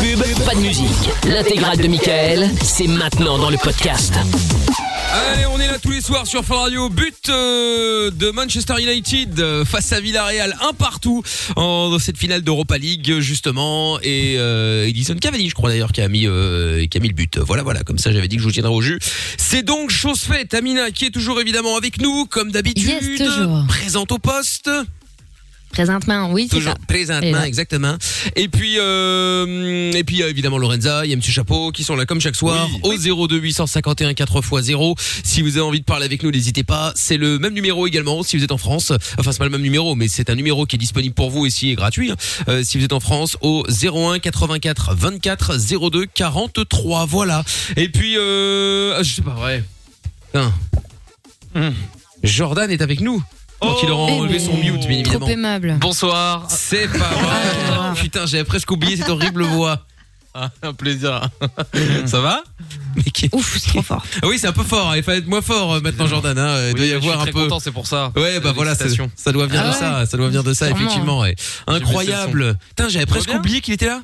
pub, pas de musique. L'intégrale de Michael, c'est maintenant dans le podcast. Allez, on est là tous les soirs sur Fun Radio. But euh, de Manchester United euh, face à Villarreal, un partout en, dans cette finale d'Europa League justement. Et euh, Edison Cavani, je crois d'ailleurs, qui a mis euh, qui a mis le but. Voilà, voilà. Comme ça, j'avais dit que je vous tiendrai au jus. C'est donc chose faite. Amina, qui est toujours évidemment avec nous, comme d'habitude, Yes, toujours. présente au poste. Présentement, oui, c'est Toujours ça. Et présentement, là. exactement. Et puis, euh, et puis euh, évidemment Lorenza, il y a Monsieur Chapeau qui sont là comme chaque soir au 02 851 4x0. Si vous avez envie de parler avec nous, n'hésitez pas. C'est le même numéro également si vous êtes en France. Enfin, c'est pas le même numéro, mais c'est un numéro qui est disponible pour vous ici et gratuit. Euh, si vous êtes en France, au 01 84 24 02 43. Voilà. Et puis, euh, ah, je sais pas vrai. Putain. Jordan est avec nous. Donc il aura Eh enlevé ben, son mute, bien Trop évidemment. aimable. Bonsoir. C'est pas vrai. Putain, j'avais presque oublié cette horrible voix. Ah, un plaisir. Ça va Mais qui- Ouf, c'est trop fort. Ah Oui, c'est un peu fort. hein. Il fallait être moins fort euh, maintenant, Jordan. hein. Il doit y je suis avoir un très peu. content, c'est pour ça. Ouais, bah Euh, voilà, ça, l'excitation. ça doit venir Ah de ouais. ça. Ça doit venir Ah. de ça, Sûrement. effectivement. ouais. Incroyable. Putain, j'avais presque bien oublié qu'il était là.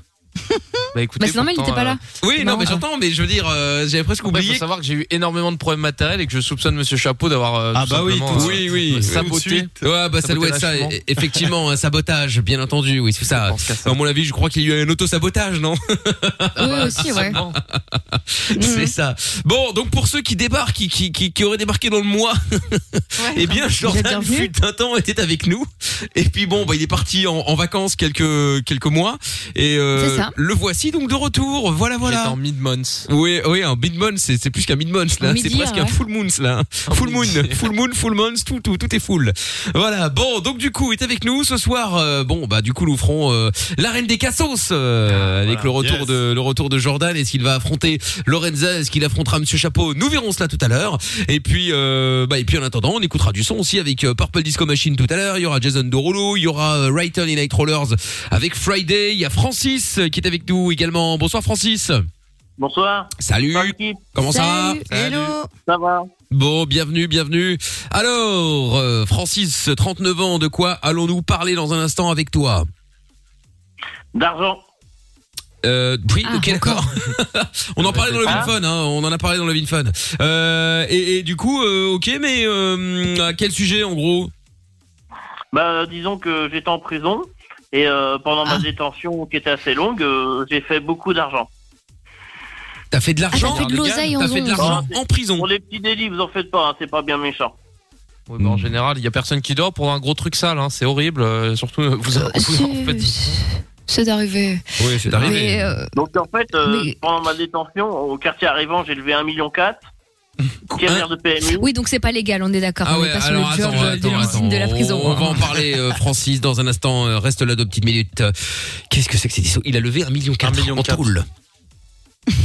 Bah écoutez, Bah, c'est normal, il pourtant, était pas euh, là. Oui, non, Non, mais ah. j'entends, mais je veux dire, euh, j'avais presque Après, faut oublié. savoir que j'ai eu énormément de problèmes matériels et que je soupçonne Monsieur Chapeau d'avoir euh, Ah tout bah simplement, euh, saboté. Ouais, bah ça Sabotage doit être ça. lâchement. e- Effectivement, un sabotage, bien entendu. Oui, c'est ça. pense qu'à ça. À mon avis, je crois qu'il y a eu un auto-sabotage, non Oui, aussi, ouais. Bon, Mhm. C'est ça. Bon, donc pour ceux qui débarquent, qui, qui, qui, qui auraient débarqué dans le mois, eh bien êtes Jordan bienvenus. fut un temps était avec nous. Et puis bon, bah, il est parti en, en vacances quelques quelques mois. Et euh, C'est ça. le voici donc de retour. Voilà, il est voilà. en mid-month. Oui, oui, un mid moon, c'est c'est plus qu'un mid moon là, Un c'est midi, presque ouais. un full moon là. hein. Un Full moon, midi. full moon, full moon, tout, tout, tout est full. Voilà. Bon, donc du coup, est avec nous ce soir. euh, bon, bah du coup, nous ferons euh, la reine des cassos euh, Ah, avec voilà. le retour Yes. de le retour de Jordan. Est-ce qu'il va affronter Lorenza Est-ce qu'il affrontera Monsieur Chapeau Nous verrons cela tout à l'heure. Et puis, euh, bah et puis en attendant, on écoutera du son aussi avec euh, Purple Disco Machine tout à l'heure. Il y aura Jason Derulo, il y aura euh, Rayton et Night Rollers avec Friday. Il y a Francis euh, qui est avec nous également. Bonsoir Francis. Bonsoir. Salut. Bonsoir, l'équipe. Comment ça Salut. Salut. Hello. Ça va Bon, bienvenue, bienvenue. Alors, euh, Francis, 39 ans, de quoi allons-nous parler dans un instant avec toi D'argent. euh, oui, Ah, ok, d'accord. on en parlait dans le Ah. Vinfun, hein, on en a parlé dans le Vinfun. Euh, et, et du coup, euh, ok, mais euh, à quel sujet en gros Bah, disons que j'étais en prison et euh, pendant Ah. ma détention qui était assez longue, euh, j'ai fait beaucoup d'argent. T'as fait de l'argent Ah, t'as fait de l'oseille en T'as fait de zone. l'argent Ah. en prison. Pour les petits délits, vous en faites pas, hein, c'est pas bien méchant. Ouais, bah, en Mm. général, il y a personne qui dort pour un gros truc sale, hein, c'est horrible. euh, surtout, euh, vous, Ah, vous- en fait, C'est- C'est d'arriver. Oui, c'est Mais, euh, Donc en fait, euh, Mais- pendant ma détention, au quartier arrivant, j'ai levé 1,4 million, carrière de PMU. oui, donc c'est pas légal, on est d'accord. Ah on ouais, est pas sur le alors attends, George euh, de attends, l'usine de la attends, prison. hein. On va en parler, euh, Francis, dans un instant. Euh, Reste là deux petites minutes. Euh, Qu'est-ce que c'est que ces dissous Il a levé 1,4 million million en quatre. toule.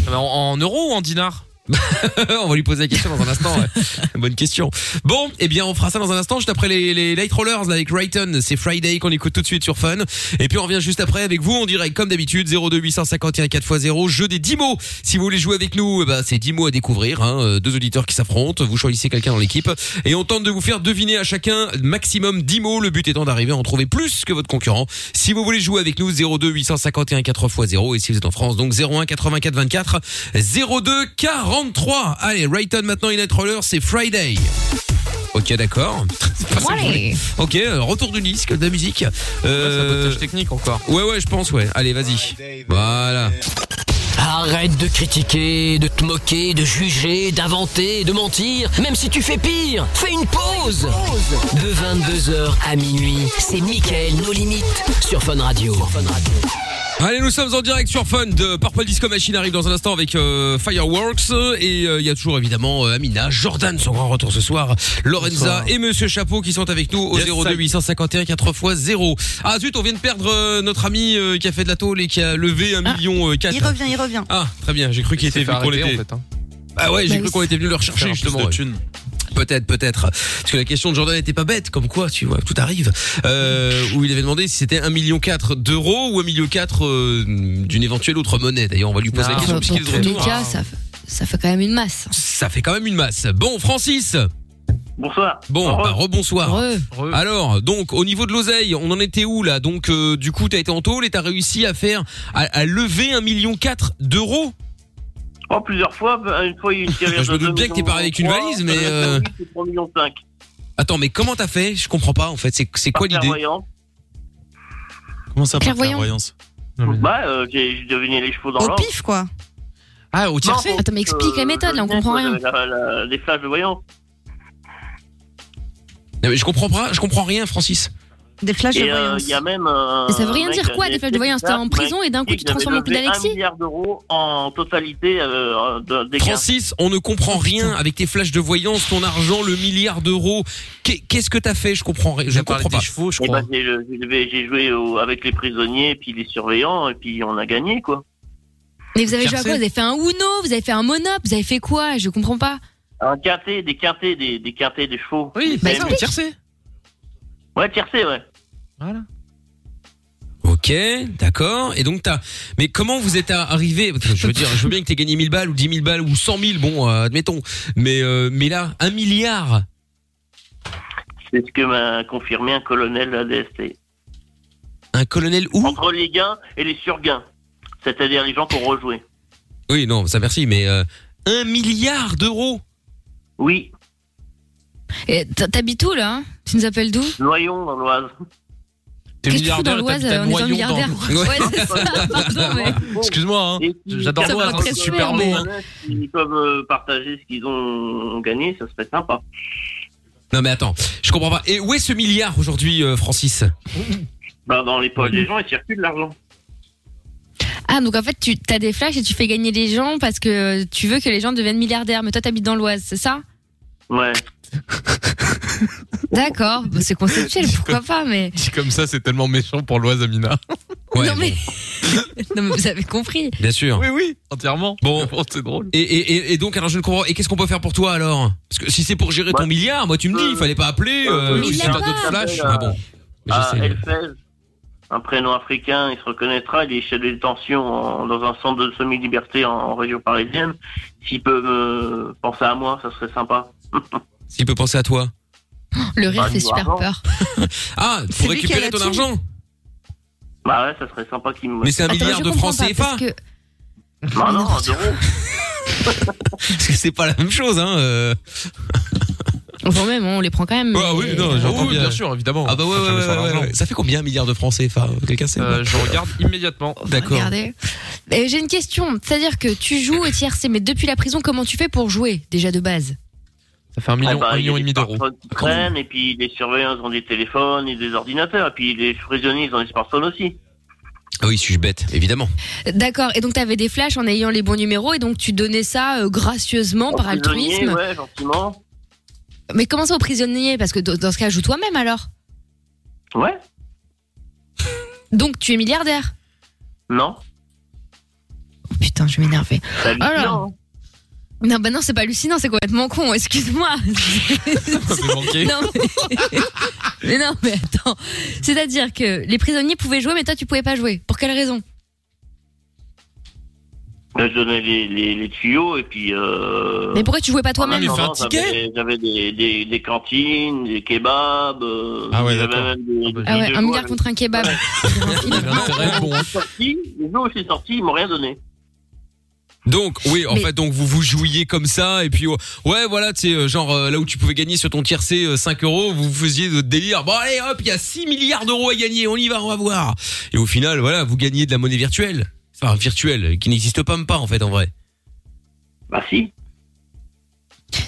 Ah, en, en euros ou en dinars on va lui poser la question dans un instant. ouais. Bonne question. Bon, eh bien, on fera ça dans un instant, juste après les, les Light Rollers là, avec Rayton. C'est Friday qu'on écoute tout de suite sur Fun. Et puis, on revient juste après avec vous en direct, comme d'habitude, 02851 4x0. Jeu des 10 mots. Si vous voulez jouer avec nous, eh ben, c'est 10 mots à découvrir. hein. Euh, Deux auditeurs qui s'affrontent. Vous choisissez quelqu'un dans l'équipe. Et on tente de vous faire deviner à chacun maximum 10 mots. Le but étant d'arriver à en trouver plus que votre concurrent. Si vous voulez jouer avec nous, 02851 4x0. Et si vous êtes en France, donc 01 84 24 02 43. Allez, Rayton maintenant, Inet Roller, c'est Friday. Ok, d'accord. C'est pas ça que je voulais. Ouais. Ok, euh, retour du disque, de la musique. Euh, Sabotage technique encore. ouais, ouais, je pense, ouais. Allez, vas-y. Voilà. Arrête de critiquer, de te moquer, de juger, d'inventer, de mentir. Même si tu fais pire, fais une pause. De 22h à minuit, c'est Michael, nos limites, sur Fun Radio. Allez, nous sommes en direct sur Fun de Purple Disco Machine arrive dans un instant avec euh, Fireworks et euh, il y a toujours évidemment euh, Amina, Jordan son grand retour ce soir, Lorenza Bonsoir. et Monsieur Chapeau qui sont avec nous au Yes, 02 851 4 x 0. Ah zut, on vient de perdre euh, notre ami euh, qui a fait de la tôle et qui a levé un million euh, quatre. Ah, Il revient, il revient. Ah très bien, j'ai cru qu'il s'est était fait venu qu'on arrêter, l'était. en fait. hein. Ah ouais, j'ai Bah cru oui. qu'on était venu le rechercher justement. ouais. Peut-être, peut-être. Parce que la question de Jordan n'était pas bête, comme quoi, tu vois, tout arrive. Euh, où il avait demandé si c'était 1,4 million d'euros ou 1,4 million euh, d'une éventuelle autre monnaie. D'ailleurs, on va lui Non. poser la question Enfin, puisqu'il est dans de tous les retour. cas, ça, fait- ça fait quand même une masse. Ça fait quand même une masse. Bon, Francis, Bonsoir. Bon, Re. bah, rebonsoir. Re. Re. Alors, donc, au niveau de l'oseille, on en était où là Donc, euh, du coup, t'as été en tôle et t'as réussi à faire, à, à lever un million quatre d'euros. Oh, plusieurs fois, bah, une fois il y a eu une tirée Je me doute bien que t'es parti avec une valise, mais, euh, C'est 3 millions 5. Attends, mais comment t'as fait Je comprends pas en fait. C'est c'est quoi l'idée Comment ça par Clairvoyant. clairvoyance Bah, euh, j'ai j'ai deviné les chevaux dans Au l'ordre. pif, quoi. Ah, au Non, donc, Attends, mais explique euh, la méthode, là, on je comprend devinais, rien. quoi, la- la- Les flashs de voyance. Non, mais je comprends pas. Je comprends rien, Francis. Des flashs Et, euh, Il y a même. euh, Mais ça veut rien un mec dire quoi, avait des flashs de voyance T'es en mec prison et d'un coup, qui tu te transformes en devait lever Pidalexi Un milliard d'euros en totalité euh, de- des gains. Francis, on ne comprend rien avec tes flashs de voyance, ton argent, le milliard d'euros. Qu'est- Qu'est-ce que t'as fait Je comprends rien. Je comprends pas. Eh ben, j'ai- j'ai levé- j'ai joué au- avec les prisonniers, puis les surveillants, et puis on a gagné, quoi. Mais vous avez joué à Percé. quoi Vous avez fait un Uno, vous avez fait un Monop, vous avez fait quoi Je comprends pas. Un quintet, des quintets, des, des quintets, des chevaux. Oui, bah, explique. tiercé. Ouais, tiercé, ouais. Ok, d'accord. Et donc t'as. Mais comment vous êtes arrivé Je veux dire, je veux bien que t'aies gagné 1000 balles ou 10 000 balles ou 100 000, bon, euh, admettons. Mais euh, mais là, un milliard. C'est ce que m'a confirmé un colonel de la DST. Un colonel où Entre les gains et les surgains. C'est-à-dire les gens qui ont rejoué. Oui, non, ça merci, mais euh, un milliard d'euros. Oui. Et t- T'habites où là hein Tu nous appelles d'où Noyon dans l'Oise. T'es Qu'est-ce que tu fous dans milliardaire, l'Oise, t'habites à on est dans le Noyon, milliardaire. dans- Ouais, c'est ça, pardon, mais- Excuse-moi, hein. j'adore Ça l'Oise, va hein, très c'est bien, super beau. mais- hein. Ils peuvent euh, partager ce qu'ils ont gagné, ça serait sympa. Non mais attends, je comprends pas. Et où est ce milliard aujourd'hui, euh, Francis Bah, dans les poches des gens, il circule l'argent. Ah, donc en fait, tu as des flashs et tu fais gagner les gens parce que tu veux que les gens deviennent milliardaires, mais toi, t'habites dans l'Oise, c'est ça Ouais. D'accord, Bah, c'est conceptuel, pourquoi pas, mais. Dit comme ça, c'est tellement méchant pour l'Oise Amina. non, mais... non, mais vous avez compris. Bien sûr. Oui, oui, entièrement. Bon, c'est drôle. Et, et, et- et donc alors je ne comprends. Et qu'est-ce qu'on peut faire pour toi alors Parce que si c'est pour gérer Bah, ton milliard, moi tu me dis, il fallait pas appeler. Euh, Mais tu il sais l'a pas pas. d'autres flashs. Euh, Ah bon. Mais Ah, je sais. Elfez, un prénom africain, il se reconnaîtra, il est chef de détention en- dans un centre de semi-liberté en, en région parisienne. S'il peut me penser à moi, ça serait sympa. S'il peut penser à toi. Le rire Bah, fait nous, super avant. peur. Ah, C'est pour lui qui a récupérer la ton thune. argent Bah ouais, ça serait sympa qu'il me. Mais c'est un Attends, milliard je de comprends francs pas, CFA parce que- Bah non, d'euros. Parce que c'est pas la même chose, hein. euh. Enfin, même, on les prend quand même. Ah mais- euh, oui, non, j'entends oui, bien. bien sûr, évidemment. Ah bah ouais, ouais, Faut jamais ouais, sur ouais, l'argent. ouais. Ça fait combien un milliard de francs CFA Quelqu'un sait Euh, je regarde immédiatement. D'accord. Regardez. Et J'ai une question, c'est-à-dire que tu joues au tiercé, mais depuis la prison, comment tu fais pour jouer déjà de base Ça fait un million, Ah bah, un il y a million et demi des d'euros. smartphones qui traînent, et puis les surveillants ils ont des téléphones et des ordinateurs, et puis les prisonniers ils ont des smartphones aussi. Ah oui, suis-je bête, évidemment. D'accord, et donc t'avais des flashs en ayant les bons numéros, et donc tu donnais ça euh, gracieusement par Aux prisonniers, altruisme. Ouais, gentiment. Mais comment ça aux prisonniers Parce que dans dans ce cas, joue toi-même alors. Ouais, Donc tu es milliardaire. non. Putain, je vais m'énerver. Salut, Alors. Oh Non, bah non, c'est pas hallucinant, c'est complètement con, excuse-moi. manqué. non, mais... mais non, mais attends. C'est-à-dire que les prisonniers pouvaient jouer, mais toi, tu pouvais pas jouer. Pour quelle raison Là, je donnais les, les, les tuyaux et puis. Euh... Mais pourquoi tu jouais pas en Ah, toi-même même temps, j'avais- J'avais des, des, des cantines, des kebabs. euh, Ah ouais, j'avais d'accord. même des- des Ah ouais, jeux un milliard joués. contre un kebab. Ah Ils sont sortis, Les jeux où je suis sorti, ils m'ont rien donné. Donc oui, en Mais- fait, donc vous vous jouiez comme ça et puis oh, ouais, voilà, tu sais, euh, genre euh, là où tu pouvais gagner sur ton tiercé euh, 5 euros, vous vous faisiez de délire. Bon allez, hop, il y a 6 milliards d'euros à gagner, on y va, on va voir. Et au final, voilà, vous gagnez de la monnaie virtuelle, enfin virtuelle, qui n'existe pas même pas en fait en vrai. Bah si.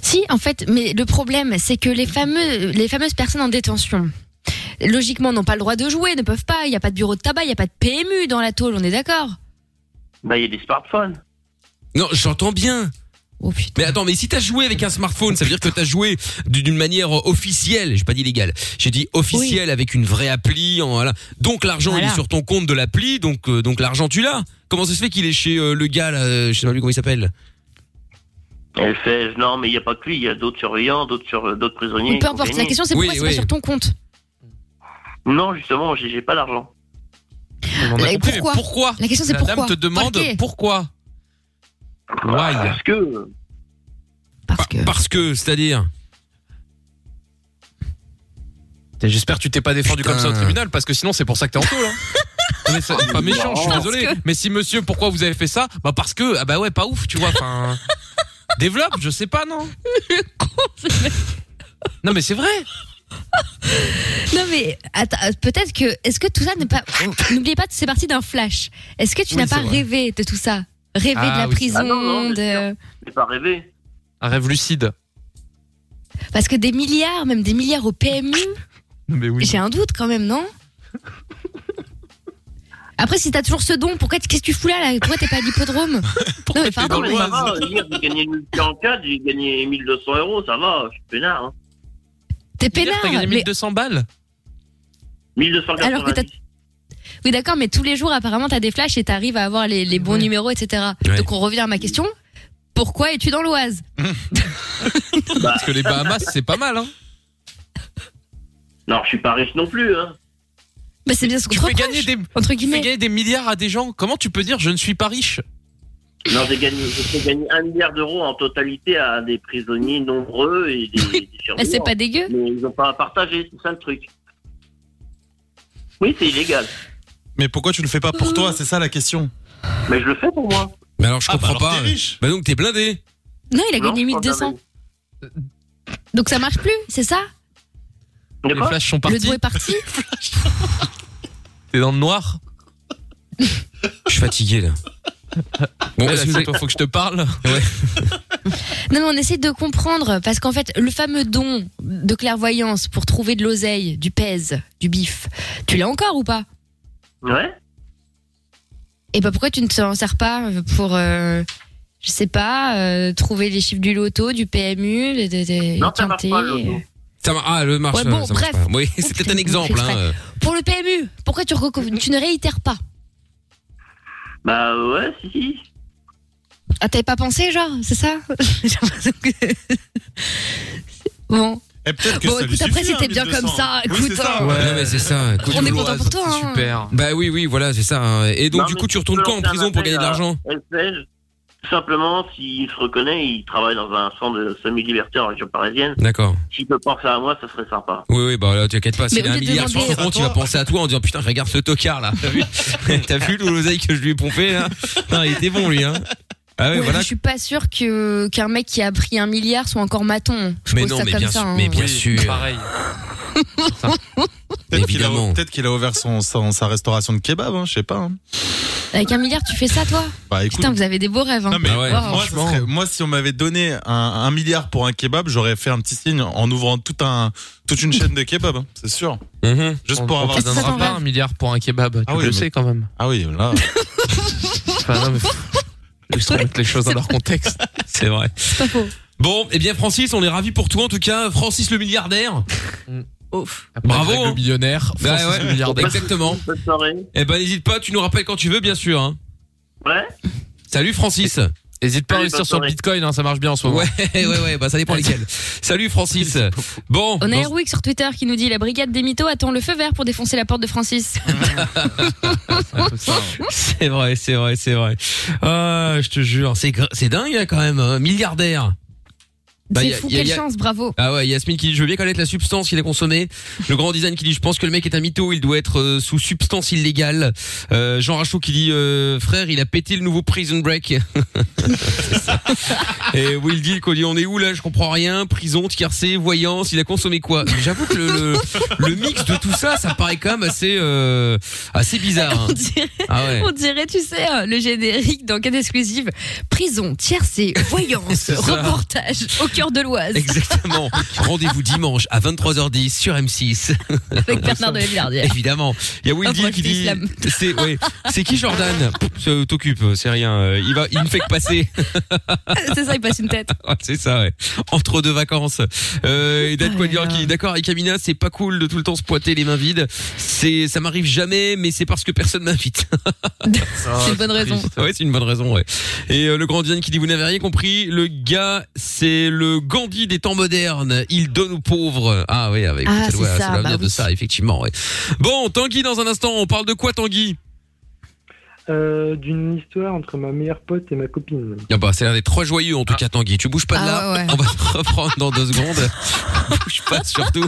Si, en fait, mais le problème, c'est que les, fameux, les fameuses personnes en détention, logiquement, n'ont pas le droit de jouer, ne peuvent pas. Il n'y a pas de bureau de tabac, il n'y a pas de PMU dans la tôle, on est d'accord Bah, il y a des smartphones. Non, j'entends bien. Oh, putain. Mais attends, mais si t'as joué avec un smartphone, ça veut dire que t'as joué d'une manière officielle. J'ai pas dit légale. J'ai dit officielle avec une vraie appli. En, voilà. Donc l'argent il Voilà. est sur ton compte de l'appli, donc euh, donc l'argent tu l'as. Comment ça se fait qu'il est chez euh, le gars là, euh, je sais pas lui comment il s'appelle. Elle fait non, mais il n'y a pas que lui, il y a d'autres surveillants, d'autres sur, d'autres Peu prisonniers. qui ont importe, gagné. la question, c'est Oui, pourquoi c'est oui. pas sur ton compte Non, justement, j'ai j'ai pas d'argent. On en a Et compris, mais Euh, pourquoi pourquoi La question, c'est La pourquoi dame te demande Parquet. pourquoi. Why Parce que Parce que. Parce que, c'est-à-dire. J'espère que tu t'es pas défendu comme ça au tribunal parce que sinon c'est pour ça que t'es en taule. Hein. Non, mais c'est pas méchant, je suis Parce désolé. que- Mais si monsieur, pourquoi vous avez fait ça Bah parce que ah bah ouais, pas ouf, tu vois. Enfin, développe, je sais pas, non Non mais c'est vrai. Non mais attends, euh, peut-être que est-ce que tout ça n'est pas n'oubliez pas c'est parti d'un flash. Est-ce que tu Oui, n'as c'est pas vrai. rêvé de tout ça Rêvé Ah de la oui. prison Ah non, de- J'ai pas rêvé. Un rêve lucide. parce que des milliards même des milliards au PMU, Mais oui. j'ai un doute quand même, non Après si t'as toujours ce don, pourquoi t- qu'est-ce que tu fous là, là Pourquoi t'es pas à l'hippodrome Non mais pardon. Non, mais ça va, hier j'ai gagné 1404, j'ai gagné 1200 euros, ça va, je suis peinard. Hein. T'es peinard. T'as gagné mais- 1200 balles. 1290. Alors que t'as- Oui, d'accord, mais tous les jours, apparemment, t'as des flashs et t'arrives à avoir les, les bons numéros, etc. Ouais. Donc, on revient à ma question. Pourquoi es-tu dans l'Oise Parce que les Bahamas, c'est pas mal. Hein. Non, je suis pas riche non plus. Hein. Bah, c'est bien ce qu'on Tu te fais reproche, gagner des entre tu fais guillemets. gagner des milliards à des gens. Comment tu peux dire je ne suis pas riche Non, j'ai gagné, j'ai fait gagner un milliard d'euros en totalité à des prisonniers nombreux et des, des Bah, c'est survivants. pas dégueu. hein. Mais ils ont pas à partager, c'est ça le truc. Oui, c'est illégal. Mais pourquoi tu le fais pas pour toi C'est ça la question. Ah, Mais je le fais pour moi. Mais alors je comprends alors pas. t'es riche. Bah donc t'es blindé. Non, il a Non, gagné je crois 1200. Euh. Donc, ça marche plus, c'est ça Oh, De Les quoi flashs sont Le partis. don est parti T'es dans le noir. Je suis fatigué là. Bon, Ouais, est-ce Eh, là, que vous c'est avez- toi, faut que je te parle. Non, mais on essaie de comprendre, parce qu'en fait, le fameux don de clairvoyance pour trouver de l'oseille, du pèse, du bif, tu l'as encore ou pas Oh, bah, Ouais. Et bah pourquoi tu ne t'en sers pas pour, euh, je sais pas, euh, trouver les chiffres du loto, du PMU, des, des, des Non, ça marche quintés, pas, le euh. logo. Ça mar- ah le marche. Ouais, bon, ça bref. marche pas. Oui, c'est peut-être un putain, exemple. j'ai fait Hein. euh. Pour le PMU, pourquoi tu, reco- tu ne réitères pas Bah ouais, si, si. Ah, t'avais pas pensé, genre, c'est ça J'ai l'impression que- Bon, Et peut-être que Bon, ça lui écoute, après, suffit, hein, c'était bien comme 1200. ça, Oui, écoute, c'est ça. hein. Ouais. Non, mais c'est ça. écoute, on est le- content pour toi. hein. Super. Bah oui, oui, voilà, c'est ça. hein. Et donc Non, du mais coup, tu tu retournes peux quand leur en faire prison pour gagner de appel hein. à- l'argent Elle fait, Tout simplement, s'il se reconnaît, il travaille dans un centre de semi-liberté en région parisienne. D'accord. S'il peut penser à moi, ça serait sympa. Oui, oui, bah là, t'inquiète pas. Mais S'il au a un lieu de milliard sur demander- le compte, tu vas penser à toi en disant putain, regarde ce tocard là. T'as vu T'as vu l'oseille que je lui ai pompé là Non, il était bon lui. Hein. Ah ouais, Ouais, voilà. Je suis pas sûre que- qu'un mec qui a pris un milliard soit encore maton. Je Mais pose non, ça mais comme bien ça. sûr, hein. mais bien sûr. Pareil. Peut-être qu'il a, Évidemment. peut-être qu'il a ouvert son, son- sa restauration de kebab, hein, je sais pas. hein. Avec un milliard, tu fais ça, toi Bah écoute. Putain, vous avez des beaux rêves. hein. Non, mais Ah ouais, Wow. moi, ce serait- moi, si on m'avait donné un, un milliard pour un kebab, j'aurais fait un petit signe en ouvrant tout un, toute une chaîne de kebab, hein, c'est sûr. Mhm. Juste On- pour on avoir. te C'est ça donnera ton pas rêve. un milliard pour un kebab. Ah tu oui, le mais- sais quand même. Ah oui, là. Enfin, non, mais faut juste remettre les choses dans leur contexte. C'est vrai. C'est pas faux. Bon, eh bien Francis, on est ravis pour toi en tout cas. Francis le milliardaire. Bravo, Après, hein. le millionnaire. Bah Francis ouais, le milliardaire. Exactement. Bonne soirée. Eh ben n'hésite pas, tu nous rappelles quand tu veux, bien sûr. hein. Ouais. Salut Francis. N'hésite pas à Allez, investir bonne sur le soirée. bitcoin, hein, ça marche bien en ce moment. Ouais, ouais, ouais, bah ça dépend lesquels. Salut Francis. Bon, On a dans- Erwick sur Twitter qui nous dit la brigade des mythos attend le feu vert pour défoncer la porte de Francis. c'est vrai, c'est vrai, c'est vrai. Ah, je te jure, c'est gr- c'est dingue hein, quand même, hein, milliardaire. Bah, C'est y a- fou, y a- quelle y a- chance, bravo. Ah ouais, Yasmine qui dit, je veux bien connaître la substance qu'il a consommée. Le grand design qui dit, je pense que le mec est un mytho, il doit être euh, sous substance illégale. Euh, Jean Rachaud qui dit, euh, frère, il a pété le nouveau Prison Break. C'est ça. Et Will Deal qui dit, on est où là, je comprends rien. Prison, tiercé, voyance, il a consommé quoi Mais J'avoue que le, le, le mix de tout ça, ça me paraît quand même assez, euh, assez bizarre. On hein. dirait, Ah ouais. on dirait, tu sais, hein, le générique d'enquête exclusive. Prison, tiercé, voyance, C'est ça. reportage au cœur de l'Oise Exactement. Rendez-vous dimanche à 23h10 sur M6. avec Bernard de Lavillardière. Évidemment. Il y a Oh, Wildy moi, qui je fais dit slam. c'est ouais, c'est qui Jordan Pff, ça T'occupe, c'est rien. euh, Il va il ne fait que passer. C'est ça, il passe une tête. Ouais, c'est ça ouais. Entre deux vacances. Euh, et Dan Oh là Quaglior là. qui dit, d'accord avec Amina, c'est pas cool de tout le temps se pointer les mains vides. C'est ça m'arrive jamais mais c'est parce que personne m'invite. C'est une bonne raison. ouais, c'est une bonne raison ouais. Et euh, le grand Diane qui dit vous n'avez rien compris, le gars c'est le Gandhi des temps modernes, il donne aux pauvres. Ah oui, avec Ah, ça doit, c'est ça, ça bah doit venir de oui. ça effectivement ouais. Bon, Tanguy dans un instant, on parle de quoi Tanguy euh, d'une histoire entre ma meilleure pote et ma copine. Ah bah, c'est l'un des trois joyeux en tout cas, Tanguy. Tu bouges pas de Ah là, ouais, ouais. on va te reprendre dans deux secondes. Bouge pas surtout.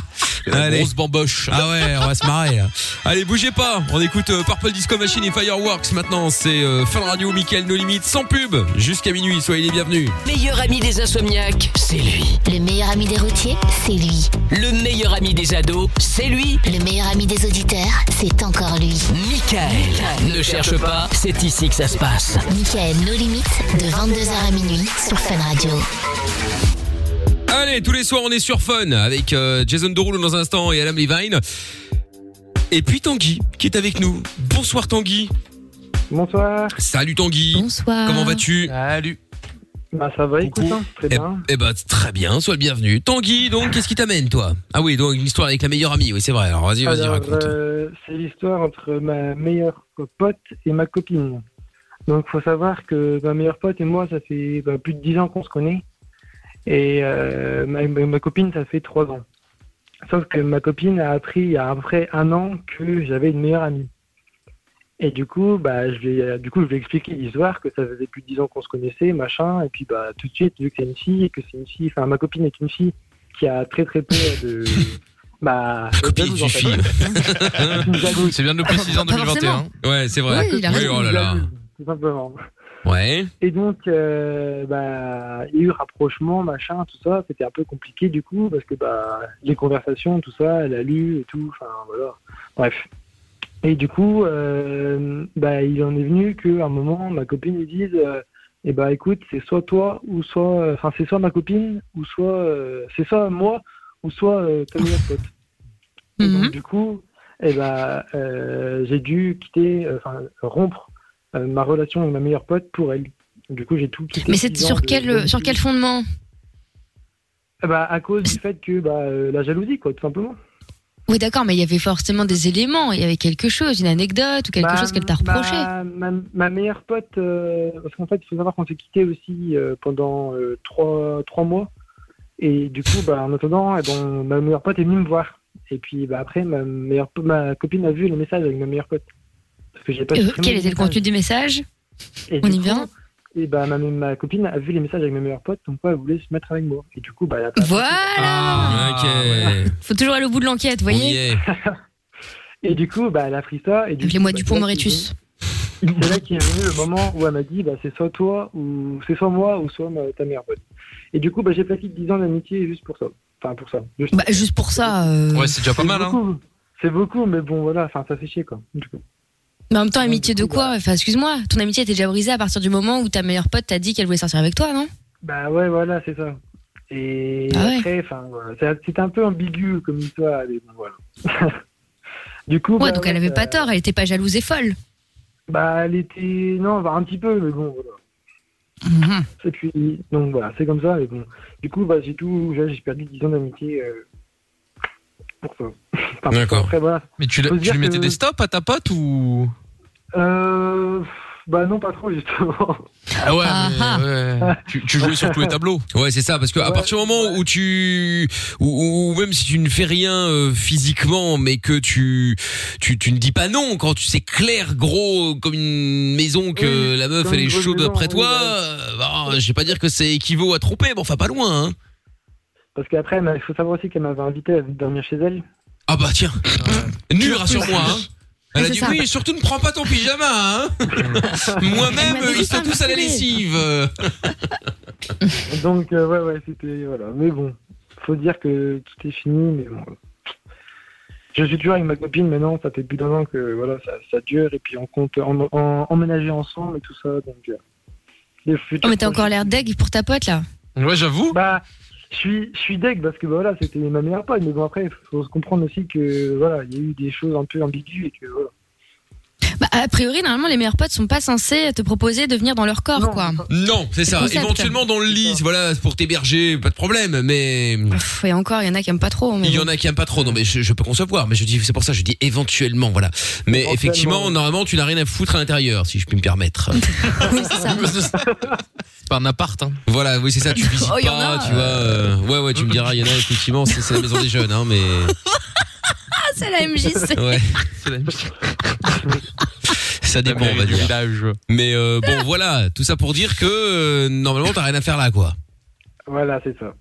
Allez. Grosse bamboche. Ah ouais, on va se marrer. là. Allez, bougez pas. On écoute euh, Purple Disco Machine et Fireworks maintenant. C'est euh, Fun Radio, Michael No Limit, sans pub. Jusqu'à minuit, soyez les bienvenus. Meilleur ami des insomniaques, c'est lui. Le meilleur ami des routiers, c'est lui. Le meilleur ami des ados, c'est lui. Le meilleur ami des auditeurs, c'est encore lui. Michael. Ne cherche pas, c'est ici que ça se passe. Michael, nos limites, de 22h à minuit sur Fun Radio. Allez, tous les soirs, on est sur Fun avec euh, Jason Derulo dans un instant et Adam Levine. Et puis Tanguy qui est avec nous. Bonsoir Tanguy. Bonsoir. Salut Tanguy. Bonsoir. Comment vas-tu Salut. Bah, ça va, écoute, hein, très bien. Eh ben très bien, sois le bienvenu. Tanguy, donc qu'est-ce qui t'amène toi Ah oui, donc une histoire avec la meilleure amie, oui c'est vrai. Alors vas-y, vas-y, Alors, raconte. euh, c'est l'histoire entre ma meilleure pote et ma copine. Donc, faut savoir que ma meilleure pote et moi, ça fait bah, plus de 10 ans qu'on se connaît. Et euh, ma, ma- ma copine, ça fait 3 ans. Sauf que ma copine a appris il y a après un an que j'avais une meilleure amie. Et du coup, bah, je lui ai, du coup, je lui ai expliqué l'histoire, que ça faisait plus de 10 ans qu'on se connaissait, machin. Et puis, bah, tout de suite, vu que c'est une fille, et que c'est une fille, enfin, ma copine est une fille qui a très très peu de. Bah, de Copie jalouse, d'une en fait. fille. C'est bien de le préciser en Pas 2021. forcément. Ouais, c'est vrai. Oui, il a raison. oh là là. Tout simplement. Ouais. Et donc, euh, bah, il y a eu rapprochement, machin, tout ça. C'était un peu compliqué du coup, parce que bah, les conversations, tout ça, elle a lu et tout. Enfin, voilà. Bref. Et du coup, euh, bah, il en est venu qu'à un moment, ma copine lui dise euh, Eh bah, écoute, c'est soit toi, ou soit. euh, Enfin, c'est soit ma copine, ou soit. euh, c'est soit moi, ou soit euh, ta meilleure pote. Et Mhm. donc, du coup, eh ben, euh, j'ai dû quitter, euh, enfin, rompre euh, ma relation avec ma meilleure pote pour elle. Du coup, j'ai tout quitté. Mais c'était dix ans sur de- quel, euh, sur quel fondement Eh ben, À cause du fait que bah, euh, la jalousie, quoi, tout simplement. Oui, d'accord, mais il y avait forcément des éléments. Il y avait quelque chose, une anecdote ou quelque Bah, chose qu'elle t'a reproché. Ma, ma- ma meilleure pote, euh, parce qu'en fait, il faut savoir qu'on s'est quitté aussi euh, pendant euh, trois, trois mois. Et du coup, bah, en attendant, eh ben, ma meilleure pote est venue me voir. Et puis bah, après, ma, meilleure, po- ma copine a vu le message avec ma meilleure pote. Parce que j'ai pas Euh, supprimé quel le était le message. contenu du message Et On du y coup, vient Et bah, ma, ma copine a vu les messages avec mes meilleurs potes, donc quoi, elle voulait se mettre avec moi. Et du coup, bah, elle a pas- Ah, Voilà ok. Ah, Faut toujours aller au bout de l'enquête, vous On y voyez est. et du coup, bah, elle a pris ça. Et du Avec les coup, mois bah, du c'est pont là Moretus. qu'il est venu- C'est là qu'est venu le moment où elle m'a dit, bah, c'est soit toi, ou c'est soit moi, ou soit ma- ta meilleure pote. Et du coup, bah, j'ai placé 10 ans d'amitié juste pour ça. Enfin, pour ça. Juste, Bah, juste pour ça. euh, Ouais, c'est déjà pas mal, hein. beaucoup. C'est beaucoup, mais bon, voilà, enfin, ça fait chier, quoi. Du coup. Mais en même temps, amitié de quoi Enfin, excuse-moi, ton amitié était déjà brisée à partir du moment où ta meilleure pote t'a dit qu'elle voulait sortir avec toi, non Bah ouais, voilà, c'est ça. Et Ah ouais. après, enfin, voilà, c'est- c'est un peu ambigu comme histoire, mais bon, voilà. du coup, Ouais, bah, euh, donc elle avait ça- pas tort, elle était pas jalouse et folle. Bah, elle était. Non, bah, un petit peu, mais bon, voilà. Mhm. Et puis, donc voilà, c'est comme ça, mais bon. Du coup, bah, j'ai tout. J'ai j'ai perdu 10 ans d'amitié euh, pour ça. Enfin, pour ça. D'accord. Après, voilà. Mais tu, l'as- Faut se tu lui dire mettais que- des stops à ta pote ou Euh. pff, Bah, non, pas trop, justement. Ah ouais, Ah, mais, ah. ouais. Tu, tu jouais sur tous les tableaux. Ouais, c'est ça, parce que à Ouais. partir du moment où tu, ou même si tu ne fais rien euh, physiquement, mais que tu, tu, tu ne dis pas non quand tu sais clair, gros, comme une maison que Oui, la meuf comme elle est une grosse chaude maison, après oui, toi, bah. euh, bah, je vais pas dire que c'est équivaut à tromper, mais enfin pas loin. Hein. Parce qu'après, il faut savoir aussi qu'elle m'avait invité à dormir chez elle. Ah bah tiens, nul rassure-moi. Hein. Elle a c'est dit ça. oui, surtout ne prends pas ton pyjama. Hein. Moi-même, Elle m'a dit ils ça, sont tous à la enculé. lessive. euh. Donc, euh, ouais, ouais, c'était. Voilà. Mais bon, faut dire que tout est fini, mais bon. Je suis toujours avec ma copine maintenant, ça fait plus d'un an que voilà, ça, ça dure, et puis on compte en- en- emménager ensemble et tout ça. Donc, euh, les Oh, futurs mais t'as projets. encore l'air deg pour ta pote là. Ouais, j'avoue. Bah, je suis, je suis deg parce que bah, voilà, c'était ma meilleure pote, mais bon, après, il faut se comprendre aussi que voilà, il y a eu des choses un peu ambiguës et que voilà. Bah, a priori, normalement, les meilleurs potes sont pas censés te proposer de venir dans leur corps, Non, quoi. Non, c'est C'est ça. le concept. Éventuellement dans le lit, voilà, pour t'héberger, pas de problème, mais. Pff, et encore, il y en a qui aiment pas trop. mais Il y bon. en a qui aiment pas trop, non mais je, je peux concevoir, mais je dis c'est pour ça je dis éventuellement voilà. Mais Éventuellement, effectivement oui. normalement tu n'as rien à foutre à l'intérieur si je puis me permettre. Oui, c'est ça. C'est pas un appart, hein. voilà oui c'est ça tu visites Oh, il y en pas a, tu vois euh, ouais ouais tu me diras il y en a effectivement c'est c'est la maison des jeunes hein mais Ah, c'est la MJC. ouais C'est la- Ça dépend, on va du dire. Mais euh, bon, voilà, tout ça pour dire que euh, normalement, t'as rien à faire là, quoi. Voilà, c'est ça.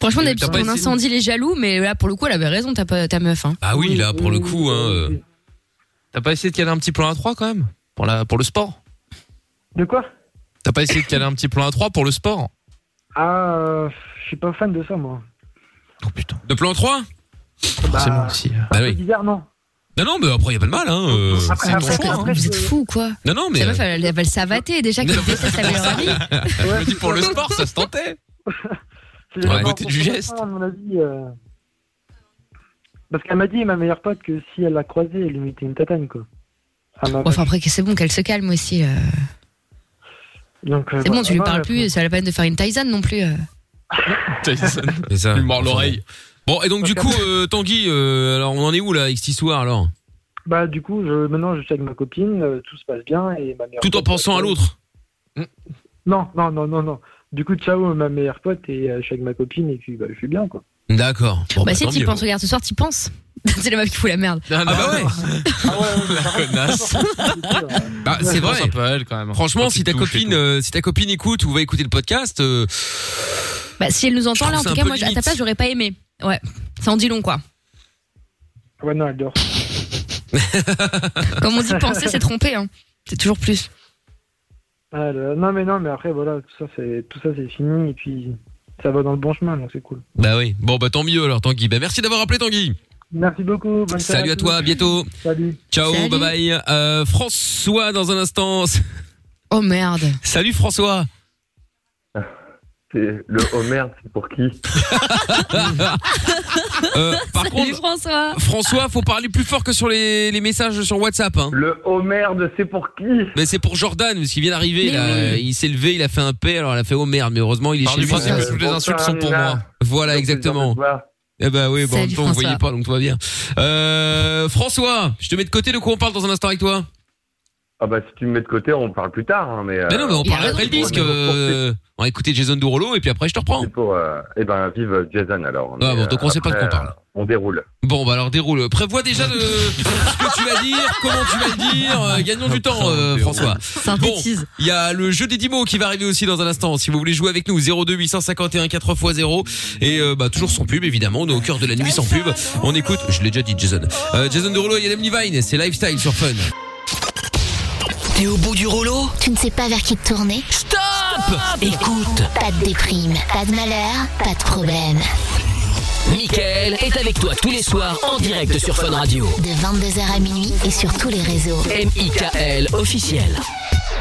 Franchement, Mais d'habitude, t'as pas on essayé- incendie les jaloux, mais là, pour le coup, elle avait raison, ta, pe- ta meuf. Hein. Ah oui, là, pour le coup, hein. euh, T'as pas essayé de caler un petit plan à 3 quand même pour, la, pour le sport De quoi T'as pas essayé de caler un petit plan à 3 pour le sport Ah, euh, je suis pas fan de ça, moi. De plan 3 C'est moi aussi. Bah C'est oui. Bah bizarre, non Non, non, mais après, y a pas de mal, hein. euh, Après, c'est ton après, choix, hein. après, Vous je- êtes fous ou quoi Non, non, mais. euh, Ta meuf, elle, elle va le savater déjà qu'elle déteste sa meilleure amie. Ah, Je me dis pour le Ouais. sport, ça se tentait. C'est Ouais, vraiment côté du pour geste. ça, À mon avis, euh, Parce qu'elle m'a dit, ma meilleure pote, que si elle l'a croisée, elle lui mettait une tatane, quoi. Ah, ma Bon, enfin, après, que c'est bon qu'elle se calme aussi. euh. Donc, euh, C'est bon, voilà. bah, tu lui Non, parles mais- plus, c'est pas la peine de faire une Tyson non plus. euh. Tyson, C'est ça. il mord l'oreille. Bon, et donc, du coup, euh, Tanguy, euh, alors, on en est où, là, avec cette histoire, alors Bah, du coup, je... maintenant, je suis avec ma copine, euh, tout se passe bien, et ma meilleure Tout en pote- euh, Hmm. pensant à l'autre. Non, non, non, non, non. Du coup, ciao, ma meilleure pote, et euh, je suis avec ma copine, et puis, bah, je suis bien, quoi. D'accord. Bon, bah, si, tant t'y mieux. penses, regarde, ce soir, t'y penses. c'est la meuf qui fout la merde. Ah, Ah bah ouais. Ah ouais, ouais, Connasse. Bah, c'est C'est vrai. un peu à elle quand même. Franchement, Quand si il ta touche et copine, tout. euh, si ta copine écoute ou va écouter le podcast, euh, Bah, si elle nous entend là, Je en trouve tout c'est cas, un peu moi, à ta limite. place, j'aurais pas aimé. Ouais, ça en dit long, quoi. ouais, non, elle dort. Comme on dit, penser, c'est tromper, hein. C'est toujours plus. Ah, là, non, mais non, mais après, voilà, tout ça, c'est, tout ça, c'est fini, et puis, ça va dans le bon chemin, donc c'est cool. bah oui. Bon, bah tant mieux alors, Tanguy. Bah merci d'avoir appelé Tanguy. Merci beaucoup. Bonne soirée Salut à tous. toi, à bientôt. Salut. Ciao, Salut. bye bye. Euh, François dans un instant. Oh merde. Salut François. C'est le oh merde, c'est pour qui Euh, par Salut contre, François. François, faut parler plus fort que sur les, les messages sur WhatsApp. Hein. Le oh merde, c'est pour qui Mais c'est pour Jordan, parce qu'il vient d'arriver. Mais là. oui. Euh, Il s'est levé, il a fait un P, alors il a fait oh merde, mais heureusement il est Par chez du lui. principe que Euh, toutes les bonsoir, insultes sont pour Amina. moi. Voilà, exactement. Eh ben oui, bon, en Salut, même temps, vous François. voyez pas, donc tout va bien. Euh, François, je te mets de côté, de quoi on parle dans un instant avec toi Ah bah si tu me mets de côté, on parle plus tard. Hein, mais, euh, Mais non, mais on il a parle raison, après le disque. on est euh, on va écouter Jason Derulo et puis après je te reprends. c'est pour. euh, eh ben vive Jason alors. Mais, bon, donc on sait pas de quoi on parle. euh, on déroule. Bon, bah alors déroule. Prévois déjà de... ce que tu vas dire, comment tu vas le dire. euh, gagnons du temps, euh, François. Synthétise. Il y a le jeu des 10 mots qui va arriver aussi dans un instant. Si vous voulez jouer avec nous, 02 851 4x0. Et euh, bah, toujours sans pub, évidemment. On est au cœur de la nuit sans pub. On écoute, je l'ai déjà dit, Jason. Euh, Jason Derulo et Adam Levine, c'est Lifestyle sur Fun. T'es au bout du rouleau Tu ne sais pas vers qui te tourner Stop Écoute, Pas de déprime, pas de malheur, pas de problème. Mickaël est avec toi tous les soirs en direct sur Fun Radio. De 22h à minuit et sur tous les réseaux. M.I.K.L. officiel.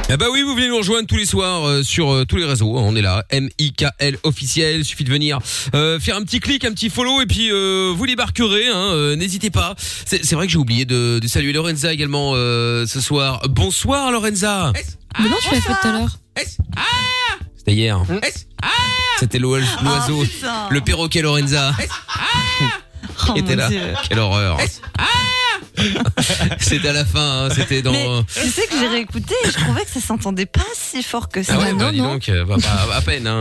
Ah bah oui, vous venez nous rejoindre tous les soirs euh, sur euh, tous les réseaux. On est là, M-I-K-L officiel. Suffit de venir euh, faire un petit clic, un petit follow et puis euh, vous débarquerez. hein, euh, N'hésitez pas. C'est c'est vrai que j'ai oublié de, de saluer Lorenza également euh, ce soir. Bonsoir Lorenza. Mais non, tu l'as fait tout Ah. à l'heure. C'était hier. C'était l'o- l'oiseau, le perroquet Lorenza. Oh qui était Ah. là. Quelle horreur. Ah C'était à la fin. hein, C'était dans. Mais tu sais que j'ai réécouté et je trouvais que ça s'entendait pas si fort que ça. Ah ouais, non, bah, dis non. donc, euh, bah, bah, à peine. hein.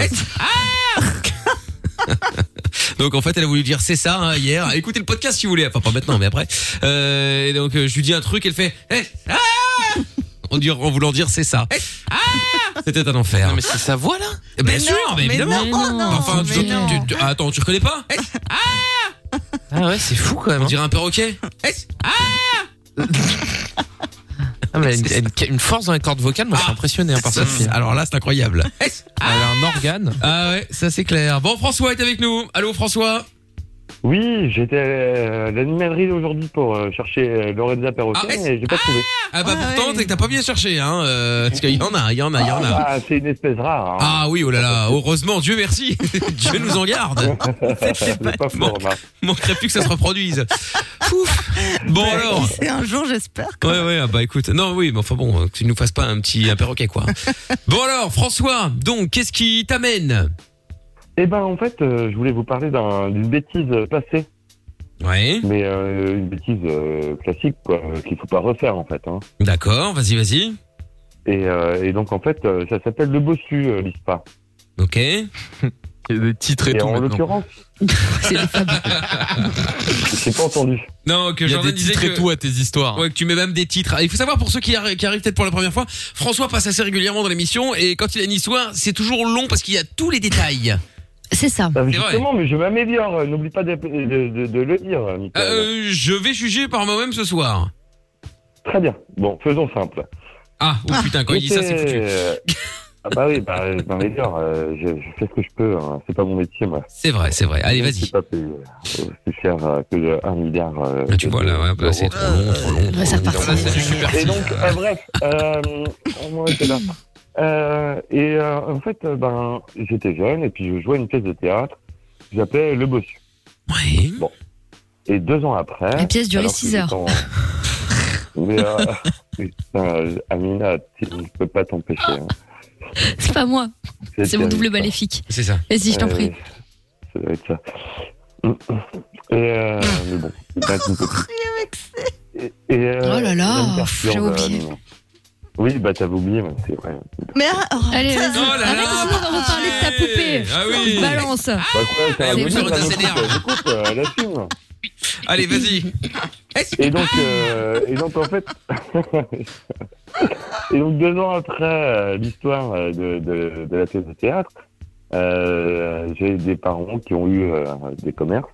donc en fait, elle a voulu dire c'est ça hein, hier. Écoutez le podcast si vous voulez, enfin pas maintenant, mais après. Euh, et donc euh, je lui dis un truc, elle fait Eh, ah en, dire- en voulant dire c'est ça. Eh, ah C'était un enfer. Non, mais c'est sa voix là Eh Bien Mais sûr, non, mais évidemment. non, oh non, Enfin, tu- mais non. tu- tu- attends, tu reconnais pas Eh, Ah ouais, c'est fou quand même. On dirait un perroquet. Eh, Ah, mais elle, a une- elle a une force dans les cordes vocales, moi je suis Ah. impressionné hein, par ça, cette fille. alors là, c'est incroyable. Eh, Elle a un organe. Ah ouais, ça c'est clair. Bon, François est avec nous. Allô, François. Oui, j'étais euh, à l'animalerie aujourd'hui pour euh, chercher Lorenza Perroquet Ah, et j'ai pas trouvé. Ah bah Ouais, pourtant, ouais. t'es que t'as pas bien cherché, hein. euh, parce qu'il y en a, il y en a, il y en a. c'est une espèce rare. Ah oui, oh là là, heureusement, Dieu merci, Dieu nous en garde. c'est pas fort, Manquerait plus que ça se reproduise. Ouf. Bon alors. C'est un jour, j'espère. Ouais ouais ah bah écoute non oui mais enfin bon que tu nous fasses pas un petit un perroquet quoi. Bon alors François donc qu'est-ce qui t'amène Eh ben en fait, euh, je voulais vous parler d'un- d'une bêtise euh, passée, Ouais mais euh, une bêtise euh, classique quoi, euh, qu'il faut pas refaire en fait. Hein. d'accord vas-y vas-y Et, euh, et donc en fait, euh, ça s'appelle le bossu euh, l'ISPA. ok Il y a des titres et, Et tout. en maintenant. l'occurrence, j'ai pas entendu. Non, que Il y a Jordan des disait titres et que- tout à tes histoires. Ouais, que tu mets même des titres. Ah, Il faut savoir pour ceux qui, arri- qui arrivent peut-être pour la première fois, François passe assez régulièrement dans l'émission et quand il a une histoire, c'est toujours long parce qu'il y a tous les détails. C'est ça. Ah, justement, mais je m'améliore. euh, N'oublie pas de, de- de- de le dire, Michael. Euh, je vais juger par moi-même ce soir. Très bien. Bon, faisons simple. Ah, oh putain, quand il dit ça, c'est foutu. Ah bah oui, bah, je m'améliore. euh, Je, je fais ce que je peux. hein. C'est pas mon métier, moi. C'est vrai, c'est vrai. Allez, vas-y. C'est pas payé. euh, C'est cher euh, que de 1 milliard. euh, Ah, tu vois, là, ouais, bah, c'est trop long, trop long. Ouais, ça repart. Voilà, c'est du super Et donc, euh, bref, euh, moi, j'étais là. Euh, et euh, en fait, euh, ben, j'étais jeune et puis je jouais une pièce de théâtre que j'appelais Le Bossu. Oui. Bon. Et deux ans après. La pièce durait alors que six heures. j'étais en- Mais, euh, putain, Amina, tu ne peux pas t'empêcher. hein. C'est pas moi. C'est mon terrible, double ça. maléfique. C'est ça. Vas-y, je t'en Euh, prie. Ça doit être ça. Ah. Et euh, mais bon, c'est pas une copie. Et, et, euh, Oh là là, je me perturbe, j'avais oublié. Ah, euh, Oui, bah t'avais oublié, mais c'est vrai. Mais arrête- oh, Allez, putain. vas-y. Arrête, sinon on va reparler de ta poupée. Ah oui. Balance. Bah, ouais, Eh, ça vous vous ça serez dans m'écoute, CDR. euh, écoute, euh, elle assume. Allez, vas-y. Et donc, euh, et donc en fait, et donc deux ans après euh, l'histoire euh, de, de, de la pièce de théâtre, euh, j'ai des parents qui ont eu euh, des commerces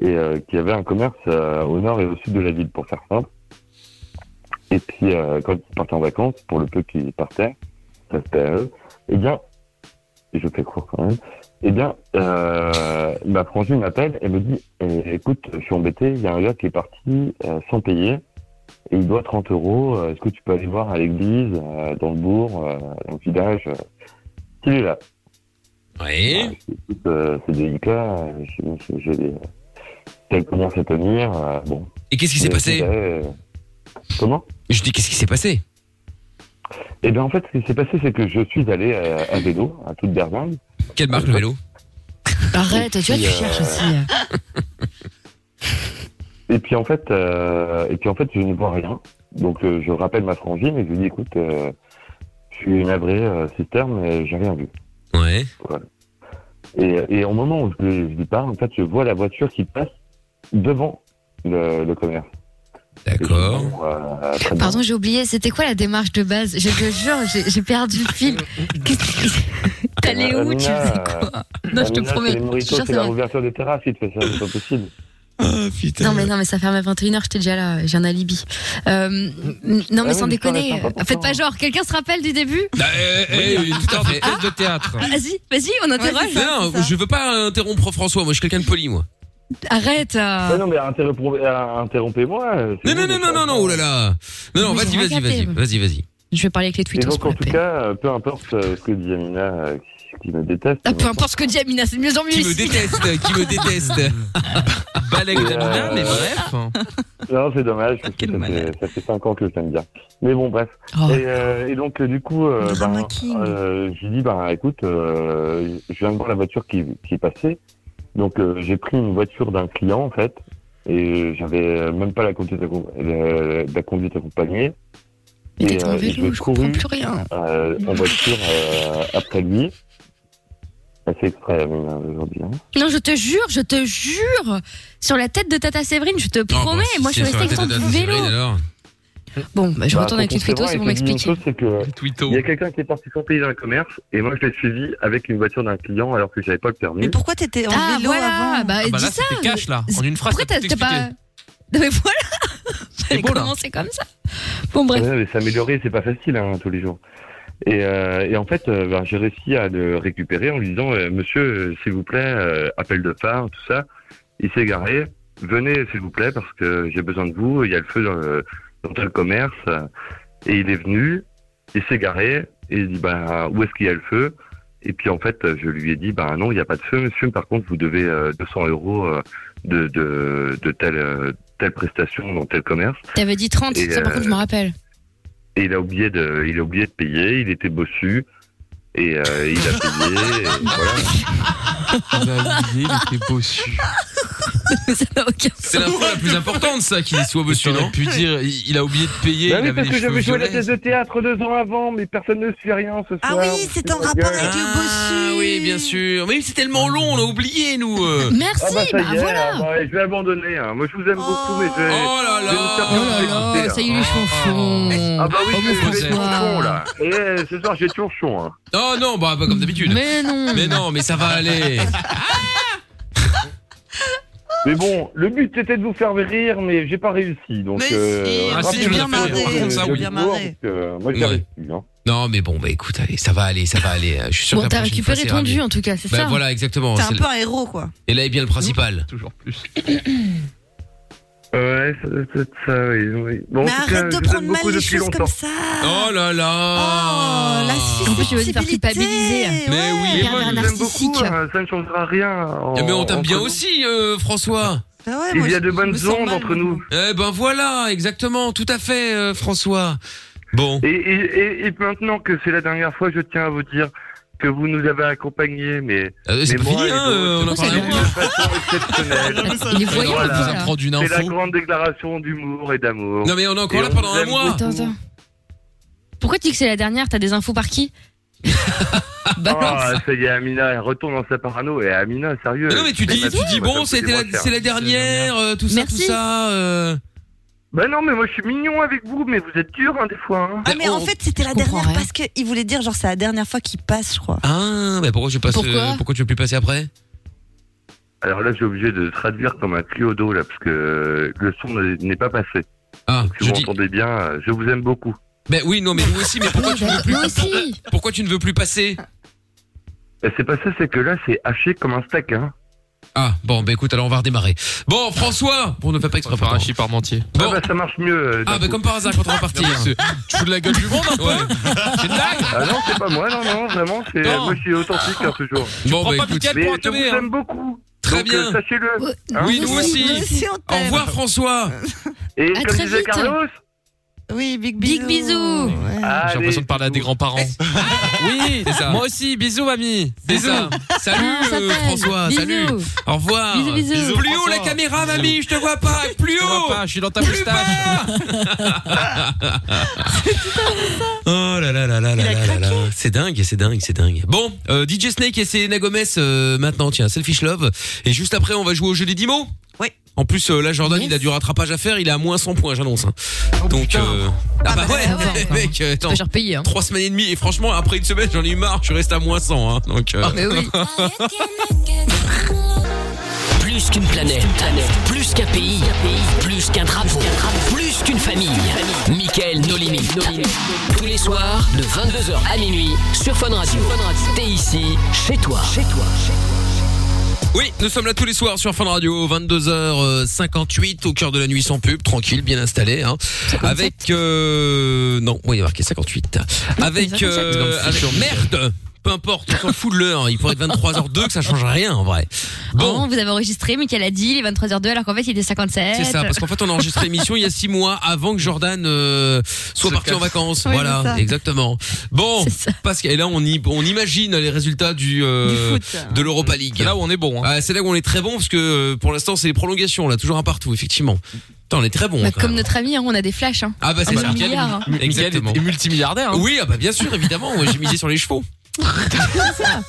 et euh, qui avaient un commerce euh, au nord et au sud de la ville, pour faire simple. Et puis euh, quand ils partaient en vacances, pour le peu qu'ils partaient, ça c'était à eux. Eh bien, et je fais court quand même. Eh bien, euh, ma frangine m'appelle et me dit eh, Écoute, je suis embêté, il y a un gars qui est parti euh, sans payer et il doit 30 euros. Euh, Est-ce que tu peux aller voir à l'église, euh, dans le bourg, euh, dans le village euh, S'il est là. Oui. Je dis, Écoute, euh, c'est délicat, euh, j'ai- j'ai j'ai des. Tel commence à tenir. euh, bon. Et qu'est-ce qui s'est Mais passé je dirais, euh, Comment Je dis, qu'est-ce qui s'est passé Eh bien, en fait, ce qui s'est passé, c'est que je suis allé euh, à vélo, à toute berlingue. Quelle marque le vélo Arrête, tu vois, tu Euh, cherches aussi. Et puis en fait, euh, et puis en fait, je ne vois rien. Donc euh, je rappelle ma frangine et je lui dis écoute, euh, je suis navré, euh, sister, mais j'ai rien vu. Ouais. Et, et au moment où je, lui- je lui parle, en fait, je vois la voiture qui passe devant le, le commerce. Et je dis, D'accord. bon, euh, très bien. Pardon, j'ai oublié. C'était quoi la démarche de base Je te jure, j'ai- j'ai perdu le fil. Qu'est-ce que- T'allais où Tu Amina, euh, faisais quoi Non, je te Amina, promets. C'est les je te moritos, jure, c'est ça la va. rouverture des terrasses, il te fait ça, c'est pas possible. Ah, Non putain. mais non mais ça ferme à 21h, j'étais déjà là, j'ai un alibi. Euh, n- non mais sans Ah oui, mais ça déconner, reste important. faites pas genre, quelqu'un se rappelle du début Eh, Ah, Bah, euh, euh, tout à fait. de théâtre. Ah, Vas-y, vas-y, on interroge. hein, Ouais, Non, hein, c'est ça. je veux pas interrompre François, moi je suis quelqu'un de poli, moi. Arrête. euh. Ouais, non, mais interrompe- euh, interrompez-moi. c'est bon, Non, non, non, mais non, non, non, oh là là. Non, non, Mais vas-y, j'ai vas-y, regardé, vas-y, moi. vas-y, vas-y. Je vais parler avec les Et tweetos donc, pour en la tout paix. cas, euh, peu importe euh, ce que dit Amina, euh, qui me déteste. Ah, peu importe ce que dit Amina, c'est de mieux en mieux Qui me ici. déteste, qui me déteste. Balègue Et, d'Amina, euh, mais bref. Ah, Non, c'est dommage, parce que Quel ça malade. fait, ça fait 5 ans que je t'aime bien. Mais bon, bref. Oh. Et, euh, et donc, euh, du coup, euh, Drama ben, king. euh, j'ai dit, ben, écoute, euh, je viens de voir la voiture qui, qui est passée. Donc, euh, j'ai pris une voiture d'un client, en fait, et j'avais même pas la conduite, accom- la, la conduite accompagnée. Mais t'es en euh, vélo, j'ai je couru, comprends plus rien. euh, en voiture euh, après lui. Ça fait exprès, Amina, aujourd'hui. hein. Non, je te jure, je te jure, sur la tête de Tata Séverine, je te Non, promets, bah, moi je suis c'est sur la restée tête avec de ton Dame vélo. Séverine, alors. Bon, bah, je Bah, retourne avec les quand on tweetos se voit, si vous il te dit une m'expliquez. chose, c'est que Twito. Il y a quelqu'un qui est parti sans payer dans le commerce et moi je l'ai suivi avec une voiture d'un client alors que j'avais pas le permis. Mais pourquoi t'étais en Ah vélo voilà, avant bah, Ah bah dis là, ça. c'était cash, là. En une phrase, Pourquoi t'as t'as tout t'as expliqué. pas Non mais voilà. Fallait beau, là. commencer comme ça. Bon bref. Ouais, mais s'améliorer c'est pas facile hein, tous les jours. Et, euh, et en fait, euh, ben, j'ai réussi à le récupérer en lui disant euh, Monsieur, euh, s'il vous plaît, euh, appel de phare, tout ça. Il s'est garé. Venez, s'il vous plaît, parce que j'ai besoin de vous. Il y a le feu dans, le- dans tel commerce. Et il est venu. Il s'est garé. Et il dit Bah, où est-ce qu'il y a le feu Et puis en fait, je lui ai dit Bah non, il n'y a pas de feu, monsieur. Par contre, vous devez euh, 200 euros euh, de, de, de telle, euh, telle prestation dans tel commerce. T'avais dit 30, Et, ça par euh, contre je me rappelle. Et il a oublié de, il a oublié de payer, il était bossu. Et euh, il a payé, et voilà. Xavier, il était bossu. C'est l'info la plus importante, ça, qu'il soit bossu, non pu dire, il il a oublié de payer, Bah il oui, avait parce les que cheveux j'avais joué à la violets. pièce de théâtre deux ans avant, mais personne ne suit rien ce soir. Ah oui, c'est en rapport avec le Ah oui, bien sûr. Mais c'est tellement long, on a oublié, nous. euh. Merci, Ah bah, ça y est, voilà. Ouais, je vais abandonner. hein. Moi, je vous aime beaucoup, mais je vais. Oh là là Oh Ah. là là, ça y est, les chanfons. Ah bah oui, Oh, je vais- mon je vais être François. chonchon, là. Et euh, ce soir, j'ai toujours chon. Hein. Non, non, bah, pas comme d'habitude. Mais non. Mais non, mais ça va aller. Mais bon, le but c'était de vous faire rire, mais j'ai pas réussi. Donc, euh, Mais si, Ah, si, tu nous as fait rire, par contre, ça, oui. bien Parce marré. que, euh, moi, j'ai Ouais. réussi. Hein. Non, mais bon, bah écoute, allez, ça va aller, ça va aller. Je suis sûr que Bon, la t'as prochaine récupéré fois, ça ton ira dû, mieux. en tout cas, c'est Bah ça. hein. voilà, exactement. T'es un c'est- peu un héros, quoi. Et là est bien le principal. Toujours plus. Ouais, c'est- c'est ça, oui. oui. Bon, en Mais tout cas, arrête je de vous aime prendre mal beaucoup les depuis choses longtemps. comme ça. Oh là là Oh, la En plus, tu vas te faire susceptibilité. Eh culpabiliser. Mais Ouais. oui, mais Pervers Je vous aime beaucoup, narcissique. hein, ça ne changera rien. en- Eh, Mais on en- t'aime bien aussi, euh, François. Bah ouais, moi, Il y a je- de je me bonnes sens ondes mal, entre mais nous. bon. Eh ben voilà, exactement, tout à fait, euh, François. Bon. Et, et- et- et maintenant que c'est la dernière fois, je tiens à vous dire que vous nous avez accompagnés, mais, Euh, c'est mais pas moi fini, et hein, d'autres, euh, on en Pourquoi parle ça un de façon exceptionnelle. Il est voyant, on Voilà. en plus, vous là. apprend d'une C'est la info. grande déclaration d'humour et d'amour. Non mais on est encore Et là on pendant vous un aime mois. Attends, attends. Pourquoi tu dis que c'est la dernière T'as des infos par qui Balance. Ah, ça y est, Amina, elle retourne dans sa parano. Et Amina, sérieux. Mais non mais tu dis, elle m'a tu dit, dis moi, ça bon, me c'était fait la, moins cher. c'est la dernière, euh, tout ça, Merci. tout ça. euh. Bah non, mais moi je suis mignon avec vous, mais vous êtes dur, hein, des fois. hein. Ah, mais en on- fait, c'était la comprends dernière rien. parce qu'il voulait dire, genre, c'est la dernière fois qu'il passe, je crois. Ah, mais pourquoi tu passes Pourquoi euh, pourquoi tu veux plus passer après Alors là, je suis obligé de traduire comme un cliodo, là, parce que euh, le son n'est pas passé. Ah, Si je vous dis m'entendez bien, euh, je vous aime beaucoup. Ben oui, non mais nous aussi, mais pourquoi Oui, tu ne veux bah, plus Moi aussi. Pourquoi tu ne veux plus Et passer Eh, c'est passé, c'est que là, c'est haché comme un steak, hein. Ah, bon, bah écoute, alors on va redémarrer. Bon, François, on ne fait pas exprès Préfère pardon. un chiparmentier. Bon, Ah bah ça marche mieux. euh, ah d'un bah coup. comme par hasard quand on va partir. Tu fous de la gueule du monde, hein Ouais. C'est une blague Ah non, c'est pas moi, non, non, vraiment, c'est Non. moi je suis authentique hein, toujours. Bon, prends pas bah écoute, Mickaël Mais pour un je vous teubé, hein. aime beaucoup. très Donc, euh, bien. Sachez-le. Ouais, Hein Oui, nous aussi. Nous aussi, on Au t'aime. revoir François. Et À comme très disait vite. Carlos. Oui, big bisous. Big bisous. Ouais. allez, Euh, Ah J'ai l'impression de parler à des grands-parents. Oui, c'est ça. Moi aussi, bisous, mamie. C'est ça. Salut Ah, ça euh, passe. François, Bisous. salut. Au revoir. Bisous, bisous. Bisous, Plus haut François. la caméra, mamie, je te vois pas. Plus Je te vois haut. pas, je suis dans ta Plus bas. moustache. Oh là là là là là a là là là. C'est dingue, c'est dingue, c'est dingue. Bon, euh, DJ Snake et Selena Gomez euh, maintenant, tiens, Selfish Love. Et juste après, on va jouer au jeu des 10 mots. Ouais. En plus, euh, là, Jordan, Yes. il a du rattrapage à faire. Il est à moins 100 points, j'annonce. hein. Donc, euh, ah Ah bah bah, ouais, ça va, quoi. mec, euh, attends. Pas cher payé, hein. Trois semaines et demie et franchement après une semaine j'en ai eu marre je suis resté à moins 100 hein, donc euh, Mais oui. Plus qu'une planète, plus qu'un pays, plus qu'un drapeau, plus qu'une famille. Mickaël nos limites. Tous les soirs de 22h à minuit sur Fun Radio. T'es ici, chez toi. Chez toi. Oui, nous sommes là tous les soirs sur Fun Radio, 22h58, au cœur de la nuit sans pub, tranquille, bien installé. Hein. Avec... Euh... Non, oui, il y a marqué 58. Avec... 57. euh, avec- Merde Peu importe, on s'en fout de l'heure. Il pourrait être 23h02 que ça change rien en vrai. Bon, Bon, vous avez enregistré, Michael a dit, il est 23h02, alors qu'en fait, il était 57. c'est ça, parce qu'en fait on a enregistré l'émission il y a 6 mois avant que Jordan euh, soit Se parti en casse. vacances. Oui, c'est voilà, ça. exactement. Bon, C'est ça. parce que et là on, y, on imagine les résultats du, euh, Du foot. de l'Europa League. C'est là où on est bon. hein. Ah, c'est là où on est très bon parce que euh, pour l'instant c'est les prolongations là, toujours un partout effectivement. Putain, on est très bon. Bah, quand comme même. notre ami, hein, on a des flashs. Hein. Ah bah c'est Ah bah, ça. le milliard, hein. Mickaël Exactement. est multimilliardaire. hein. Oui, ah bah bien sûr, évidemment, ouais, j'ai misé sur les chevaux. Ah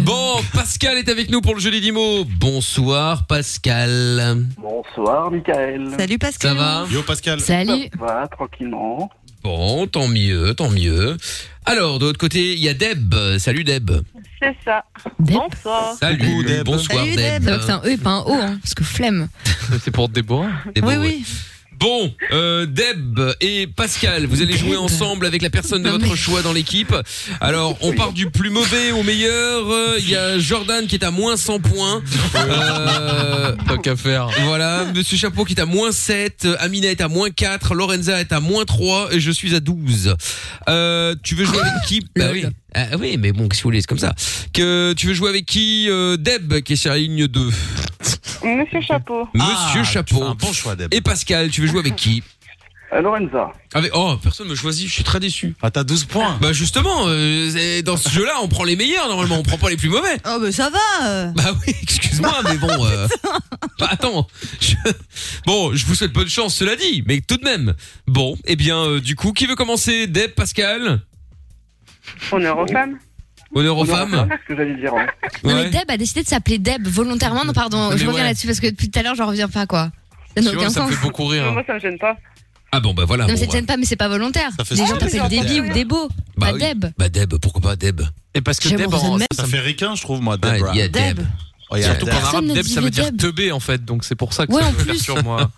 bon, Pascal est avec nous pour le jeu des 10 mots. Bonsoir Pascal. Bonsoir, Michael. Salut Pascal. Ça va Yo Pascal. Salut. va, tranquillement. Bon, tant mieux, tant mieux. Alors, de l'autre côté, il y a Deb. Salut Deb. C'est ça. Deb. Bonsoir. Salut, Coucou, Deb. bonsoir Salut, Deb. Deb. Ça va que c'est un E et pas un O, hein, parce que flemme. Euh, C'est pour Déborah. Des Oui, beaux- oui. Bon, euh, Deb et Pascal, vous allez jouer Deb. ensemble avec la personne de Non, votre mais- choix dans l'équipe. Alors, on part du plus mauvais au meilleur. Euh, Il y a Jordan qui est à moins 100 points. Euh, Tant qu'à faire. voilà, Monsieur Chapeau qui est à moins 7, euh, Amina est à moins 4, Lorenza est à moins 3 et je suis à 12. Euh, tu veux jouer avec qui Bah oui. Lol. Ah Eh, oui, mais bon, qu'est-ce que vous voulez, c'est comme ça. Que tu veux joueux avec qui Euh, Deb qui est sur la ligne 2. Monsieur Chapeau. Monsieur Ah, tu fais Chapeau. Un bon choix, Deb. Et Pascal, tu veux jouer avec qui Euh, Lorenza. Avec... Oh, personne me choisit, je suis très déçu. Ah, t'as 12 points. Bah justement, euh, c'est- dans ce jeu-là, on prend les meilleurs normalement, on prend pas les plus mauvais. Oh, bah ça va euh. Bah oui, excuse-moi, mais bon. euh, bah attends. je- Bon, je vous souhaite bonne chance, cela dit, mais tout de même. Bon, eh bien, euh, du coup, qui veut commencer Deb, Pascal Honneur aux femmes. Honneur aux femmes C'est ce que j'allais dire. Non, mais Deb a décidé de s'appeler Deb volontairement. Non, pardon, Mais je reviens ouais. là-dessus parce que depuis tout à l'heure, j'en reviens pas, quoi. Ça n'a Tu aucun vois, ça sens. me fait beaucoup rire. hein. Moi, ça me gêne pas. Ah bon, bah voilà. non, mais bon, ça te ouais. gêne pas, mais c'est pas volontaire. Ça fait Les sens. gens t'appellent Oui, ça Debbie fait ou Debo. Bah pas oui. Deb. Bah Deb, pourquoi pas Deb Et parce que J'avoue, Deb, en- ça Ça fait ricain, je trouve, moi, Deb. il y a Deb. Ah, Deb. Oh, il y a Surtout Deb. qu'en arabe, Personne ne Deb, ça veut dit dire Deb. teubé en fait, donc c'est pour ça que Ouais, ça en me plus. perturbe moi.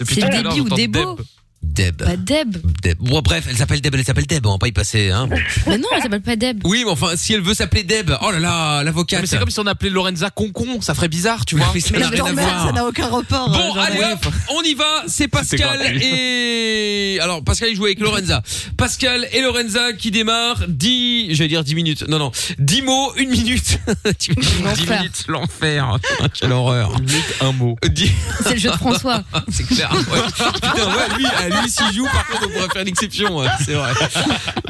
C'est Debbie ou Debo. Deb. Bah Deb. Deb. Bon, bref, elle s'appelle Deb, elle s'appelle Deb, on va pas y passer. Hein, bon. Mais non, elle s'appelle pas Deb. Oui, mais enfin, si elle veut s'appeler Deb, oh là là, l'avocate. Mais c'est comme si on appelait Lorenza Concon, ça ferait bizarre, tu vois. Mais ça n'a rien à voir. Ça n'a aucun report. Bon, euh, allez Jordan. hop, on y va, c'est Pascal C'était gratuit. et... Alors, Pascal, il joue avec Lorenza. Pascal et Lorenza qui démarrent 10... J'allais dire 10 minutes, non, non. 10 mots, 1 minute. 10 L'enfer. minutes, l'enfer. Putain, Quelle horreur. un mot. C'est le jeu de François. C'est clair. ouais. Putain, ouais, lui, à lui, s'il joue, par contre, on pourrait faire une exception. ouais, C'est vrai.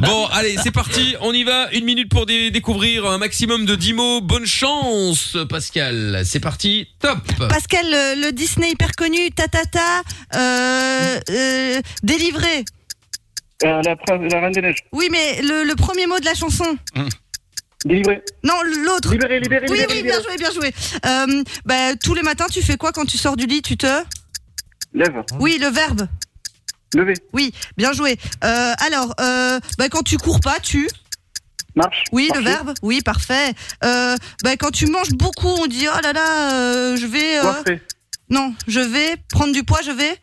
Bon, allez, c'est parti. On y va. Une minute pour dé- découvrir un maximum de 10 mots. Bonne chance, Pascal. C'est parti. Top. Pascal, le, le Disney hyper connu, tatata, euh, euh, délivré. Euh, la, prince- la Reine des Neiges. Oui, mais le, le premier mot de la chanson. Hum. Délivré. Non, l'autre. Libéré, libéré, Oui, libéré, oui, bien libéré. joué, bien joué. Euh, bah, tous les matins, tu fais quoi quand tu sors du lit Tu te. Lève. Oui, le verbe. Levé. Oui, bien joué. Euh, alors, euh, bah, quand tu cours pas, tu. Marche. Oui, le Marcher. verbe. Oui, parfait. Euh, bah, quand tu manges beaucoup, on dit oh là là, euh, je vais. euh, Coiffé. non, je vais prendre du poids, je vais.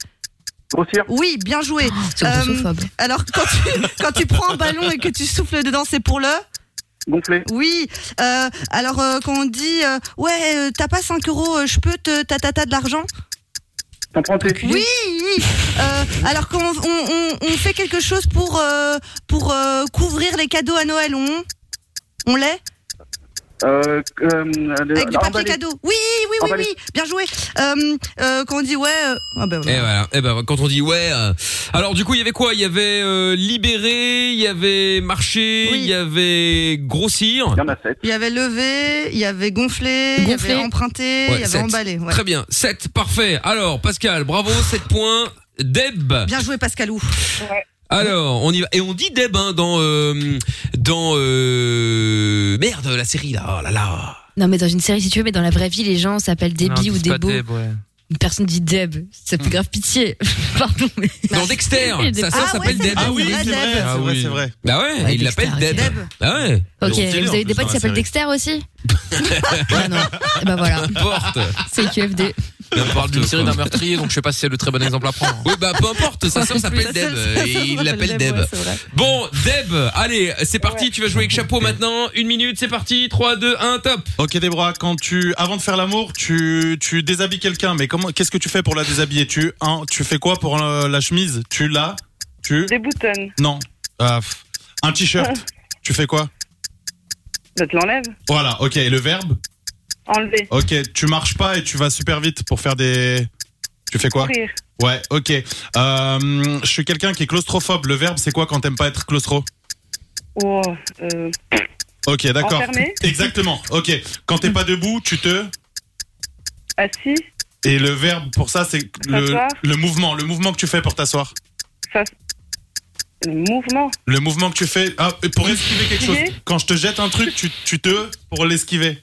Grossière. Oui, bien joué. Oh, C'est Euh, grossophobe. alors, quand tu, quand tu prends un ballon et que tu souffles dedans, c'est pour le. Gonflé. Oui. Euh, alors, euh, quand on dit euh, ouais, euh, t'as pas 5 euros, euh, je peux te tatata de l'argent Emprunté. Oui. oui. Euh, alors, quand on, on- on- on fait quelque chose pour, euh, pour euh, couvrir les cadeaux à Noël, on. On l'est Euh, euh, le- Avec du papier la- emballé. cadeau. Oui, oui, oui, Emballé. oui. Bien joué. Euh, euh, quand on dit ouais. euh, ah ben voilà. Et voilà. Et ben, quand on dit ouais. euh, Alors, du coup, il y avait quoi Il y avait euh, libérer, il y avait marcher, il Oui. y avait grossir. Il y en a sept. Il y avait levé, il y avait gonflé, il y Gonflé. avait emprunté, Ouais, il y avait sept. emballé. ouais. Très bien. 7, parfait. Alors, Pascal, bravo, 7 points. Deb. Bien joué, Pascalou. Alors, on y va. Et on dit Deb hein, dans euh, dans euh, merde la série là. Oh là là. Non, mais dans une série, si tu veux, mais dans la vraie vie, les gens s'appellent Debbie Non, ou c'est pas Debo. Deb, ouais. Une personne dit Deb. Ça Hmm. fait grave pitié. Pardon, mais. Dans Dexter, ça, ça Ah s'appelle ouais, Deb. Ah oui, c'est Deb. vrai, c'est Ah vrai, oui. c'est vrai. Bah ouais, Ouais, il Dexter, l'appelle Deb. Deb. Ah ouais. Ok, Ils ont tiré, vous en avez des plus, dans potes qui la s'appellent série. Dexter aussi Ah non. Et ben voilà, Porte. c'est QFD. On parle d'une série d'un meurtrier, donc je sais pas si c'est le très bon exemple à prendre. Oui, bah peu importe, sa sœur s'appelle Sa Deb seule- sa et seule il s'appelle l'appelle Deb, Deb. ouais, c'est vrai. Bon, Deb, allez, c'est parti, tu vas jouer avec chapeau maintenant. Une minute, c'est parti. 3, 2, 1, top. Ok Debra, quand tu avant de faire l'amour, tu tu déshabilles quelqu'un, mais comment qu'est-ce que tu fais pour la déshabiller Tu hein, tu fais quoi pour euh, la chemise Tu la tu Des boutons. non Euh, pff, un t-shirt. tu fais quoi Je te l'enlève. Voilà, ok. Et le verbe Enlever. Ok, tu marches pas et tu vas super vite pour faire des. Tu fais quoi Courir. Ouais, ok. Euh, je suis quelqu'un qui est claustrophobe. Le verbe c'est quoi quand t'aimes pas être claustro Oh, euh, Ok, d'accord. Enfermé. Exactement. Ok. Quand t'es pas debout, tu te assis. Et le verbe pour ça, c'est le, S'asseoir. le mouvement, le mouvement que tu fais pour t'asseoir. Ça, le mouvement. Le mouvement que tu fais ah, et pour esquiver quelque chose. Esquiver. Quand je te jette un truc, tu, tu te pour l'esquiver.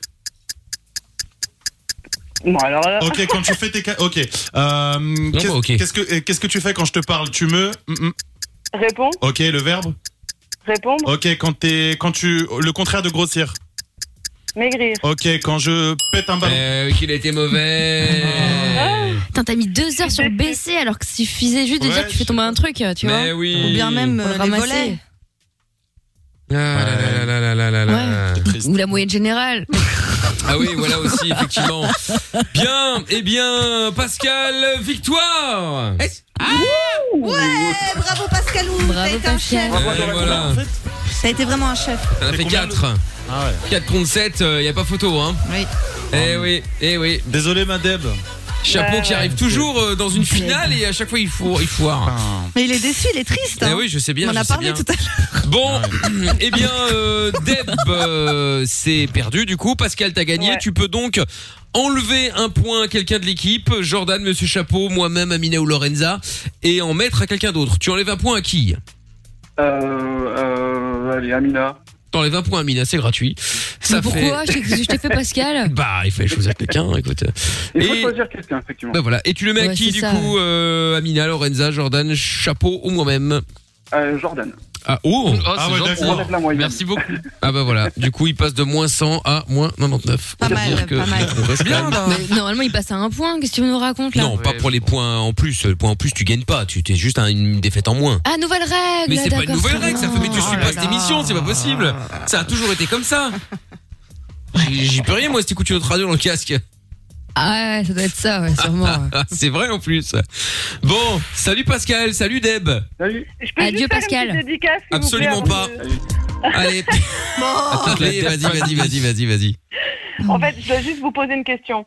Bon, alors là. Ok, quand tu fais tes ca- ok. Euh, qu'est- bah, ok. Qu'est-ce que et qu'est-ce que tu fais quand je te parle Tu me Mm, mm. Réponds. Ok, le verbe. Répondre. Ok, quand t'es quand tu le contraire de grossir. Maigrir. Ok, quand je pète un ballon. Euh, qu'il a été mauvais. Putain, t'as mis deux heures sur baisser alors que suffisait juste de Ouais, dire que tu fais tomber un truc, tu vois. Mais oui. Ou bien même euh, les Ramasser. volets. Ah, là, là, là, là, là, là. Triste. Ou la moyenne générale. Ah oui, voilà aussi, effectivement. Bien, eh bien, Pascal, victoire Eh, Ah Ouais, bravo Pascalou. T'as Bravo, été un Pascal. chef. Eh, voilà. T'as été vraiment un chef. Ça fait combien, 4. Ah ouais. euh, 4 contre 7, il n'y a pas photo, hein Ah. Oui. Eh oui, eh oui. Désolé, ma Deb. Chapeau Ouais, qui ouais. arrive toujours euh, dans une finale et à chaque fois il faut il foire. Ah. Mais il est déçu, il est triste. Eh hein. oui, je sais bien, On en je a sais parlé bien. tout à l'heure. Bon, eh bien, euh, Deb, euh, c'est perdu du coup. Pascal, t'as gagné. Tu peux donc enlever un point à quelqu'un de l'équipe. Jordan, Monsieur Chapeau, moi-même, Amina ou Lorenza. Et en mettre à quelqu'un d'autre. Tu enlèves un point à qui Euh, euh, allez, Amina. T'enlèves un point à Amina, c'est gratuit. Ça Mais pourquoi fait... Je t'ai- je t'ai fait Pascal Bah, il fallait choisir quelqu'un, écoute. Il faut Et- choisir quelqu'un, effectivement. Bah voilà. Et tu le mets à Ouais, qui c'est du ça. coup euh, Amina, Lorenza, Jordan, Chapeau ou moi-même Euh, Jordan. Ah, oh, Ah c'est ouais, gentil. d'accord. On enlève la moyenne. Merci beaucoup. Ah bah voilà. Du coup, il passe de moins 100 à moins 99. Pas On va mal, dire que pas mal. on reste quand même- Mais Normalement, il passe à un point. Qu'est-ce que tu nous racontes là Non, pas pour les points en plus. Le point en plus, tu gagnes pas. Tu es juste à une défaite en moins. Ah, nouvelle règle. Mais c'est pas une d'accord, nouvelle très règle, ça fait. Mais tu Oh suis pas cette émission, c'est pas possible. Ça a toujours été comme ça. J'y j'y peux rien, moi, si t'écoutes une autre radio dans le casque. bien. Ah, ouais, ça doit être ça, ouais, sûrement. ouais. Ah, c'est vrai en plus. Bon, salut Pascal, salut Deb. Salut. Adieu Pascal. Absolument pas. Allez. Allez, vas-y, vas-y, vas-y, vas-y, vas-y. En fait, je dois juste vous poser une question.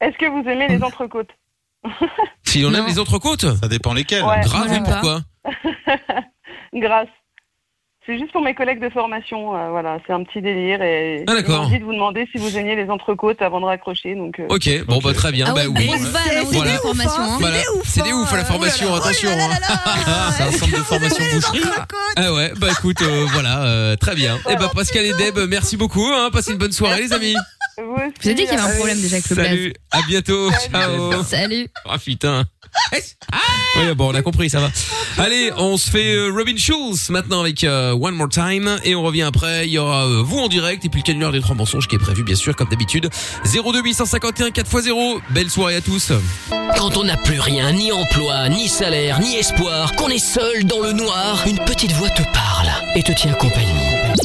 Est-ce que vous aimez les entrecôtes Si on aime les entrecôtes Ça dépend lesquels. Ouais. Moi, Grave, oui, j'aime pourquoi Grâce. C'est juste pour mes collègues de formation, euh, voilà, c'est un petit délire et Ah, d'accord. j'ai envie de vous demander si vous aimiez les entrecôtes avant de raccrocher. Donc, euh, Ok, bon, bah très bien. Ah bah, ouais, oui. grosse vanne, hein, Voilà. c'est des ouf, hein, c'est Voilà. des ouf, C'est des ouf, la Oh formation, attention. hein. C'est un centre de formation boucherie. Ah ouais, bah écoute, euh, voilà, euh, très bien. Et bah Pascal et Deb, merci beaucoup. Hein, passez une bonne soirée, les amis. vous aussi, Je vous ai dit qu'il y avait un euh, problème déjà avec le blaze. Salut, à bientôt. Ciao. Salut. Ah putain. Oui, bon, on a compris, ça va. Allez, on se fait euh, Robin Schulz maintenant avec euh, One More Time et on revient après. Il y aura euh, vous en direct et puis le canular des trois mensonges qui est prévu, bien sûr, comme d'habitude. 02851 4x0. Belle soirée à tous. Quand on n'a plus rien, ni emploi, ni salaire, ni espoir, qu'on est seul dans le noir, une petite voix te parle et te tient compagnie.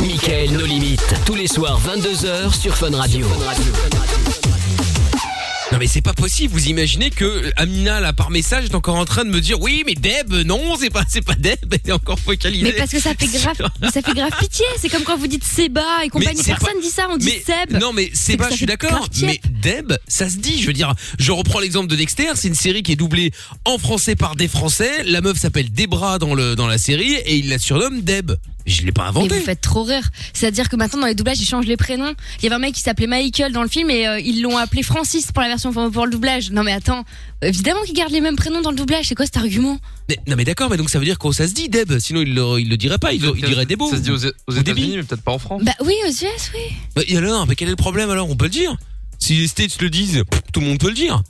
Michael, nos limites, tous les soirs 22h sur Fun Radio. Non mais c'est pas possible, vous imaginez que euh, Amina là par message est encore en train de me dire oui mais Deb non c'est pas c'est pas Deb elle est encore focalisée. Mais parce que ça fait grave, mais ça fait grave pitié. C'est comme quand vous dites Seba et compagnie. Mais c'est Personne pas- dit ça, on dit mais, Seb. Non mais C'est c'est que pas, ça je suis fait d'accord. grave tiep. Mais Deb, ça se dit. Je veux dire, je reprends l'exemple de Dexter. C'est une série qui est doublée en français par des Français. La meuf s'appelle Debra dans le dans la série et il la surnomme Deb. Je l'ai pas Mais vous inventé. faites trop rire. C'est-à-dire que maintenant dans les doublages ils changent les prénoms. Il y avait un mec qui s'appelait Michael dans le film et euh, ils l'ont appelé Francis pour la version pour le doublage. Non mais attends, évidemment qu'ils gardent les mêmes prénoms dans le doublage. C'est quoi cet argument Mais- non mais d'accord, mais donc ça veut dire que ça se dit Deb. Sinon il le, il le dirait pas. Il, le- il dirait Debo. Ça se dit aux, États-Unis, mais peut-être pas en France. Bah oui aux US oui. et alors, mais quel est le problème alors On peut le dire. Si les States le disent, pff, tout le monde peut le dire.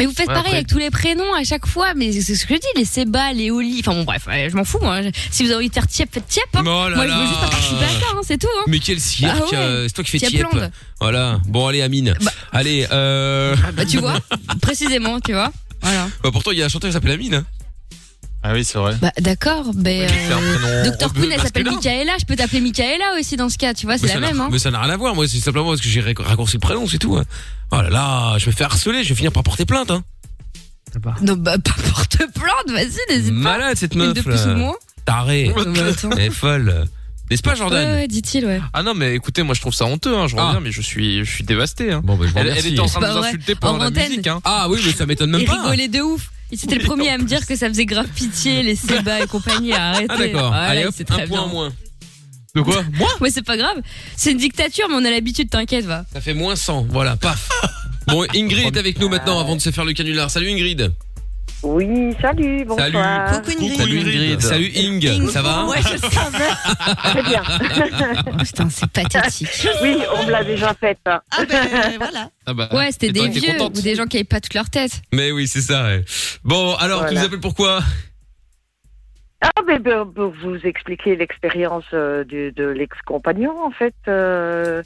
Mais vous faites Ouais, pareil après- avec tous les prénoms à chaque fois. Mais c'est ce que je dis, les Seba, les Oli. Enfin bon bref, ouais, je m'en fous moi. Si vous avez envie de faire tiep, faites tiep. hein. Oh là moi je là. veux juste pas participer à ça, hein, c'est tout. hein. Mais quel cirque Ah ouais. euh, C'est toi qui fais Tiep tiep. Land. Voilà. Bon allez Amine. Allez. Euh... Bah tu vois, précisément, tu vois. Voilà. Bah pourtant, il y a un chanteur qui s'appelle Amine. hein. Ah oui, c'est vrai. Bah d'accord, mais euh, c'est un prénom Docteur Queen, elle s'appelle masculin. Michaela. Je peux t'appeler Michaela aussi dans ce cas, tu vois, c'est Mais la ça n'a- même. Hein. Mais ça n'a rien à voir. Moi, c'est simplement parce que j'ai rac- raccourci le prénom, c'est tout. hein. Oh là là, je me fais harceler, je vais finir par porter plainte. Hein. Ah Non, bah, pas porte plainte, vas-y, n'hésite pas. Malade cette Une meuf. de plus là. ou moins. Tarée. Ouais, mais attends. Elle est folle. N'est-ce pas, Jordan Ah. Ouais, ouais, dit-il, ouais. Ah non, mais écoutez, moi je trouve ça honteux, hein, je reviens, mais je suis, je suis dévasté. Hein. Bon, bah, je vous elle, remercie. elle était en train de C'est pas nous vrai. insulter En pendant la antenne. musique. Hein. Ah oui, mais ça m'étonne même Il pas. rigolait de ouf. Il- C'était le premier à me dire que ça faisait grave pitié, les Seba et compagnie, à arrêter. Ah d'accord. Voilà, Allez il hop, sait un très point en bien. moins. De quoi Moi Ouais, c'est pas grave. C'est une dictature, mais on a l'habitude, t'inquiète, va. Ça fait moins 100, voilà, paf. Bon, Ingrid est avec Ah. nous maintenant avant de se faire le canular. Salut Ingrid. Oui, salut, bonsoir. Salut. Salut Ingrid. Salut Ing. Ça va Ouais, je savais. Très bien. Oh, Putain, c'est pathétique. oui, on me l'a déjà faite. Ah ben voilà. Ah bah, Ouais, c'était et toi, des t'es vieux contente ou des gens qui avaient pas toute leur tête. Mais oui, c'est ça. ouais. Bon, alors tu Voilà. nous appelles pourquoi Ah, mais ben, pour vous expliquer l'expérience euh, du- de l'ex-compagnon, en fait. euh,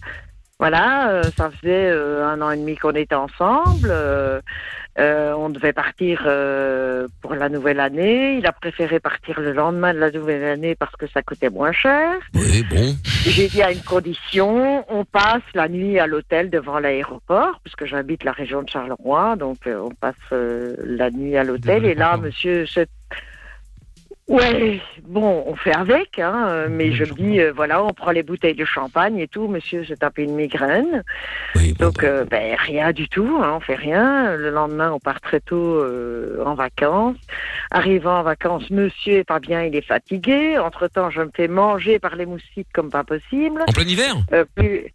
voilà, euh, ça faisait euh, un an et demi qu'on était ensemble. euh, euh, on devait partir euh, pour la nouvelle année. Il a préféré partir le lendemain de la nouvelle année parce que ça coûtait moins cher. Oui, bon. J'ai dit à une condition, on passe la nuit à l'hôtel devant l'aéroport, parce que j'habite la région de Charleroi, donc euh, on passe euh, la nuit à l'hôtel. Et là, monsieur se Ouais, bon, on fait avec, hein, euh, mais je me dis, euh, voilà, on prend les bouteilles de champagne et tout, monsieur s'est tapé une migraine. Donc, euh, ben, rien du tout, hein, on fait rien. Le lendemain, on part très tôt euh, en vacances. Arrivant en vacances, monsieur est pas bien, il est fatigué. Entre-temps, je me fais manger par les moustiques comme pas possible. En plein hiver Euh, plus-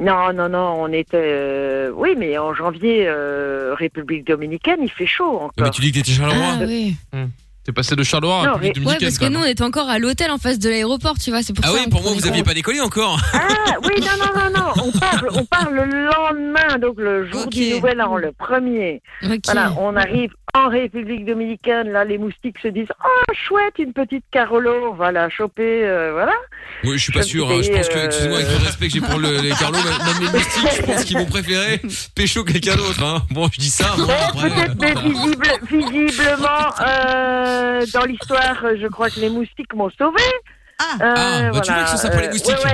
Non, non, non, on était... euh, Oui, mais en janvier, euh, République dominicaine, il fait chaud encore. Mais tu dis que t'étais Charleroi Ah oui. Hmm. T'es passé de Charleroi à Non, République Ouais, dominicaine, parce que quand nous, même. on était encore à l'hôtel en face de l'aéroport, tu vois, c'est pour hein. Ah ça. oui, pour moi, vous aviez pas décollé encore. Ah oui, non, non, non, non. On parle, on parle le lendemain, donc le jour du nouvel an, le premier. Voilà, on arrive en République dominicaine. Là, les moustiques se disent Oh, chouette, une petite Carolo, on va la choper. euh, voilà. Oui, je suis pas Je sûr. me hein. Je disais, pense que, euh, excusez-moi, avec le respect que j'ai pour le, les Carlos, même même les moustiques, je pense qu'ils vont préférer pécho quelqu'un d'autre. hein. Bon, je dis ça. bon, après, euh, Mais visible, visiblement, euh, dans l'histoire, euh, je crois que les moustiques m'ont Euh, sauvé. Ah, bah, tu vois que ce soit pour les moustiques. Euh,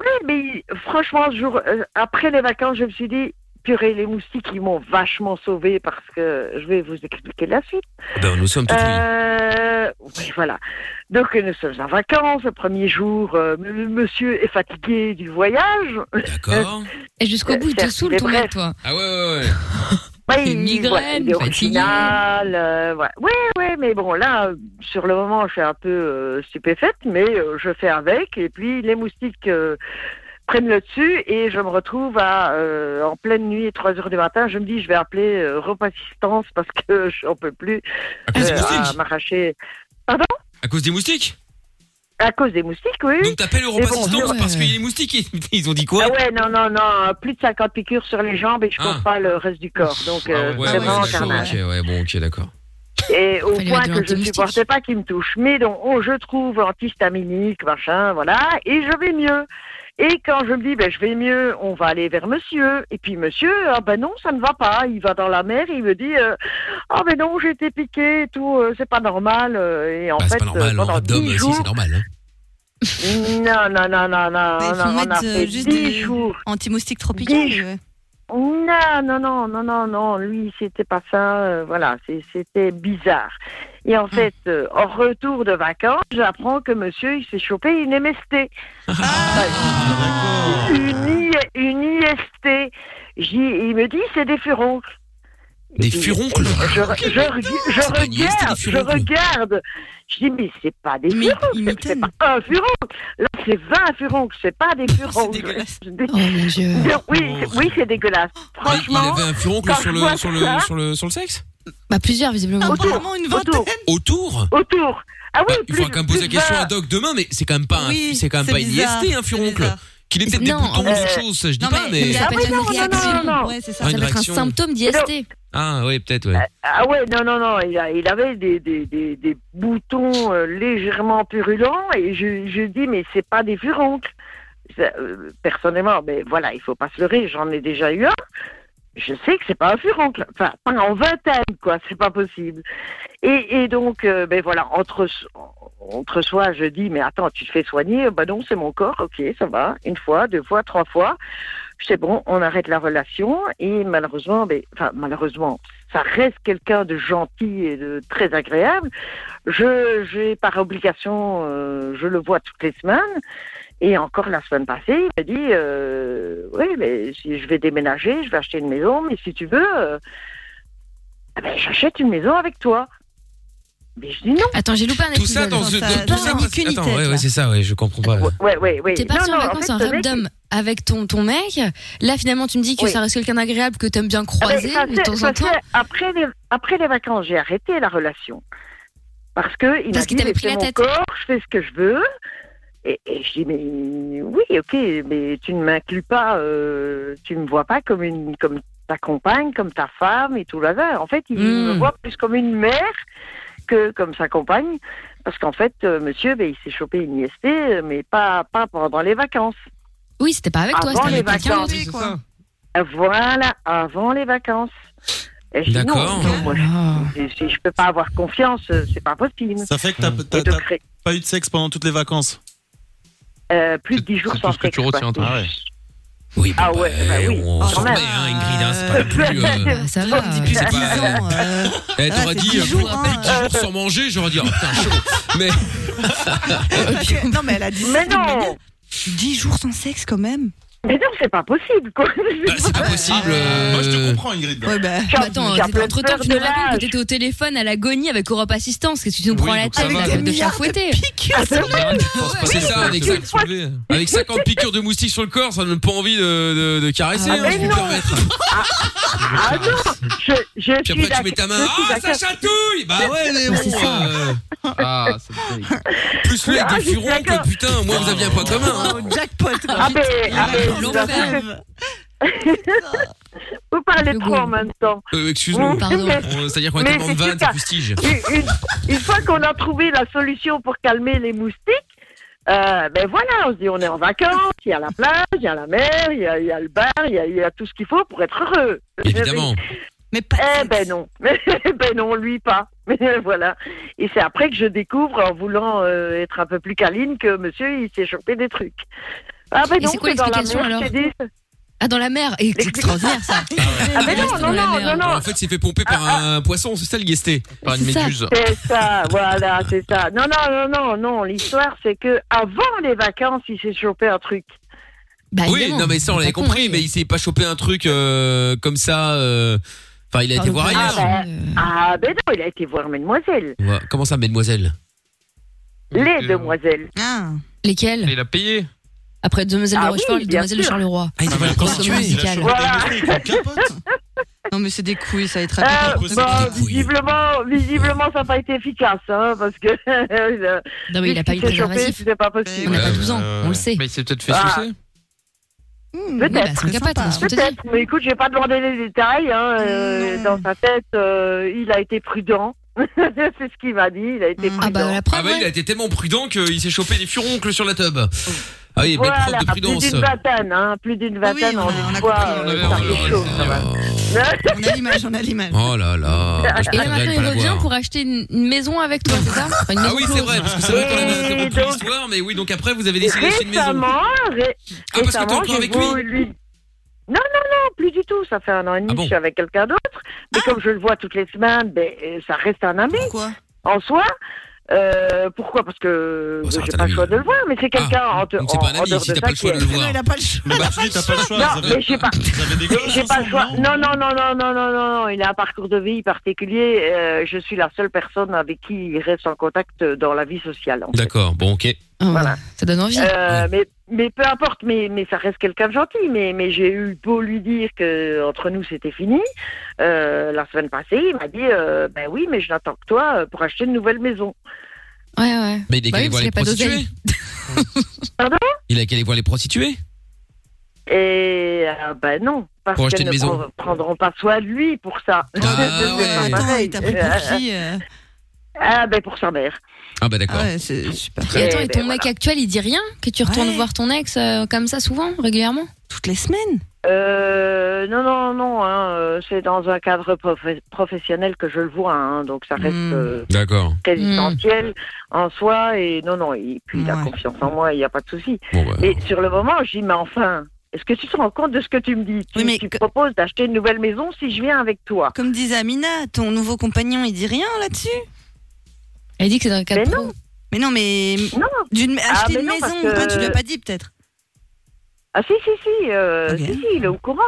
Oui, mais franchement, ce jour, euh, après les vacances, je me suis dit, purée, les moustiques, ils m'ont vachement sauvé parce que je vais vous expliquer la suite. Ben, nous sommes tout Euh, oui, voilà. Donc, euh, nous sommes en vacances. Le premier jour, euh, m- monsieur est fatigué du voyage. D'accord. Et jusqu'au bout, il te saoule, ton toi. Ah ouais, ouais, ouais. Oui, Une migraine, voilà, il est fatigué. original, euh, voilà. Oui, oui, mais bon, là, euh, sur le moment, je suis un peu euh, stupéfaite, mais euh, je fais avec. Et puis, les moustiques euh, prennent le dessus et je me retrouve à, euh, en pleine nuit, 3 heures du matin. Je me dis, je vais appeler euh, Europe Assistance parce que j'en peux plus cause des euh, à moustiques m'arracher. Pardon À cause des moustiques À cause des moustiques, oui. Donc t'appelles Europe Mais bon, Assistance je- parce qu'il y a les moustiques. ils- Ils ont dit quoi Ah. ah ouais, non, non, non, plus de 50 piqûres sur les jambes et je compte pas le reste du corps. Donc, euh, Ouais, ouais, c'est vraiment d'accord, carnage. ok, ouais, bon, ok, d'accord. Et au Fallait point mettre un que je ne petit supportais pas qu'il me touche. Mais donc, oh, je trouve antihistaminique, machin, voilà, et je vais mieux. Et quand je me dis, ben, je vais mieux, on va aller vers monsieur. Et puis monsieur, ah ben non, ça ne va pas. Il va dans la mer, il me dit, euh, ah ben non, j'ai été piqué et tout, euh, c'est pas normal. euh, Et en Bah, fait, c'est pas euh, normal, en pendant rate d'homme, 10 si, jours, c'est normal. hein. non, non, non, non, non. Il faut non, on a mettre euh, fait juste 10 des jours. anti-moustiques tropicales. Dix- ouais. Non, non, non, non, non, non. Lui, c'était pas ça. euh, voilà, c'est- c'était bizarre. Et Hmm. en fait, euh, en retour de vacances, j'apprends que monsieur, il s'est chopé une MST. une, I- une IST. J'y- il me dit, c'est des furoncles. Des furoncles Je, je, reg- je C'est pas une IST, regarde, des je furoncles. regarde. Je dis, mais c'est pas des furoncles, c'est pas un furoncle. Là, c'est 20 furoncles, Oh, c'est pas des furoncles. Je dis- Non, Oui, Oh. c'est- oui, c'est dégueulasse. Il Franchement. avait un furoncle quand sur je le, vois sur, le, ça- sur, le, sur le sexe Bah, plusieurs, visiblement. Autour, une autour, Autour Bah, autour. Ah oui, Il faudra quand même poser la question à Doc demain, mais c'est quand même pas, un- Oui, c'est quand même c'est pas bizarre, une IST, un furoncle. Qu'il ait peut-être des boutons ou autre chose, ça, je dis pas, mais. Ça peut être Ah oui, une non, non, non, réaction. non, non. Ouais, c'est Ah, ça. Ça une peut être un réaction. symptôme d'IST. Ah, ouais, peut-être, ouais. Ah ouais, non, non, non, il, a- il avait des, des, des, des boutons euh, légèrement purulents et je, je dis, mais c'est pas des furoncles. Ça, euh, personnellement, mais voilà, il faut pas se leurrer, j'en ai déjà eu un. Je sais que c'est pas un furoncle, enfin, pas en vingtaine, quoi, c'est pas possible. Et, et donc, euh, ben voilà, entre, entre soi, je dis, mais attends, tu te fais soigner Ben non, c'est mon corps, ok, ça va, une fois, deux fois, trois fois. C'est bon, on arrête la relation. Et malheureusement, ben, enfin, malheureusement, ça reste quelqu'un de gentil et de très agréable. Je, j'ai par obligation, euh, je le vois toutes les semaines. Et encore la semaine passée, il m'a dit, euh, oui, mais si je vais déménager, je vais acheter une maison, mais si tu veux, euh, ah ben, j'achète une maison avec toi. Mais je dis non. Attends, j'ai loupé un Tout ça dans ce. Tout ça, attends, ouais, ouais, c'est ça, ouais, je comprends pas. Ouais, ouais, ouais. T'es parti en vacances en random avec ton, ton mec. Là, finalement, tu me dis que ça reste quelqu'un d'agréable que t'aimes bien Ah ben, croiser ça de c'est- temps ça en temps. c'est Après les, après les vacances, j'ai arrêté la relation. Parce que il m'a dit, Parce qu'il t'avait mais pris c'est la mon tête. corps, je fais ce que je veux. Et, et je dis, mais oui, ok, mais tu ne m'inclus pas, euh, tu ne me vois pas comme, une, comme ta compagne, comme ta femme et tout là En fait, il Hmm. me voit plus comme une mère que comme sa compagne. Parce qu'en fait, euh, monsieur, ben, il s'est chopé une IST, euh, mais pas, pas pendant les vacances. Oui, c'était pas avec toi, Avant c'était les avec quelqu'un vacances. d'autre. Oui, c'est ça. Euh, Voilà, avant les vacances. Et je dis, non, D'accord. non, moi, je- si je peux pas avoir confiance, euh, c'est pas possible. Ça fait que t'as t'as- Et donc, t'as pas eu de sexe pendant toutes les vacances euh, plus de 10 jours sans sexe. quoi. Ah ouais. Oui, ah ouais, bah, oui. on se quand même. remet, hein, Ingrid, hein, c'est pas non plus. Ah, euh, Ça va, c'est pas- Eh, Ah, c'est t'aurais dit, dix euh, jours, pour un mec qui joue sans manger, j'aurais dit, oh putain, chaud. Mais. Ah Parce que- non, mais elle a dit ça. Mais non 10 jours sans sexe quand même Mais non, c'est pas possible quoi Bah, C'est pas Ah, possible. euh. Moi, je te comprends, Ingrid. Ouais, bah, Bah, attends, T'as t'es- plein de entre-temps, peur tu nous de racontes que l'âge. t'étais au téléphone à l'agonie avec Europe Assistance. Qu'est-ce que tu nous prends la donc ça tête va. de- de te Milliards faire de fouetter Ah, c'est vrai C'est ça, avec, cinq- avec 50 piqûres de moustiques sur le corps, ça donne pas envie de, de, de caresser, Ah, hein, mais je peux me non. permettre. Ah non Je, je suis Puis après, tu d'accord- mets ta main, je suis ah, ça d'accord- chatouille Bah ouais, mais C'est bon. ça. euh, Ah, c'est Plus lui avec des furons que putain, moi, vous aviez un point commun. hein. jackpot Ah ben, ah, ben, je vous L'enfer. assure. Vous parlez trop en même temps. Euh, Excuse-nous, Oui, mais- On- c'est-à-dire qu'on est mais tellement de c'est vannes, super. c'est fustige. Une, une- une fois qu'on a trouvé la solution pour calmer les moustiques, euh, ben voilà, on se dit on est en vacances, il y a la plage, il y a la mer, il y a, il y a le bar, il y a, il y a tout ce qu'il faut pour être heureux. Évidemment. Mais pas eh ben non, Eh ben non, lui pas. Mais voilà. Et c'est après que je découvre, en voulant euh, être un peu plus câline, que monsieur il s'est chopé des trucs. Ah ben Et non, c'est quoi c'est dans la l'explication, mer, alors je t'ai dit. Ah, dans la mer Et C'est extraordinaire ça. Ah ben non, Reste non, dans la non, mer. non, non. Ah, En fait, il s'est fait pomper par un poisson, c'est ça le guesté Par Ah, une C'est ça. méduse. C'est ça, voilà, c'est ça. Non, non, non, non, non. L'histoire, c'est que avant les vacances, il s'est chopé un truc. Bah, Ah oui, non, mais ça, on l'avait compris, mais il s'est pas chopé un truc euh, comme ça. euh, Enfin, il a été voir ah, bah. ailleurs. bah, ben, ah ben non, il a été voir Mademoiselle. Ouais, Comment ça, mademoiselle Euh, Les demoiselles. Lesquels Il a payé. Après Demoiselle Ah de oui, Rochefort, bien Demoiselle de sûr. Charleroi. Ah, il s'est fait la prostituée. musical. Non, mais c'est des couilles, ça va être Euh, Ah, rapide. bon, visiblement, visiblement, ça n'a pas été efficace, hein, parce que. euh, Non, mais il a pas eu de préservatif. C'est pas possible. On a pas Euh, 12 ans, on le sait. Mais il s'est peut-être fait Ah. sucer. Oui, bah, Peut-être. c'est capable, on se foutait de lui. Peut-être, mais écoute, je vais pas demander les détails. Hein, euh, dans sa tête, euh, il a été prudent. c'est ce qu'il m'a dit. Il a été prudent. Ah bah la Ah, bah, il a été tellement prudent qu'il s'est chopé des furoncles sur la tub. Ah oui, belle voilà, preuve de prudence. plus d'une vingtaine, hein, plus d'une vingtaine en une fois. euh, ça fait chaud, ça va. On a l'image, on a l'image. Oh là Ah, là. Je Et là préférerais maintenant, pas il la revient voir. pour acheter une une maison avec toi, c'est ça Enfin, une Ah maison oui, c'est close. vrai, parce que c'est vrai qu'on avait interrompu donc- l'histoire, mais oui, donc après, vous avez décidé d'acheter une maison. Récemment, ré- Ah, parce que t'es récemment, encore j'ai avec lui Ah voulu Non, non, non, plus du tout. Ça fait un an et demi que je suis avec quelqu'un d'autre. Mais comme je le vois toutes les semaines, ben, euh, ça reste un ami. En soi. Euh, pourquoi Parce que Oh, ben, ça j'ai reste un pas le ami. Ah, choix de le voir, mais c'est quelqu'un en, te- donc c'est pas un Oh, en- en ami, dehors si de ça t'as pas le qui choix de est- le voir. Non, il a pas le choix. Mais bah, tu dis, t'as pas le choix. Non, vous avez- mais j'ai pas. Vous avez des gosses J'ai pas le ensemble, choix. non Non, non, non, non, non, non, non, non. Il a un parcours de vie particulier. euh, je suis la seule personne avec qui il reste en contact dans la vie sociale. en fait. D'accord, bon, ok. Ah, Ça donne envie. Euh, mais, mais peu importe, mais, mais ça reste quelqu'un de gentil. Mais, mais j'ai eu beau lui dire que entre nous c'était fini. euh, la semaine passée, il m'a dit euh, Ben oui, mais je n'attends que toi euh, pour acheter une nouvelle maison. Ouais, ouais. Mais il est Bah allé oui, voir les parce qu'il y a pas prostituées. d'oseille. Pardon Il est allé voir les prostituées. Et euh, ben non, parce Pour acheter qu'elles ne une maison. prend- prendront pas soin de lui pour ça. Ah ouais. Attends, t'as pris pour qui euh Ah ben pour sa mère. Ah bah d'accord. Ouais, c'est super. Et attends, Eh et ton ben mec actuel, il dit rien Que tu retournes Ouais. voir ton ex euh, comme ça souvent, régulièrement Toutes les semaines Euh, non, non, non, hein, euh, c'est dans un cadre profe- professionnel que je le vois, hein, donc ça reste Hmm. euh, D'accord. quasi essentiel en soi, et non, non, et puis il a confiance en moi, il n'y a pas de souci. mais sur le moment, je dis, mais enfin, est-ce que tu te rends compte de ce que tu me dis Tu, tu proposes d'acheter une nouvelle maison si je viens avec toi Comme disait Amina, ton nouveau compagnon, il dit rien là-dessus Elle dit que c'est Euh, dans le cadre pro. Mais non, mais. D'une... Ah, Acheter mais une non, maison, parce que- Ah, tu l'as pas dit peut-être Ah si, si, si, euh, si, si, il est au courant.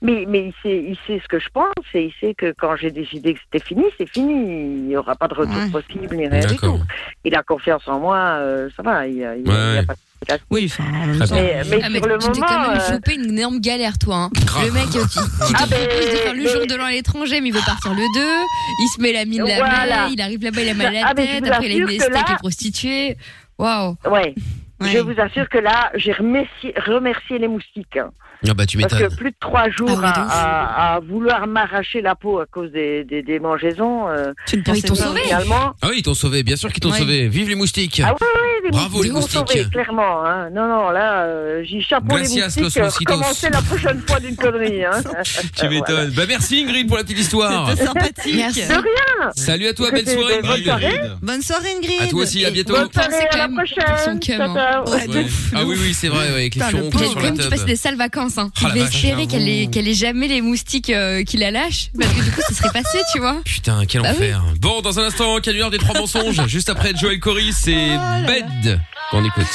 Mais, mais il, sait, il sait ce que je pense, et il sait que quand j'ai décidé que c'était fini, c'est fini. Il n'y aura pas de retour possible, ni rien du tout. Il a confiance en moi, euh, ça va, il n'y a, il y a- il y a pas de Oui, Mais, mais Ah, sur le tu t'es quand moment, même euh, chopé une énorme galère, toi. hein. Le mec, euh, tu, tu te Ah, ben, proposes de faire le mais- jour de l'an à l'étranger, mais il veut partir le 2. Il se met la mine la Voilà. veille, il arrive là-bas, il a mal à la Ah, mais je tête, vous après il a une assure que esthète là- et prostituée. Waouh. ouais. Je vous assure que là, j'ai remercié, remercié les moustiques. hein. Ah bah tu Parce m'étonnes. que plus de trois jours Ah oui, à- donc. à, à vouloir m'arracher la peau à cause des, des, des mangeaisons. euh, tu ne pensais ils t'ont pas. sauvé. Finalement, Ah oui, ils t'ont sauvé, bien sûr qu'ils t'ont Ouais. sauvé. Vive les moustiques. Ah oui, oui, les Bravo, les moustiques m'ont moustiques. sauvé, clairement. hein. Non, non, là, euh, j'y chapeau Gracias, les moustiques. los euh, mosquitos. Recommencez la prochaine fois d'une connerie. Hein. Tu m'étonnes. Bah merci Ingrid pour la petite histoire. C'était sympathique. De rien. Oh. Salut à toi, belle Écoutez, soirée bonne Ingrid. soirée. Bonne soirée, Ingrid À toi aussi, à Et bientôt. Bonne pensez soirée, à quand la même pour son prochaine. cum, Ciao, hein. ciao. Ah, ouais, Ouais. Ah oui, oui, c'est vrai, ouais, avec les Putain, le fironcles pauvre. sur la Comme tu passes table. des sales vacances, hein. Oh la je vais vache, espérer j'avoue. qu'elle ait, qu'elle ait jamais les moustiques euh, qui la lâchent, parce que du coup, ça serait passé, tu vois. Putain, quel Bah oui. enfer. Bon, dans un instant, canular des trois mensonges. Juste après Joel Corey, Oh c'est Bed qu'on écoute.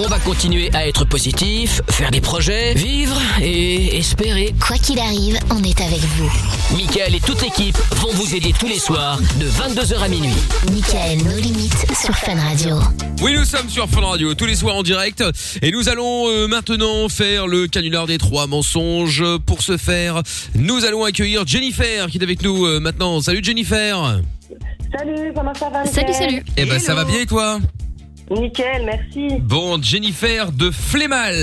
On va continuer à être positif, faire des projets, vivre et espérer. Quoi qu'il arrive, on est avec vous. Michael et toute l'équipe vont vous aider tous les soirs de 22h à minuit. Michael, nos limites sur Fun Radio. Oui, nous sommes sur Fun Radio tous les soirs en direct et nous allons euh, maintenant faire le canular des trois mensonges. Pour ce faire, nous allons accueillir Jennifer qui est avec nous euh, maintenant. Salut Jennifer. Salut, comment ça va Salut, salut. Eh ben ça va bien et toi Nickel, merci. Bon, Jennifer de Flémal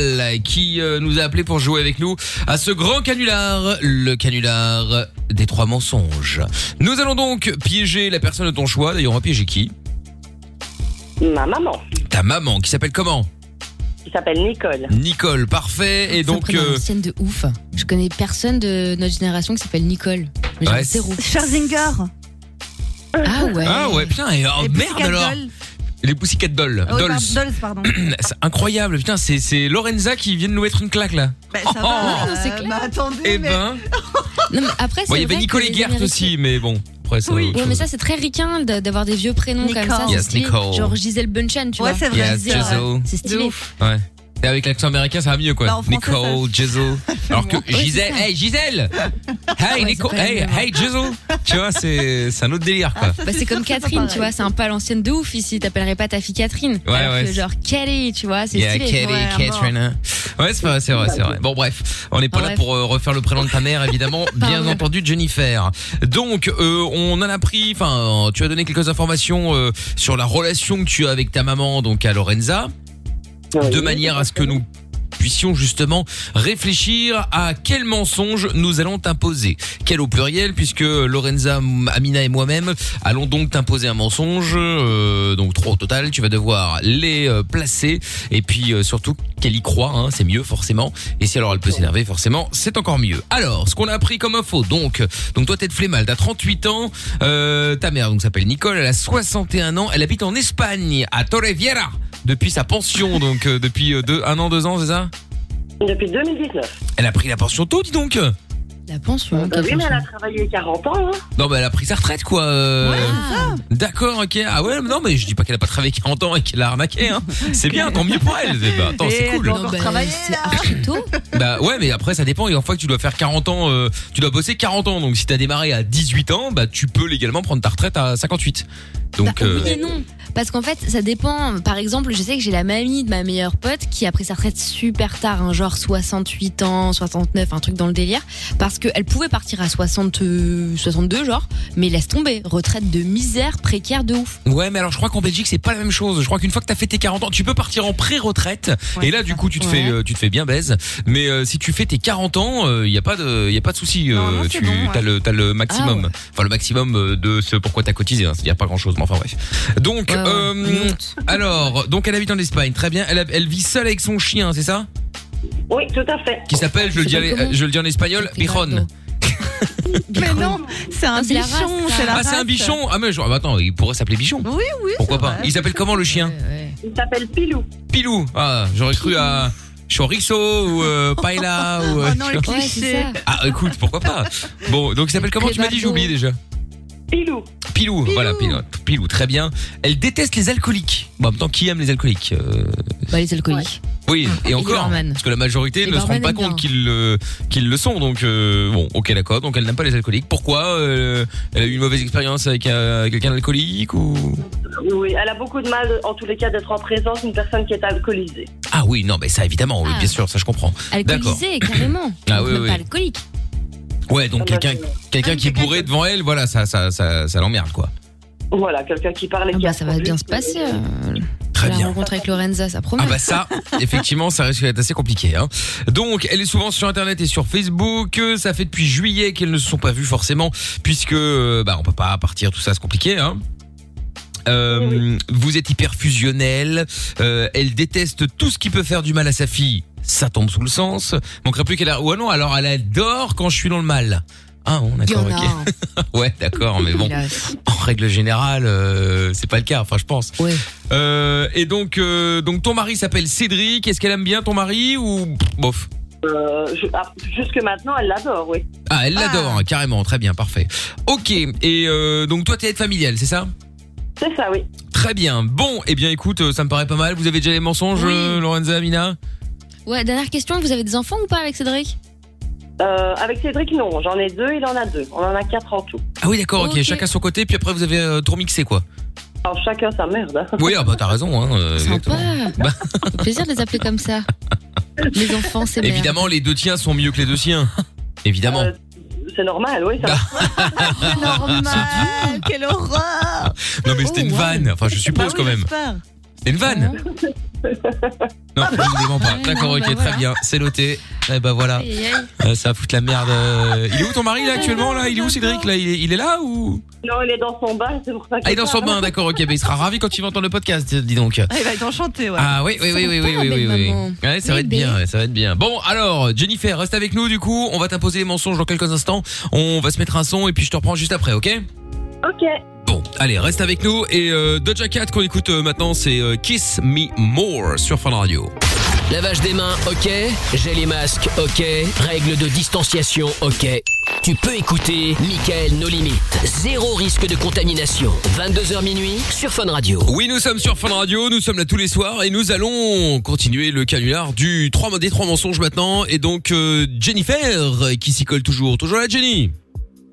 qui euh, nous a appelé pour jouer avec nous à ce grand canular, le canular des trois mensonges. Nous allons donc piéger la personne de ton choix. D'ailleurs, on va piéger qui Ma maman, Ta maman qui s'appelle comment qui s'appelle Nicole. Nicole, parfait. Et donc prénom euh, ancienne de ouf. Je connais personne de notre génération qui s'appelle Nicole. Mais Ouais, j'en zéro. Scherzinger. Ah ouais. Ah ouais, putain, et, oh, merde alors Les Pussycat Dolls. Ah oui, Dolls. pardon, Dolls, pardon. C'est incroyable, putain, c'est- c'est Lorenza qui vient de nous mettre une claque là. Bah, ça va, Oh. hein, euh, C'est clair. bah, attendez. Eh mais- ben. Non, mais après, c'est Bon, il y vrai avait que Nicole les Eggert générations- aussi, mais bon, après ça. Oui, mais ça c'est très ricain d- d'avoir des vieux prénoms comme ça. c'est Yes, stylé. Nicole. Genre Gisèle Bunchen, tu vois. c'est vrai. Yes, C'est- Giselle. C'est stylé. Ouais. Et avec l'accent américain, ça va mieux quoi. Bah, en français, Nicole, Jizzle. Alors que Oui, c'est Gisèle, ça. hey Gisèle Hey Nicole, quand hey, même hein. hey Jizzle Tu vois, c'est c'est un autre délire quoi. Bah, c'est comme Catherine, tu vois, c'est un peu à l'ancienne de ouf ici. T'appellerais pas ta fille Catherine. Ouais, Alors ouais. que genre Kelly, tu vois, c'est Yeah, stylé. Kelly, Ouais, à mort. Catherine. hein. Ouais, c'est vrai, c'est vrai, c'est vrai. Bon, bref, on n'est pas Bon, là bref. pour euh, refaire le prénom de ta mère, évidemment. Bien Pardon. entendu, Jennifer. Donc, euh, on en a pris. Enfin, tu as donné quelques informations euh, sur la relation que tu as avec ta maman, donc à Lorenza, de manière à ce que nous puissions justement réfléchir à quel mensonge nous allons t'imposer. Quel au pluriel, puisque Lorenza, Amina et moi-même allons donc t'imposer un mensonge, euh, donc trois au total, tu vas devoir les euh, placer, et puis euh, surtout qu'elle y croit, hein, c'est mieux forcément, et si alors elle peut s'énerver, forcément, c'est encore mieux. Alors, ce qu'on a appris comme info, donc, donc toi t'es de Flémal, t'as 38 ans, euh, ta mère donc s'appelle Nicole, elle a 61 ans, elle habite en Espagne, à Torrevieja, depuis sa pension, donc euh, depuis euh, deux, un an, deux ans, c'est ça Depuis 2019. Elle a pris la pension tôt, dis donc La pension. Bah oui, mais elle a travaillé 40 ans. hein. Non, mais elle a pris sa retraite, quoi. euh. D'accord, ok. Ah ouais, non, mais je dis pas qu'elle a pas travaillé 40 ans et qu'elle a arnaqué, hein. C'est bien, tant mieux pour elle. Eh ben, attends, c'est cool. Non, bah, c'est archi tôt. Bah ouais, mais après, ça dépend. Et une fois que tu dois faire 40 ans, euh, tu dois bosser 40 ans. Donc si t'as démarré à 18 ans, bah tu peux légalement prendre ta retraite à 58. Donc. Bah, euh, Oui et non. Parce qu'en fait, ça dépend. Par exemple, je sais que j'ai la mamie de ma meilleure pote qui a pris sa retraite super tard, hein, genre 68 ans, 69, un truc dans le délire. Parce qu'elle pouvait partir à 60, euh, 62, genre, mais laisse tomber. Retraite de misère, précaire de ouf. Ouais, mais alors je crois qu'en Belgique c'est pas la même chose. Je crois qu'une fois que t'as fait tes 40 ans, tu peux partir en pré-retraite. et là, du coup, tu te fais, euh, tu te fais bien baise. Mais euh, si tu fais tes 40 ans, il y a pas de, y a pas de souci. euh, tu as le, t'as le maximum, Ah ouais. enfin le maximum euh, de ce pourquoi t'as cotisé. Hein, C'est-à-dire pas grand-chose, mais enfin bref. Donc, euh, alors, donc elle habite en Espagne, très bien. Elle, a- elle vit seule avec son chien, c'est ça Oui, tout à fait. Qui s'appelle, je le dis, C'est à- comment je le dis en espagnol, Bichon. Mais non, c'est un c'est la race, bichon, ça. c'est hein. la Ah, c'est un race. bichon. Ah mais je- ah, bah, attends, il pourrait s'appeler Bichon. Oui, oui. Pourquoi c'est pas vrai. Il s'appelle comment le chien Il s'appelle Pilou. Pilou. Ah, j'aurais cru à chorizo ou euh, paella ou. euh, Oh non, le tu vois. Ouais, cliché. c'est ça. Ah, écoute, pourquoi pas. Bon, donc il s'appelle comment Tu m'as dit, Clébardo. j'oublie déjà. Pilou. Pilou, voilà, Pilou, Pilou, très bien. Elle déteste les alcooliques. Bon, en même temps, qui aime les alcooliques Euh, Bah, les alcooliques. Oui, Ah, et, encore, barman. parce que la majorité Les ne se rend barman pas aiment compte qu'ils le, qu'ils le sont. Donc euh, bon, ok, d'accord. Donc elle n'aime pas les alcooliques. Pourquoi euh, Elle a eu une mauvaise expérience avec euh, quelqu'un d'alcoolique ou Oui, elle a beaucoup de mal, en tous les cas, d'être en présence d'une personne qui est alcoolisée. Ah oui, non, mais ça évidemment, oui, Ah. bien sûr, ça je comprends. D'accord. Alcoolisée, carrément. Ah Donc, oui, même oui. pas alcoolique. Ouais, donc quelqu'un quelqu'un qui est bourré devant elle, voilà, ça ça ça, ça l'emmerde quoi. Voilà, quelqu'un qui parle et Ah qui bah, a ça va bien se passer. euh, Très la bien. rencontre avec Lorenza, ça promet. Ah bah ça, effectivement, ça risque d'être assez compliqué. Hein. Donc, elle est souvent sur Internet et sur Facebook. Euh, Ça fait depuis juillet qu'elles ne se sont pas vues forcément, puisque euh, bah on peut pas partir, tout ça, c'est compliqué. Hein. Euh, Vous êtes hyper fusionnel. Euh, elle déteste tout ce qui peut faire du mal à sa ah fille. Ça tombe sous le sens. Manquerait plus qu'elle a. Ouais non, alors elle adore quand je suis dans le mal. Ah bon, Il y d'accord, en a ok. un. Ah. ouais, d'accord, mais bon, en règle générale, euh, c'est pas le cas, enfin je pense. Euh, et donc, euh, donc ton mari s'appelle Cédric. Est-ce qu'elle aime bien ton mari ou bof Euh, je- ah, jusque maintenant, elle l'adore, oui. Ah, elle l'adore carrément, très bien, parfait. Ok, et euh, donc toi t'es aide familiale, c'est ça C'est ça, oui. Très bien. Bon, eh bien écoute, euh, ça me paraît pas mal. Vous avez déjà les mensonges, euh, Lorenza, Amina Ouais, dernière question, vous avez des enfants ou pas avec Cédric Euh, avec Cédric, non. J'en ai deux, il en a deux. On en a quatre en tout. Ah oui, d'accord, ok. Ok. Chacun son côté, puis après vous avez euh, tout remixé quoi. Alors, chacun sa merde. hein. Oui, ah bah t'as raison. Hein, euh, exactement. Bah. Ouais. Ça fait plaisir de les appeler comme ça. Les enfants, c'est merde. Évidemment, les deux tiens sont mieux que les deux siens. Évidemment. C'est normal, oui. Ça... Euh, C'est normal. Oh, Quelle horreur. non mais c'était une vanne. Enfin, je Bah suppose Oh, quand même. J'espère. C'est une vanne. Non, évidemment pas. Ah, D'accord, bah ok, très bien. C'est noté. Eh ben voilà. Aïe, aïe. Euh, Ça va foutre la merde. euh. Il est où ton mari là actuellement là Il est où Cédric là il est, il est là ou Non, il est dans son bain, c'est pour ça que. Ah, il est dans son bain, d'accord, ok. Ben, il sera ravi quand il va entendre le podcast, dis donc. Eh ben, Ah, il va être enchanté, ouais. Ah oui, oui, oui, oui, oui, oui, oui, oui. Ouais, ça va être bien, ouais, ça va être bien. Bon, alors, Jennifer, reste avec nous du coup. On va t'imposer les mensonges dans quelques instants. On va se mettre un son et puis je te reprends juste après, ok Ok. Bon, allez, reste avec nous. Et euh, Doja Cat qu'on écoute euh, maintenant, c'est euh, Kiss Me More sur Fun Radio. Lavage des mains, ok. J'ai les masques, ok. Règles de distanciation, ok. Tu peux écouter Michael No Limites. Zéro risque de contamination. 22h minuit sur Fun Radio. Oui, nous sommes sur Fun Radio, nous sommes là tous les soirs et nous allons continuer le canular du 3, des trois mensonges maintenant. Et donc, euh, Jennifer euh, qui s'y colle toujours. Toujours là, Jenny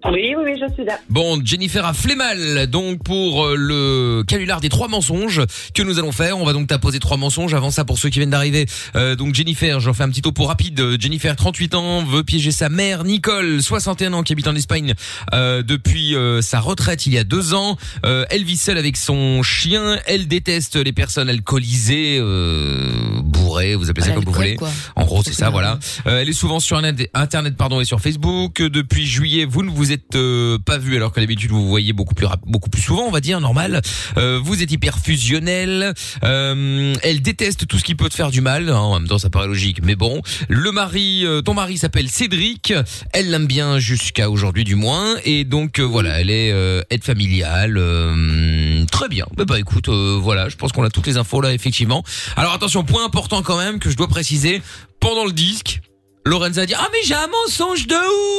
Oui, oui, oui, je suis là. Bon, Jennifer a fait mal donc pour euh, le canular des trois mensonges que nous allons faire. On va donc t'apposer trois mensonges. Avant ça, pour ceux qui viennent d'arriver, euh, donc Jennifer, j'en fais un petit topo rapide. Euh, Jennifer, 38 ans, veut piéger sa mère Nicole, 61 ans, qui habite en Espagne euh, depuis euh, sa retraite il y a deux ans. Euh, elle vit seule avec son chien. Elle déteste les personnes alcoolisées, euh, bourrées, vous appelez ça comme vous voulez. En gros, c'est ça, voilà. Euh, elle est souvent sur Internet- Internet pardon, et sur Facebook. Euh, Depuis juillet, vous ne vous êtes euh, pas vu alors que d'habitude, vous vous voyez beaucoup plus, rap- beaucoup plus souvent, on va dire, normal. Euh, vous êtes hyper fusionnel. Euh, elle déteste tout ce qui peut te faire du mal. hein. en même temps, ça paraît logique, mais bon. Le mari, euh, ton mari s'appelle Cédric. Elle l'aime bien jusqu'à aujourd'hui, du moins. Et donc, euh, voilà, elle est euh, aide familiale. euh, très bien. Bah, bah écoute, euh, voilà, je pense qu'on a toutes les infos là, effectivement. Alors attention, point important quand même que je dois préciser. Pendant le disque, Lorenza dit ah mais j'ai un mensonge de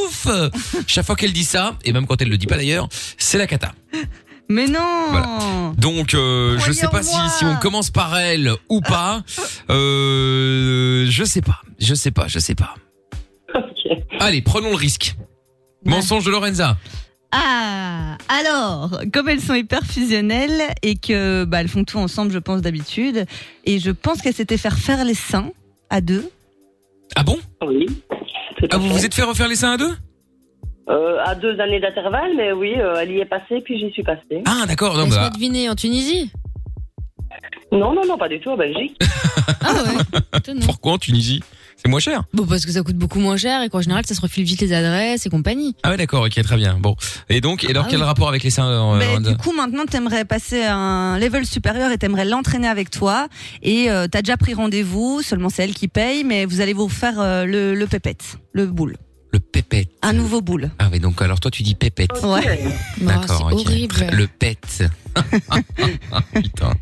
ouf. Chaque fois qu'elle dit ça, et même quand elle le dit pas d'ailleurs, c'est la cata. Mais non. Donc euh, je sais pas si, si on commence par elle ou pas. Euh, je sais pas, je sais pas, je sais pas. Allez, prenons le risque. Mensonge de Lorenza. Ah, alors, comme elles sont hyper fusionnelles et que bah, elles font tout ensemble, je pense d'habitude, et je pense qu'elles s'étaient faire faire les seins à deux. Ah bon Oui. Ah vous vous êtes fait refaire les seins à deux Euh, à deux années d'intervalle, mais oui, euh, elle y est passée, puis j'y suis passée. Ah d'accord, non bah. deviné en Tunisie Non, non, non, pas du tout, en Belgique. Pourquoi en Tunisie C'est moins cher. Bon, parce que ça coûte beaucoup moins cher et qu'en général, ça se refile vite les adresses et compagnie. Ah ouais d'accord, ok très bien. Bon et donc et alors Ah quel oui. rapport avec les seins euh, Mais Lorenza du coup, maintenant, t'aimerais passer à un level supérieur et t'aimerais l'entraîner avec toi. Et euh, t'as déjà pris rendez-vous, seulement c'est elle qui paye, mais vous allez vous faire euh, le, le pépette, le boule. Le pépette. Un nouveau boule. Ah mais donc alors toi tu dis pépette. Ouais. D'accord, ok. Le pète. Putain.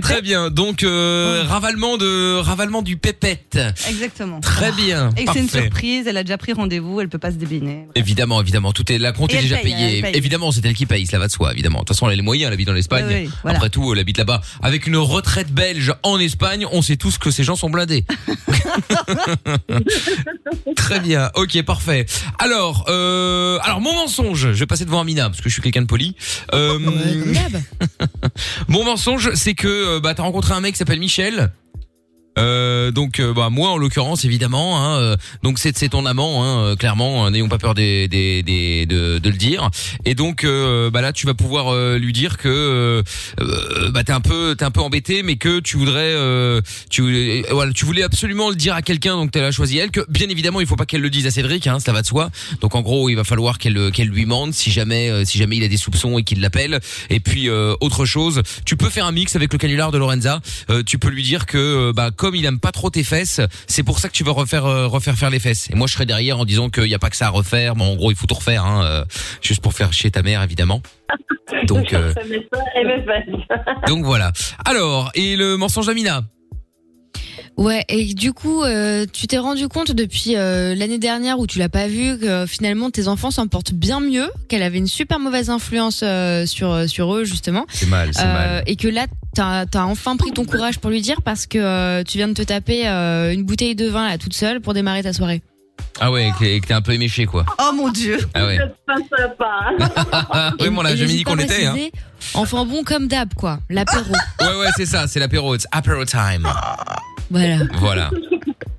Très bien. Donc euh, ravalement de ravalement du pépette. Exactement. Très bien. Et que c'est une Parfait. surprise, elle a déjà pris rendez-vous, elle peut pas se débiner. Évidemment, évidemment, tout est la compte Et est elle déjà paye, payée. elle paye. Évidemment, c'est elle qui paye, cela va de soi. Évidemment, de toute façon, elle a les moyens, elle habite en Espagne. Oui, oui, voilà. Après tout, elle habite là-bas avec une retraite belge en Espagne. On sait tous que ces gens sont blindés. Très bien, ok, parfait. Alors, euh, alors mon mensonge, je vais passer devant Amina parce que je suis quelqu'un de poli. Euh, mon mensonge, c'est que euh, bah t'as rencontré un mec qui s'appelle Michel. Euh, donc euh, bah moi en l'occurrence évidemment hein, euh, donc c'est c'est ton amant hein, euh, clairement euh, n'ayons pas peur des, des, des- de, de le dire et donc euh, bah là tu vas pouvoir euh, lui dire que euh, euh, bah t'es un peu t'es un peu embêté mais que tu voudrais euh, tu voulais- euh, voilà tu voulais absolument le dire à quelqu'un donc t'as choisi elle que bien évidemment il faut pas qu'elle le dise à Cédric hein, ça va de soi donc en gros il va falloir qu'elle euh, qu'elle lui mente si jamais euh, si jamais il a des soupçons et qu'il l'appelle et puis euh, autre chose tu peux faire un mix avec le canular de Lorenza Euh, tu peux lui dire que euh, bah comme il aime pas trop trop tes fesses, c'est pour ça que tu vas refaire euh, refaire faire les fesses. Et moi je serai derrière en disant qu'il n'y a pas que ça à refaire, mais en gros il faut tout refaire, hein, euh, juste pour faire chier ta mère évidemment. Donc euh, Ça m'est pas- Eh elle ben, m'est pas- donc voilà. Alors et le mensonge d'Amina. Ouais, et du coup, euh, tu t'es rendu compte depuis euh, l'année dernière où tu l'as pas vu que euh, finalement tes enfants s'en portent bien mieux, qu'elle avait une super mauvaise influence euh, sur euh, sur eux justement. Euh, C'est mal, c'est mal. Et que là, t'as as enfin pris ton courage pour lui dire parce que euh, tu viens de te taper euh, une bouteille de vin là toute seule pour démarrer ta soirée. Ah ouais, et que- et que t'es un peu éméché quoi. Oh mon dieu. Ah ouais. pas sympa. oui, bon là, j'ai mis qu'on était. Hein. Enfin bon comme d'hab quoi, l'apéro. Ouais ouais, c'est ça, c'est l'apéro, it's apéro time. voilà. Voilà.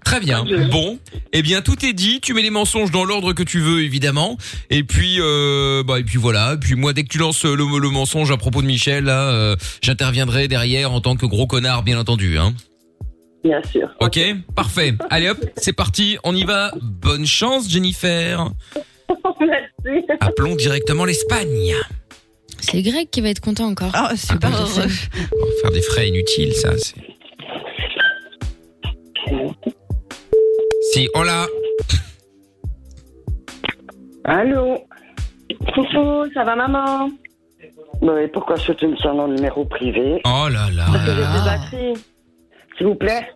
Très bien. Bon, eh bien tout est dit. Tu mets les mensonges dans l'ordre que tu veux, évidemment. Et puis, euh, bah et puis voilà. Et puis moi, dès que tu lances le, le mensonge à propos de Michel, là, euh, j'interviendrai derrière en tant que gros connard, bien entendu. Hein. Bien sûr. Ok, parfait. Allez hop, c'est parti. On y va. Bonne chance, Jennifer. Merci. Appelons directement l'Espagne. C'est Greg qui va être content encore. Ah, super heureux. Faire des frais inutiles, ça. c'est- Si, hola. Allô Coucou, ça va maman Non, mais pourquoi soutenir sur un numéro privé Oh là là Parce que j'ai plus de batterie. S'il vous plaît.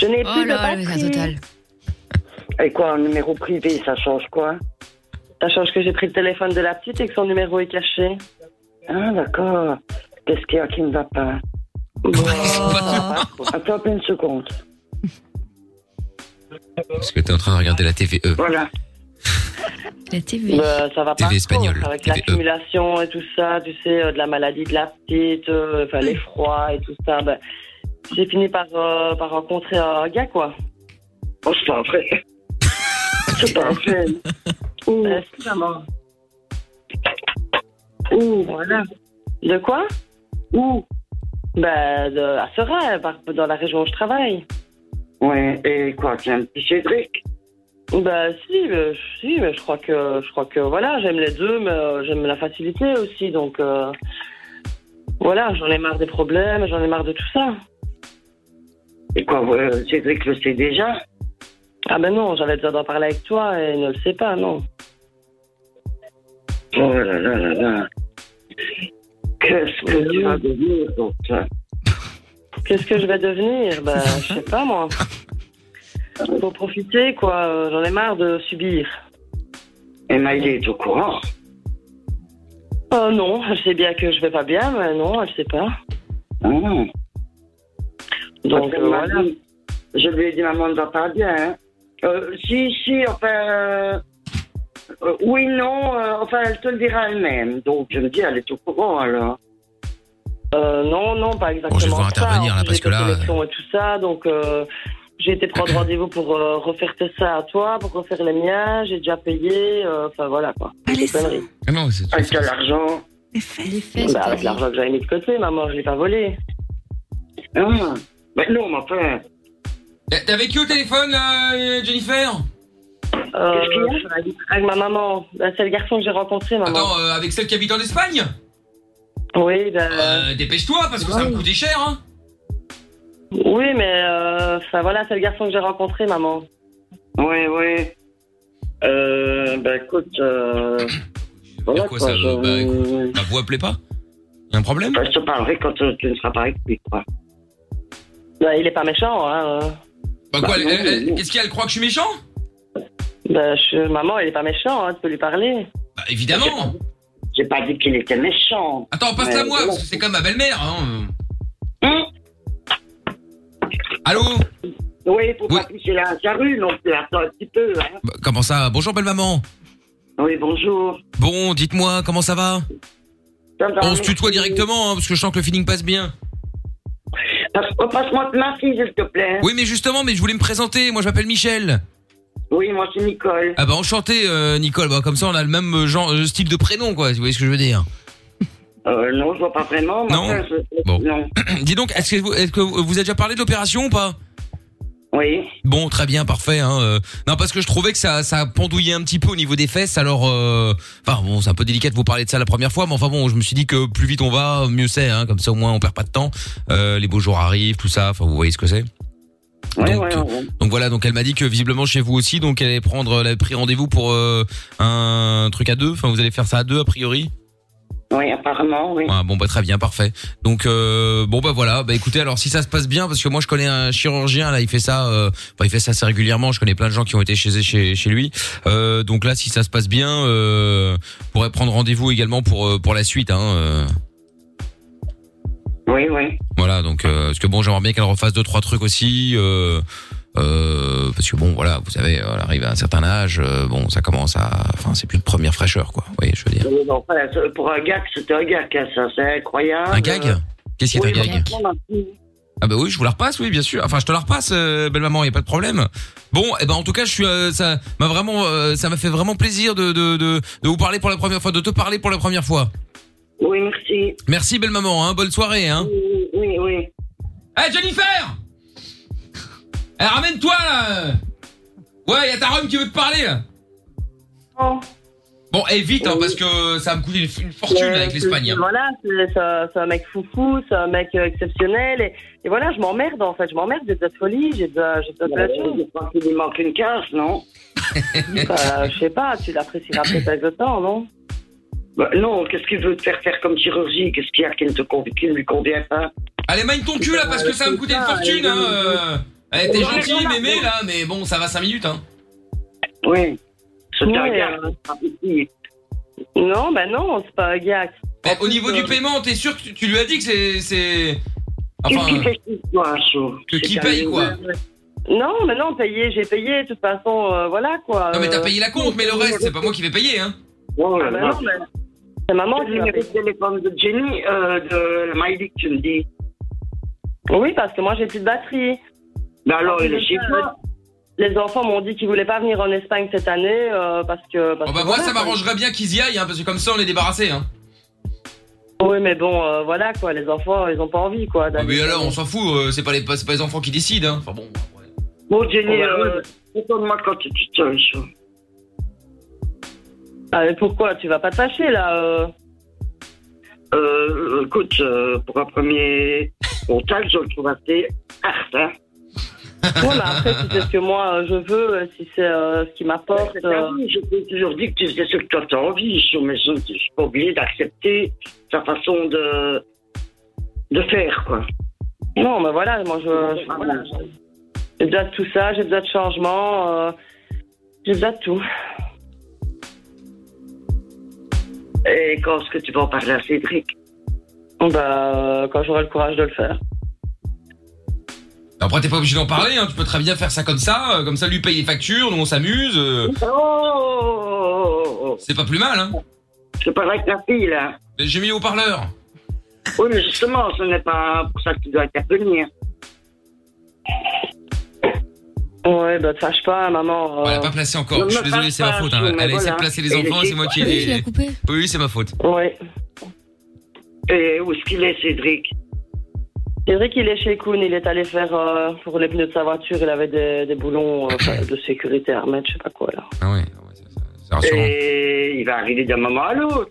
Je n'ai Ah. Oh plus là, de mais batterie. ça, total. Et quoi, un numéro privé, ça change quoi Ça change que j'ai pris le téléphone de la petite et que son numéro est caché. Ah, d'accord. Qu'est-ce qu'il y a qui ne va pas Attends une seconde. Parce que t'es en train de regarder la E. TVE. Voilà. La TV. Bah, ça va pas. TV espagnole, trop, Avec TV. l'accumulation et tout ça, tu sais, euh, de la maladie de la petite, euh, enfin, l'effroi et tout ça, ben, j'ai fini par, euh, par rencontrer un gars, quoi. Oh, c'est pas vrai. c'est pas vrai. Euh, c'est maman. Ouh, voilà. De quoi Où Ben, de- à Serein, par- dans la région où je travaille. Ouais, et quoi, c'est un petit Cédric Ben, si, mais, si, mais je crois que, je crois que, voilà, j'aime les deux, mais euh, j'aime la facilité aussi, donc, euh, voilà, j'en ai marre des problèmes, j'en ai marre de tout ça. Et quoi, euh, Cédric le sait déjà Ah ben non, j'avais besoin d'en parler avec toi et il ne le sait pas, non. Oh là là là là. Qu'est-ce que tu vas devenir, donc, ça Qu'est-ce que je vais devenir Ben, je sais pas, moi. Faut profiter, quoi, euh, j'en ai marre de subir. Et Maïlé est au courant Oh non, je sais bien que je vais pas bien, mais non, elle sait pas. Ah. Donc, Parce que euh, voilà. maman, Je lui ai dit, maman ne va pas bien. hein. Euh, si, si, enfin. euh, euh, oui, non, euh, enfin, elle te le dira elle-même. Donc, je me dis, elle est au courant alors. Euh, non, non, pas exactement. je vais devoir ça. intervenir, En là, plus, parce j'ai que des là, connexions Et tout ça, donc euh, j'ai été prendre rendez-vous pour euh, refaire tout ça à toi, pour refaire les miens, j'ai déjà payé, euh, enfin voilà quoi. Des conneries. Ah non, c'est Avec de l'argent. Les Bah, avec l'argent que j'avais mis de côté, maman, je l'ai pas volé. Ah, mais non, mais enfin. T'es avec qui au téléphone, là, euh, Jennifer Euh, avec ma maman, Bah, c'est le garçon que j'ai rencontré, maman. Attends, euh, avec celle qui habite en Espagne Oui, ben. Euh, Dépêche-toi, parce que ça me coûtait cher, hein Oui, mais euh, enfin voilà, c'est le garçon que j'ai rencontré, maman. Oui, oui. Euh, bah, écoute. Euh, voilà, Quoi, ça euh, Bah, écoute, bah, vous appelez pas Y'a un problème Bah, Je te parlerai quand euh, tu ne seras pas avec lui, quoi. Bah, il est pas méchant, hein. euh. Bah, quoi, elle- elle- elle- qu'est-ce qu'elle croit que je suis méchant Bah, je- maman, il est pas méchant, hein, tu peux lui parler. Bah, évidemment J'ai pas dit qu'il était méchant. Attends, passe-la Mais moi, voilà. parce que c'est comme ma belle-mère, hein Allô Oui, faut pas pousser la, la rue non plus. Attends un petit peu, hein. Bah, Comment ça Bonjour, belle-maman Oui, bonjour. Bon, dites-moi, comment ça va Ça va, On se tutoie merci. directement, hein, parce que je sens que le feeling passe bien. Passe- oh, Passe-moi ma fille, s'il te plaît. Oui, mais justement, mais je voulais me présenter, moi je m'appelle Michel Oui, moi, c'est Nicole. Ah bah enchanté euh, Nicole, bah, comme ça on a le même euh, genre, euh, style de prénom quoi, si vous voyez ce que je veux dire. Euh, non, je vois pas vraiment. mais Non. enfin, je- Non. Dis donc, est-ce que, vous- est-ce que vous vous avez déjà parlé de l'opération ou pas Oui. Bon, très bien, parfait. Hein. euh. Non, parce que je trouvais que ça, ça pendouillait un petit peu au niveau des fesses. Alors, euh, enfin bon, c'est un peu délicat de vous parler de ça la première fois, mais enfin bon, je me suis dit que plus vite on va, mieux c'est. Hein. Comme ça, au moins, on perd pas de temps. Euh, les beaux jours arrivent, tout ça. Enfin, vous voyez ce que c'est. Ouais, donc, ouais, ouais. donc voilà, donc elle m'a dit que visiblement chez vous aussi, donc elle allait prendre, elle avait pris rendez-vous pour euh, un truc à deux. Enfin, vous allez faire ça à deux a priori. Oui, apparemment, oui. Ah, bon bah très bien, parfait. Donc euh, bon bah voilà, bah écoutez alors si ça se passe bien parce que moi je connais un chirurgien là, il fait ça, euh, enfin, il fait ça assez régulièrement. Je connais plein de gens qui ont été chez chez chez lui. Euh, donc là si ça se passe bien, euh, pourrait prendre rendez-vous également pour euh, pour la suite. Hein, euh. Oui, oui. Voilà, donc euh, parce que bon, j'aimerais bien qu'elle refasse deux trois trucs aussi. Euh, euh, parce que bon, voilà, vous savez, euh, elle arrive à un certain âge, euh, bon, ça commence à, enfin, c'est plus de première fraîcheur, quoi. Vous voyez, je veux dire. Non, non, voilà, c'est- pour un gag, c'était un gag, hein, ça, c'est incroyable. Un gag Qu'est-ce qui est bah, Oui, bah, un gag franchement, ma fille. Ah bah oui, je vous la repasse, oui, bien sûr. Enfin, je te la repasse, euh, belle maman, y a pas de problème. Bon, et ben en tout cas, je suis, euh, ça m'a vraiment, euh, ça m'a fait vraiment plaisir de, de de de vous parler pour la première fois, de te parler pour la première fois. Oui, merci. Merci, belle maman. Hein, bonne soirée. Hein. Oui, oui, oui. Hey Jennifer Eh, ramène-toi là Ouais, y a ta Rome qui veut te parler là Oh. Bon, et vite, hein, parce que ça va me coûter une, une fortune Euh, avec c'est- l'Espagne. hein. Voilà, c'est c'est un, c'est un mec foufou, c'est un mec euh, exceptionnel. Et, et voilà, je m'emmerde en fait, je m'emmerde, j'ai de la folie, j'ai de la j'ai de la Ouais, je pense qu'il lui manque une case, non Euh, Je sais pas, tu l'apprécieras peut-être avec le temps, non Bah, Non, qu'est-ce qu'il veut te faire faire comme chirurgie Qu'est-ce qu'il y a qui ne, te conv- qui ne lui convient pas Allez, mine ton cul là, parce que ça va me coûter une fortune. Hein, euh. Eh, t'es Ouais, gentil, voilà. mémé là, mais bon, ça va 5 minutes. Hein. Oui. C'est Ouais. un gars. Non, bah non, c'est pas un gars. Eh, au niveau du paiement, t'es sûr que tu, tu lui as dit que c'est- c'est. Qu'est-ce Enfin, qu'il fait chez toi, chaud que C'est qui un paye quoi loser. Non, mais non, payé, j'ai payé, de toute façon, euh, voilà quoi. Non, mais t'as Euh, payé la compte, mais le reste, c'est pas moi qui vais payer. Hein. Oh là Ah, bah là. non, mais c'est maman C'est qui le l'a numéro payé. de téléphone de Jenny, euh, de Maïdy, tu me dis. Oui, parce que moi j'ai plus de batterie. Ah, Mais alors, il est chez toi. euh, Les enfants m'ont dit qu'ils voulaient pas venir en Espagne cette année euh, parce que. Parce Oh, bah, que moi, voilà, ça quoi. m'arrangerait bien qu'ils y aillent, hein, parce que comme ça, on est débarrassé. Hein. Oui, mais bon, euh, voilà quoi, les enfants, ils ont pas envie quoi. Ah, d'aller- Mais alors, on s'en fout, euh, c'est pas, les- c'est pas les enfants qui décident. Hein. Enfin bon. Bon, Jenny, Ouais, euh, retourne-moi quand tu te tiens, chaud. Ah, mais pourquoi Tu vas pas te fâcher là euh Euh, écoute, euh, pour un premier contact, je le trouve assez hard, hein. Ouais, mais après, si c'est ce que moi euh, je veux, euh, si c'est euh, ce qui euh. m'apporte. C'est ta vie, Je t'ai toujours dit que tu faisais ce que toi t'as envie, chaud, mais je ne suis pas obligé d'accepter sa façon de, de faire, quoi. euh, Non, mais voilà, moi je. je- voilà, J'ai besoin de tout ça, j'ai besoin de changement, euh, j'ai besoin de tout. Et quand est-ce que tu vas en parler à Cédric Bah, euh, quand j'aurai le courage de le faire. Après, t'es pas obligé d'en parler, hein. tu peux très bien faire ça comme ça, euh, comme ça lui paye les factures, nous on s'amuse. euh, Oh C'est pas plus mal, hein Je parle avec ta fille, là. Mais J'ai mis au parleur. Oui, mais justement, ce n'est pas pour ça que tu dois intervenir. Ouais, bah, te fâche pas, maman. Elle a pas placé encore, je suis désolé, c'est ma faute. Hein. Elle a essayé de placer les enfants, c'est moi qui ai. coupé. Oui, c'est ma faute. Ouais. Et où est-ce qu'il est, Cédric Cédric, il est chez Kuhn, il est allé faire euh, pour les pneus de sa voiture, il avait des, des boulons euh, enfin, de sécurité à remettre, je sais pas quoi là. Ah ouais, Et il va arriver d'un moment à l'autre.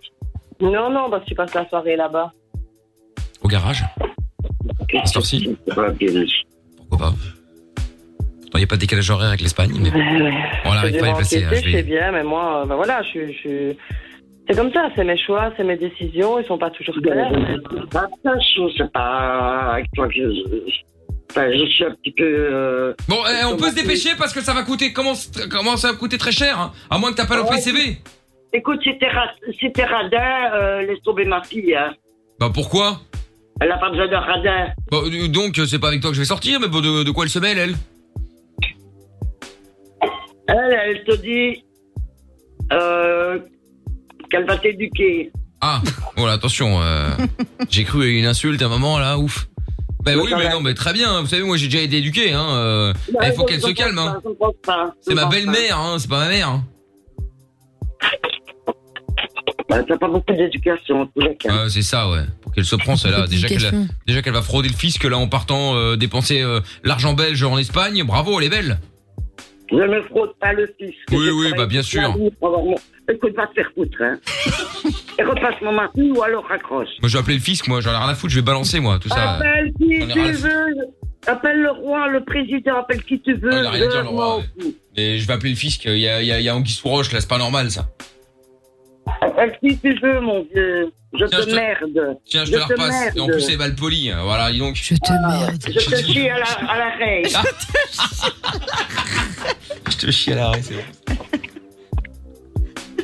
Non, non, parce qu'il passe la soirée là-bas. Au garage Sorti Pourquoi pas Pourtant, y a pas de décalage horaire avec l'Espagne, mais bon. On Je n'arrive pas à y passer. hein, je je sais vais- bien, mais moi, euh, ben voilà, je suis. je suis- C'est comme ça, c'est mes choix, c'est mes décisions, ils sont pas toujours clairs. C'est pas ça, chaud, c'est pas avec toi que je... Enfin, je suis un petit peu... euh, Bon, eh, on peut se dépêcher parce que ça va coûter. Comment, comment ça va coûter très cher hein. À moins que t'appelles au Ouais. PCV. Écoute, si t'es ra- si t'es radin, euh, laisse tomber ma fille. Hein. Bah pourquoi Elle n'a pas besoin d'un radin. Bah, euh, donc, euh, c'est pas avec toi que je vais sortir, mais bon, de, de quoi elle se mêle, elle Elle, elle te dit euh, qu'elle va t'éduquer. Ah, voilà, attention, euh, j'ai cru à une insulte à un moment, là, ouf. Bah oui, mais non, mais très bien, hein, vous savez, moi j'ai déjà été éduqué, hein. euh, eh, il faut qu'elle se calme, hein. C'est ma belle-mère, hein, c'est pas ma mère. hein. Bah, T'as pas beaucoup d'éducation, en tous les cas. Ah, c'est ça, ouais. Pour qu'elle se prend, celle-là. Déjà qu'elle Éducation. déjà qu'elle va frauder le fisc, là, en partant euh, dépenser euh, l'argent belge en Espagne. Bravo, elle est belle. Je ne fraude pas le fils. Oui, oui, bah bien sûr. Moi, Écoute, va te faire foutre. Hein. Et repasse mon mari ou alors raccroche. Ah, je vais appeler le fisc, moi, j'en ai rien à foutre, je vais balancer, moi, tout ça. Appelle qui On ira tu le- veux. Appelle le roi, le président, appelle qui tu veux. Oh, il a rien à dire, euh, le moi, roi. Mais je vais appeler le fisc. Il y a, il y a, il y a Anguille sous roche, là, c'est pas normal, ça. Appelle qui tu veux, mon vieux. Je Tiens, te je te- merde. Tiens, je te la te repasse. merde. Et en plus, c'est mal poli. hein. Voilà, dis donc. Je te merde. Je te chie à la, à la reine. Je te chie à l'arrêt, c'est bon.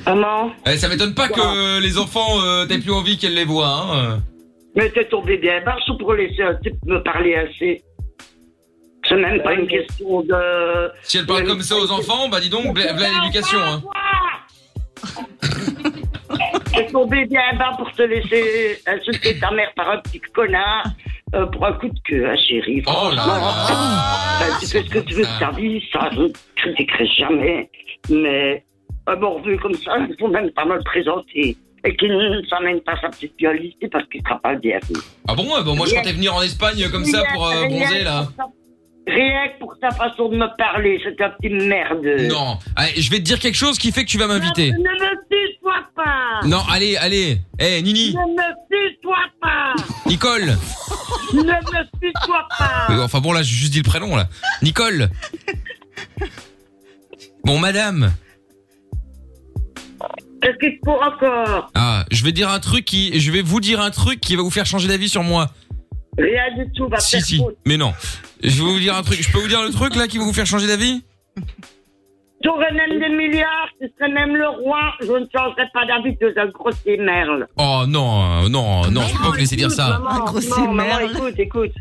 Maman, Eh, ça m'étonne pas que les enfants euh, t'aient plus envie qu'elles les voient. Hein. mais t'es tombé bien bas sous pour laisser un type me parler assez. C'est même pas une question de. Si elles parlent comme ça aux enfants, bah dis donc, blé- blé à l'éducation. Hein. T'es tombé bien bas pour te laisser insulter ta mère par un petit connard euh, pour un coup de queue, hein, chérie. Oh là là Tu fais ce que tu veux de ta vie, ça, je ne t'écris jamais. Mais un mordu comme ça, il faut même pas me le présenter. Et qu'il ne s'amène pas sa petite viole ici parce qu'il sera pas le bienvenu. Ah bon, euh, bon, moi je comptais venir en Espagne comme ça pour euh, Rien- rien bronzer là. pour ta- Rien que pour ta façon de me parler, c'est un petit merde. Ah, Non, allez, je vais te dire quelque chose qui fait que tu vas m'inviter. Ne me tutoie pas Non, allez, allez. Eh, Nini, Ne me tutoie pas Nicole. Ne me tutoie pas Euh, Enfin bon, là, j'ai juste dit le prénom là. Nicole. Bon, madame. Qu'est-ce qu'il faut encore Ah, je vais dire un truc qui, je vais vous dire un truc qui va vous faire changer d'avis sur moi. Rien du tout va Si, faire si. faute. Mais non. Je vais vous dire un truc. Je peux vous dire le truc là qui va vous faire changer d'avis J'aurais même des milliards, tu serais même le roi, je ne changerais pas d'avis, tu es un gros merle. Oh non, euh, non, non, je peux pas vous laisser dire ça. Maman, non, maman, écoute, écoute.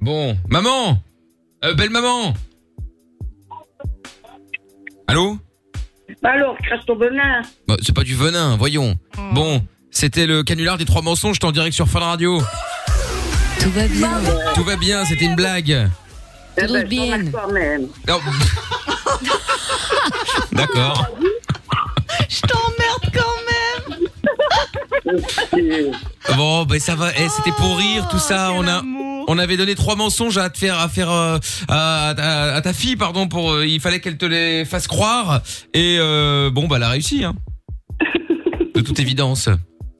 Bon, maman. Euh, belle maman. Allô Bah alors, crache ton venin. Bah, c'est pas du venin, voyons. Hmm. Bon, c'était le canular des trois mensonges, j'étais en direct sur Fun Radio. Tout va bien. Tout va bien, c'était une blague. Eh ben, je t'embrasse toi-même. Non. D'accord. Je t'emmerde quand même. Euh, Bon, ben ça va. Eh, c'était pour rire tout ça. On a, on avait donné trois mensonges à te faire, à faire, euh, à, à- à ta fille, pardon. Pour, euh, il fallait qu'elle te les fasse croire. Et euh, bon, bah, elle a réussi. Hein. De toute évidence.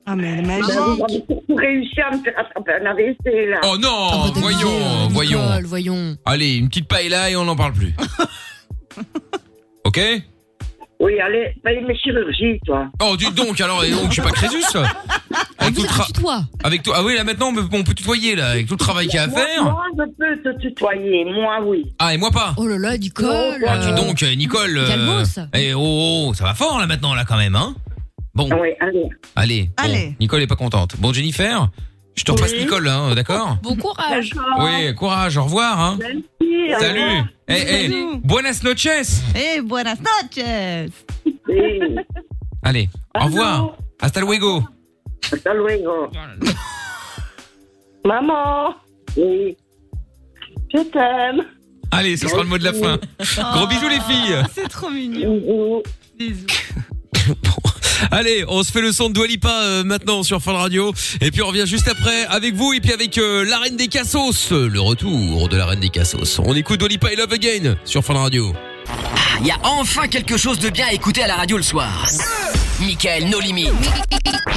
Ah, mais elle est Maman, vous avez surtout réussi à me faire attraper un AVC, là. Oh Ah, non, bah, voyons, Oh, voyons. voyons. Allez, une petite paille là et on n'en parle plus. ok. Oui, allez, paye mes chirurgies, toi. Oh, dis donc, alors, et donc, je suis pas Crésus Avec tout le tra- Avec tout... Ah oui, là maintenant, on peut- on peut tutoyer, là, avec tout le travail qu'il y a à Moi- faire. Moi, je peux te tutoyer, moi, oui. Ah, et moi pas Oh là là, Nicole Ah, dis donc, euh, Nicole. Calmos. eh, oh, oh, ça va fort, là, maintenant, là, quand même, hein Bon. Oui, Ah allez. Allez. bon, Allez. Nicole est pas contente. Bon, Jennifer, je te repasse Oui. Ah. Nicole, hein, d'accord Bon courage. Oui, courage, au revoir, hein. Merci, au Salut. revoir. Eh, eh, Bisous. buenas noches. Eh, buenas noches. Allez, au Allô. revoir. Hasta luego. Hasta luego. Maman Oui. Je t'aime. Allez, ce sera le mot de la fin. Gros bisous, les filles. Oh. Ah, C'est trop mignon. Bisous. Allez, on se fait le son de Dualipa maintenant sur Fun Radio. Et puis on revient juste après avec vous et puis avec euh, la reine des Cassos. euh, Le retour de la reine des Cassos. On écoute Dualipa et Love Again sur Fun Radio. Il y a enfin quelque chose de bien à écouter à la radio le soir. Michael, nos limites.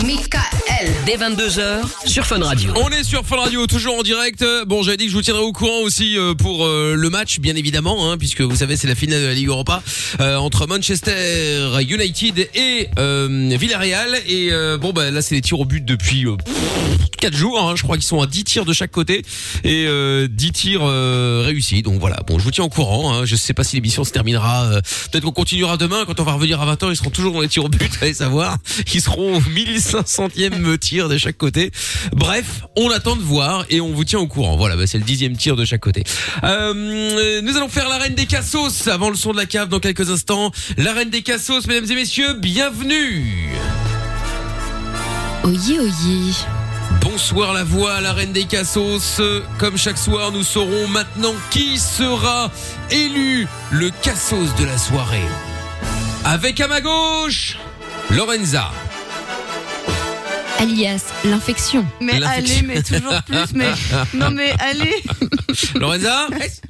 Michael. Dès 22h sur Fun Radio. On est sur Fun Radio, toujours en direct. Euh, Bon, j'avais dit que je vous tiendrai au courant aussi euh, pour euh, le match, bien évidemment, hein, puisque vous savez, c'est la finale de la Ligue Europa euh, entre Manchester United et euh, Villarreal. Et euh, bon, bah, là, c'est les tirs au but depuis 4 jours. hein. je crois qu'ils sont à 10 tirs de chaque côté et euh, 10 tirs euh, réussis. Donc voilà, bon, je vous tiens au courant. hein. je sais pas si l'émission se terminera. euh, Peut-être qu'on continuera demain. Quand on va revenir à 20h, ils seront toujours dans les tirs au but. Allez savoir. Ils seront au 1500e tir de chaque côté. Bref, on attend de voir et on vous tient au courant. Voilà, bah, c'est le dixième tir de chaque côté. Euh, nous allons faire la reine des cassos avant le son de la cave dans quelques instants. La reine des cassos, mesdames et messieurs, bienvenue. Oyez, oyez. Bonsoir la voix, la reine des cassos. Euh, Comme chaque soir, nous saurons maintenant qui sera élu le cassos de la soirée. Avec à ma gauche, Lorenza. Alias, l'infection. Mais L'infection. allez, mais toujours plus, mais. Non, mais allez. Lorenza.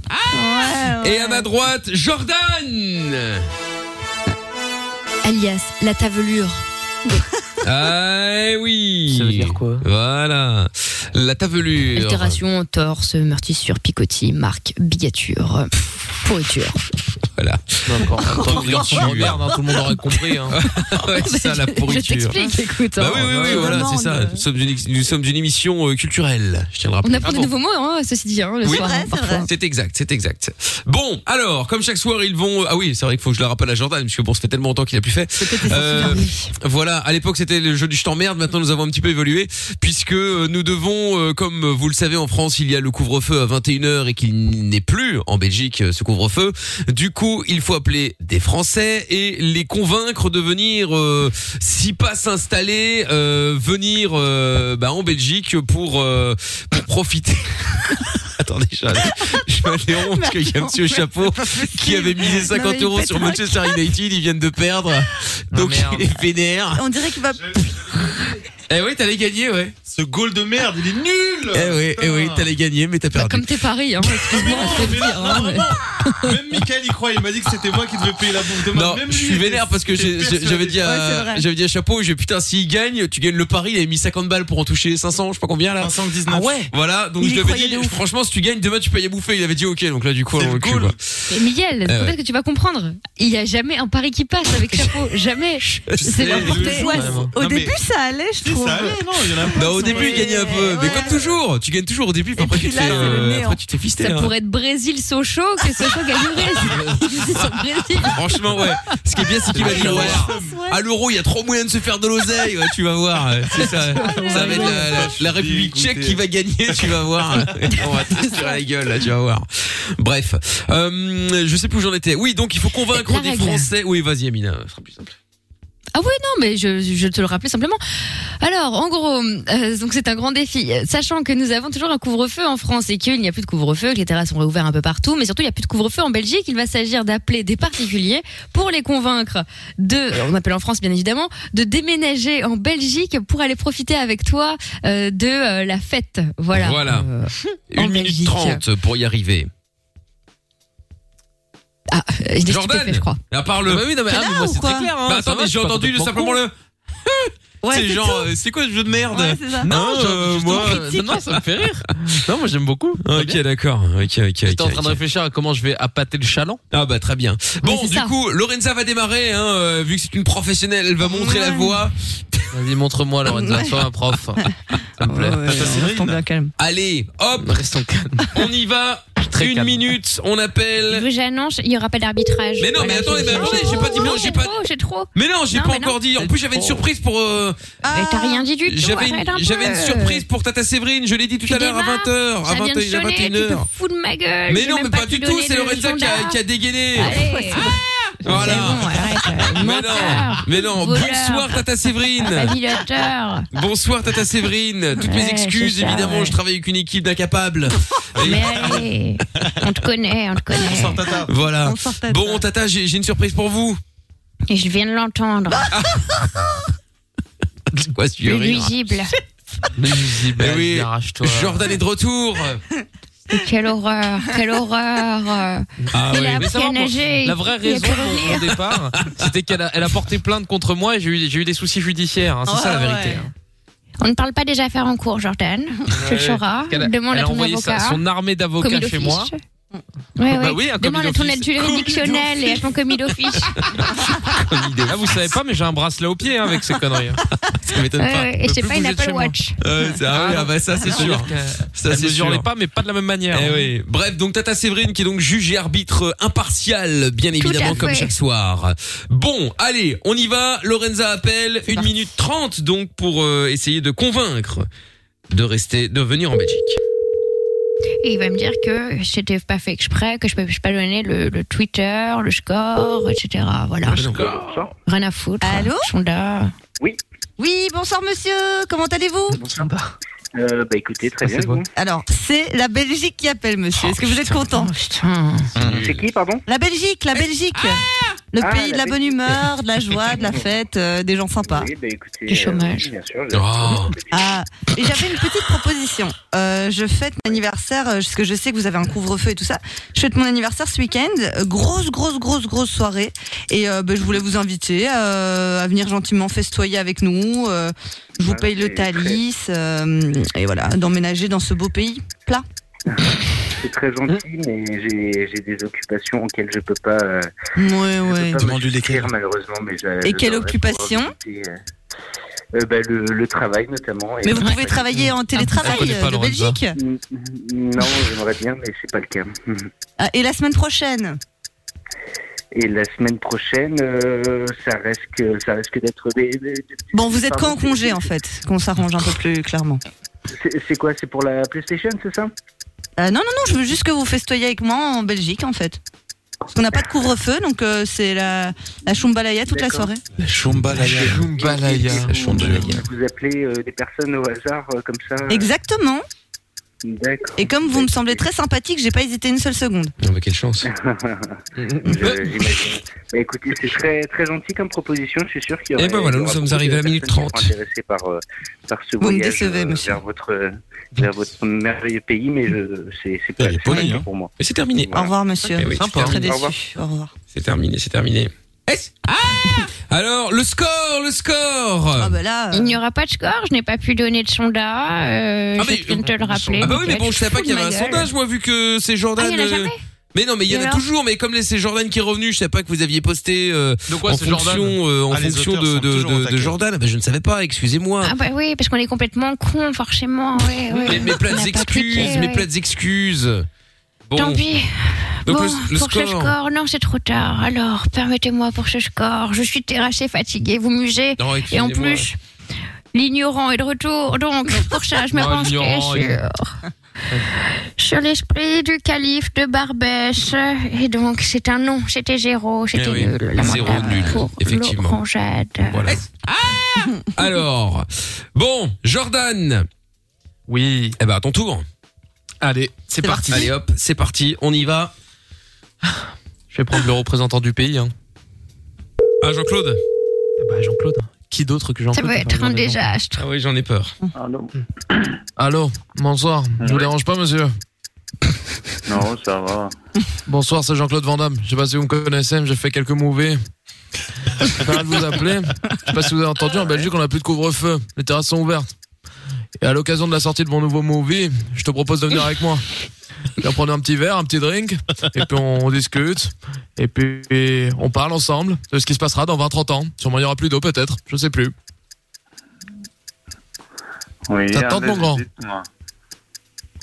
Ah Et à ma droite, Jordan. Alias, la tavelure. Ah eh oui. Ça veut dire quoi Voilà. La tavelure. Altération, torse, meurtissure, picotis, marque, bigature, pourriture. Voilà. Attends, Pourriture. pourriture. Merde, hein, tout le monde aurait compris. Hein. ouais, c'est ça, la pourriture. Je t'explique, écoute. Bah hein. oui, oui, Ah, oui, voilà, c'est ça. Nous sommes d'une- nous sommes d'une émission euh, culturelle. Je tiens à le On rappeler. apprend des nouveaux mots, hein, ceci dit, hein, le Oui, soir. hein, parfois. c'est exact, c'est exact. Bon, alors, comme chaque soir, ils vont. Ah oui, c'est vrai qu'il faut que je le rappelle à Jordan, parce que bon, ça fait tellement longtemps qu'il a plus fait. Euh, voilà, à l'époque, c'était le jeu du je t'emmerde. Maintenant, nous avons un petit peu évolué, puisque euh, nous devons, euh, comme vous le savez, en France, il y a le couvre-feu à 21h et qu'il n'est plus en Belgique euh, ce couvre-feu. Du coup, il faut appeler des Français et les convaincre de venir, euh, si pas s'installer, euh, venir euh, bah, en Belgique pour, euh, pour profiter. Attendez, je vais aller- je vais aller honte qu'il y a monsieur Chapeau qui avait misé 50 Non, il euros pète sur un Manchester United, ils viennent de perdre. Donc il est vénère. On dirait qu'il va. Eh oui, t'allais gagner, ouais. Ce goal de merde, il est nul Eh oui, eh oui, t'allais gagner, mais t'as perdu. Comme tes paris, hein, excuse-moi, je te le dis. hein, mais- Même Michael y croit, il m'a dit que c'était moi qui devais payer la bouffe demain. Non, je suis vénère parce que j'ai- j'ai- j'avais dit Ouais, c'est à vrai. j'avais dit à Chapeau, j'ai dit, putain s'il gagne, tu gagnes le pari, il avait mis 50 balles pour en toucher 500, je sais pas combien là. 519. ouais. Voilà, donc Il y je lui avais croyait dit de ouf. franchement si tu gagnes demain tu payes à bouffer, il avait dit OK, donc là du coup on le cul, quoi. Mais Miguel, Eh peut-être ouais. que tu vas comprendre. Il n'y a jamais un pari qui passe avec chapeau. Jamais. sais, C'est n'importe je sais, quoi. vraiment. Au Non, début, ça allait, je trouve. Non, Bah, au début, il gagnait un peu, mais comme toujours, tu gagnes toujours au début, puis après, tu te fais, euh, après tu te fais fister. Ça hein. pourrait être Brésil-Sochaux, que Sochaux gagnerait. C'est sur Brésil. Franchement, ouais. Ce qui est bien, c'est qu'il va dire ouais, à l'euro, il y a trop moyen de se faire de l'oseille. Ouais, tu vas voir. ouais, C'est ça. Ça va être la, la- la République tchèque qui va gagner. Tu vas voir. On va te tirer la gueule, là, tu vas voir. Bref. Euh, je sais plus où j'en étais. Oui, donc il faut convaincre La des règle. Français. Oui, vas-y, Amina. ce sera plus simple. Ah oui, non, mais je, je te le rappelais simplement. Alors, en gros, euh, donc c'est un grand défi. Euh, Sachant que nous avons toujours un couvre-feu en France et qu'il n'y a plus de couvre-feu, que les terrasses sont réouvertes un peu partout, mais surtout il n'y a plus de couvre-feu en Belgique, il va s'agir d'appeler des particuliers pour les convaincre de, euh, on appelle en France bien évidemment, de déménager en Belgique pour aller profiter avec toi euh, de euh, la fête. Voilà. Euh, Voilà. en Une minute Belgique. trente pour y arriver. Ah, euh, il est Jordan, stupéfait, je crois. à part le. Ah bah oui, non, mais- T'es ah, mais là moi, ou c'est très quoi clair, hein. Bah, Ça attendez, va, j'ai je suis pas entendu le- complètement simplement con. le. Ouais, c'est c'est genre, tout. euh, c'est quoi ce jeu de merde Ouais, c'est ça. Non, Non, euh, je- moi. je te- non, ça me fait rire. Non, moi j'aime beaucoup. Ok, d'accord. Ok, ok, ok. J'étais en train de réfléchir à comment je vais appâter le chaland. Ah bah très bien. Bon, c'est du ça. coup, Lorenza va démarrer, hein, euh, vu que c'est une professionnelle, elle va montrer la voie. Vas-y, montre-moi, Lorenza, Ouais. sois un prof. Ça me plaît. Allez, hop, restons calmes. On y va. Une minute, on appelle. J'annonce, il y aura pas d'arbitrage. Mais non, mais attends, mais attendez, j'ai pas dit non, j'ai pas. Oh, j'ai trop. Mais non, j'ai Non, pas mais non. encore dit. En plus, j'avais une surprise pour. euh, Mais t'as rien dit du tout. J'avais une, arrête un peu. j'avais une surprise pour Tata Séverine. Je l'ai dit tout Tu à l'heure à démarres, 20h, à ça vient de 21h, à sonner, tu te 21h. fous de ma gueule. Mais j'ai non, même mais pas pas pu du tout, donner c'est le Lorenza qui a, sondage. qui a dégainé. Allez. Voilà. mais non, mais non. euh, voleur. Bonsoir Tata Séverine. Ah, Babiloteur. Bonsoir Tata Séverine, toutes mes Ouais, excuses c'est ça, évidemment, ouais. je travaille avec une équipe d'incapables. Mais allez, on te connaît, on te connaît. Voilà. Bon Tata, j'ai j'ai une surprise pour vous. Et je viens de l'entendre. Ah, C'est Quoi ce vieux Plus rire nuisible. Eh oui, Jordan est de retour. Quelle horreur, quelle horreur. Ah il oui. a Mais appris ça va, à moi, nager. La vraie il a raison pu pour mon revenir. départ, c'était qu'elle a, elle a porté plainte contre moi et j'ai eu, j'ai eu des soucis judiciaires. hein, c'est Ouais, ça la Ah ouais. vérité. hein. On ne parle pas des affaires en cours, Jordan. Tu Ouais. le sauras. Elle a- Demande elle à a ton envoyé sa- avocat. son armée Commis d'avocats chez d'office. moi. Ouais, Bah ouais. oui, un commis Demande à ton d'office. aide juridictionnelle et à ton commis d'office. Là, Ah, vous savez pas, mais j'ai un bracelet au pied hein, avec ces conneries. hein. Ça m'étonne Ouais, pas. ouais. Et c'est pas une Apple Watch. Euh, c'est- ah, oui, ah bah ça c'est C'est-à-dire sûr. que- Ça elle c'est mesure sûr. les pas, mais pas de la même manière. hein. Eh oui. Bref, donc Tata Séverine qui est donc juge et arbitre impartial, bien évidemment, à comme fait. chaque soir. Bon, allez, on y va. Lorenza appelle, 1 minute 30 donc pour euh, essayer de convaincre de rester, de venir en Belgique. Et il va me dire que c'était pas fait exprès, que je peux je peux pas donner le, le Twitter, le score, etc. Voilà. Rien à foutre. Allô Ils sont là. Oui. Oui, bonsoir monsieur, comment allez-vous Bonsoir. Euh, bah écoutez, très bien. vous Alors, c'est la Belgique Oh, qui appelle monsieur. Est-ce que vous êtes content C'est qui, pardon La Belgique, la Belgique. Le Ah, pays la de la fête. bonne humeur, de la joie, de la fête, euh, des gens sympas. Oui, bah, écoutez, Du chômage. euh, oui, bien sûr, je- Ah, et j'avais une petite proposition. Euh, je fête mon anniversaire, euh, parce que je sais que vous avez un couvre-feu et tout ça. Je fête mon anniversaire ce week-end. Euh, Grosse, grosse, grosse, grosse soirée. Et euh, ben, je voulais vous inviter euh, à venir gentiment festoyer avec nous. Euh, je vous Ah, paye le c'est très- talis. euh, et voilà, d'emménager dans ce beau pays plat. C'est très gentil, mais j'ai j'ai des occupations auxquelles je peux pas. Euh, Ouais, je ouais. peux pas m'inscrire, malheureusement. Mais je- Et je quelle devrais pouvoir occupation visiter, euh, euh, bah, le, le travail notamment. et- Mais vous pouvez travailler en télétravail euh, de Belgique. Mm, mm, Non, j'aimerais bien, mais c'est pas le cas. Ah, et la semaine prochaine Et la semaine prochaine, euh, ça risque, ça risque d'être des, des- des- Bon, vous êtes quand en Pardon, congé en fait Qu'on s'arrange un peu plus clairement. c'est- C'est quoi C'est pour la PlayStation, c'est ça Euh, non, non, non, je veux juste que vous festoyez avec moi en Belgique, en fait. Parce qu'on n'a pas de couvre-feu, donc euh, c'est la, la chumbalaya toute la soirée. La chumbalaya. Vous- Vous appelez euh, des personnes au hasard euh, comme ça euh, Exactement. D'accord. Et comme vous me semblez très sympathique, j'ai pas hésité une seule seconde. Ah bah, quelle chance. Je- J'imagine. Bah, écoutez, c'est très, très gentil comme proposition. Je suis sûr qu'il y Eh aura. ben voilà, il y aura nous sommes beaucoup de arrivés à minute personnes qui 30. seront intéressées par, euh, par ce Vous me voyage décevez, euh, monsieur. Ah vers votre, euh, vers votre merveilleux pays, mais je, c'est, c'est pas c'est pas poli, hein. pour moi. Mais c'est terminé. Au revoir, monsieur. Eh oui, Je suis sympa, hein. très déçu. Au revoir. Au revoir. C'est terminé, c'est terminé. Est-ce- Ah Alors, le score, le score Ah bah, Il n'y aura pas de score, je n'ai pas pu donner de sondage. euh, Ah, mais- je viens de te le rappeler. Ah bah oui, mais Mickaël, bon, je savais pas tu te qu'il y avait fous un de ma gueule. sondage, moi, vu que c'est Jordan. Ah, il y en a euh, jamais Mais non, mais il y en Et a alors toujours. Mais comme c'est Jordan qui est revenu, je savais pas que vous aviez posté euh, quoi, en c'est fonction, Jordan euh, en Ah, les fonction auteurs de, sont de- toujours au de- de taquet. Jordan. Ah Bah, je ne savais pas. Excusez-moi. Ah bah oui, parce qu'on est complètement cons, forcément. Ouais, Eh ouais. Mais mes On plates a pas cliqué, excuses, mes ouais. plates excuses. Bon. Tant pis. Donc bon, le, le pour ce score. score, non, c'est trop tard. Alors, permettez-moi pour ce score. Je suis terrassée, fatiguée, vous musez. Non, Et en excusez-moi. plus, l'ignorant est de retour. Donc, pour ça, je me Non, pencherai l'ignorant, il- sur, sur l'esprit du calife de Barbès. Et donc, c'est un non. C'était zéro. C'était Eh oui, nul. lamentable zéro nul, pour effectivement. l'orangeade. Voilà. Alors, bon, Jordan. Oui. Eh ben, à ton tour. Allez, c'est parti. Allez, hop, c'est parti. On y va. Je vais prendre le représentant du pays. Hein. Ah, Jean-Claude Bah, Jean-Claude. Qui d'autre que Ça Jean-Claude va être un désastre. Ah oui, j'en ai peur. Allô, bonsoir. Je vous dérange pas, monsieur Non, ça va. Bonsoir, c'est Jean-Claude Van Damme. Je sais pas si vous me connaissez, mais j'ai fait quelques mauvais. Je pas de vous appeler. Je sais pas si vous avez entendu, en Belgique, on a plus de couvre-feu. Les terrasses sont ouvertes. Et à l'occasion de la sortie de mon nouveau movie, je te propose de venir avec moi. On va prendre un petit verre, un petit drink, et puis on discute, et puis on parle ensemble de ce qui se passera dans 20-30 ans. Sûrement il y aura plus d'eau peut-être, je sais plus. Oui, Ça te tente, allez, mon grand dites-moi.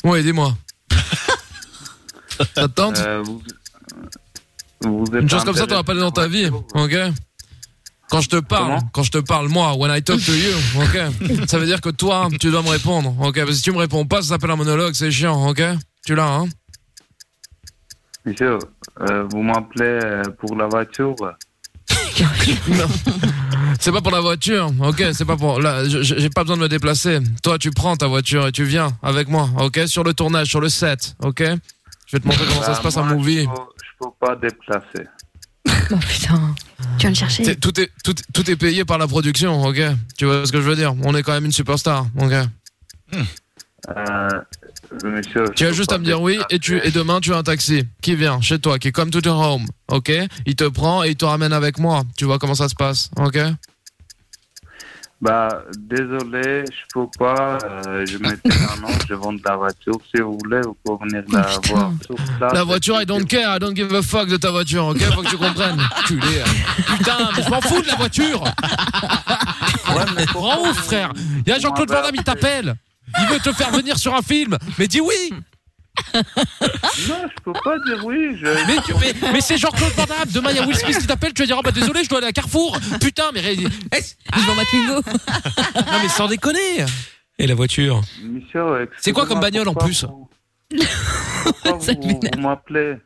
Ouais, dis-moi. Ça te tente Euh, vous- vous êtes Une chose comme ça, intéressé- t'en as pas dans ta vie, ok Quand je te parle, quand je te parle, moi, when I talk to you, ok Ça veut dire que toi, tu dois me répondre, ok Parce que si tu me réponds pas, ça s'appelle un monologue, c'est chiant, ok Tu l'as, hein Monsieur, euh, vous m'appelez euh, pour la voiture C'est pas pour la voiture, ok C'est pas pour. Là, je- je- j'ai pas besoin de me déplacer. Toi, tu prends ta voiture et tu viens avec moi, ok Sur le tournage, sur le set, ok Je vais te montrer comment ça Bah, se passe un moi, movie. Je peux pas déplacer. Tu viens le chercher. C'est- Tout est, tout, tout est payé par la production, ok Tu vois ce que je veux dire On est quand même une superstar, ok Euh, monsieur, Tu as juste à me dire oui et tu et demain tu as un taxi qui vient chez toi, qui est comme to your home, ok Il te prend et il te ramène avec moi. Tu vois comment ça se passe, ok bah, désolé, je peux pas. euh, je mettais un nom, je vends de la voiture. Si vous voulez, vous pouvez venir la voir sur place. La voiture, I don't care, I don't give a fuck de ta voiture, ok Faut que tu comprennes. Culé. hein. Putain, mais je m'en fous de la voiture. Rends ouf, frère. Il y a Jean-Claude Van Damme, il t'appelle. Il veut te faire venir sur un film. Mais dis oui. Non, je peux pas dire oui. Je... Mais, tu- mais- mais c'est Jean-Claude Van Damme. Demain, il y a Will Smith qui t'appelle. Tu vas dire, ah bah désolé, je dois aller à Carrefour. Putain, mais. Je vais en mettre Non, mais sans déconner. Et la voiture Monsieur, C'est quoi comme bagnole en plus Pourquoi vous, vous m'appelez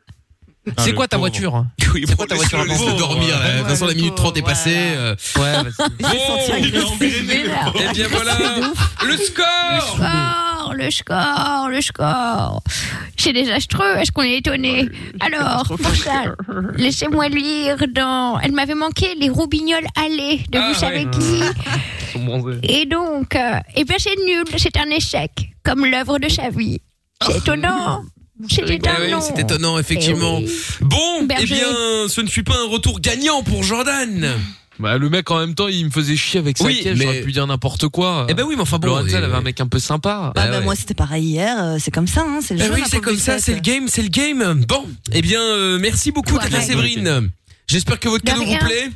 C'est quoi ta voiture Oui, c'est quoi ta voiture avant de dormir là. De toute façon, la minute 30 est passée. euh. Oh, Ouais, Bon, Il est Eh bien voilà, le score score, le score, le score. C'est désastreux, est-ce qu'on est étonné Alors, Marshall, laissez-moi lire dans. Elle m'avait manqué les roubignoles allées de Ah, vous savez ouais. qui. Ils sont bronzés. Et donc, euh, eh bien, c'est nul, c'est un échec, comme l'œuvre de Chavi. C'est étonnant. C'est Ah oui, étonnant. c'est étonnant, effectivement. Eh oui. Bon, eh Berger. bien, ce ne fut pas un retour gagnant pour Jordan. Bah, le mec en même temps il me faisait chier avec sa Oui, caisse, mais- j'aurais pu dire n'importe quoi. Eh ben oui, mais enfin euh, bon. Lorenzel avait un mec un peu sympa. Ah bah, moi c'était pareil hier, euh, c'est comme ça, hein, c'est le Bah Ah jeu, oui, la c'est pauvre comme ça, Lucette. c'est le game, c'est le game. Bon, eh bien, euh, merci beaucoup, Tata Séverine. J'espère que votre De cadeau vous rien. plaît.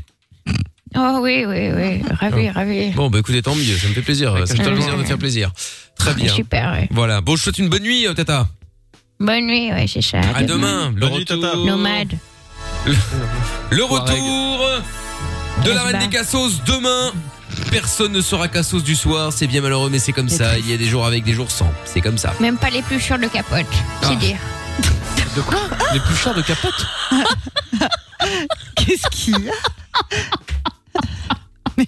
Oh oui, oui, oui, ravi, ravi. Bon, bah écoutez, tant mieux, ça me fait plaisir. Ça me fait plaisir. plaisir de faire plaisir. Très bien. Ah, Super, ouais. Voilà. Bon, je vous souhaite une bonne nuit, euh, Tata. Bonne nuit, ouais, c'est ça. À demain. Le retour. Nomade. Le retour de la reine des cassos demain. Personne ne sera cassos du soir, c'est bien malheureux, mais c'est comme ça. Il y a des jours avec, des jours sans. C'est comme ça. Même pas les plus sûrs de capote, c'est Ah. dire. De quoi Les plus chers de capote Qu'est-ce qu'il y a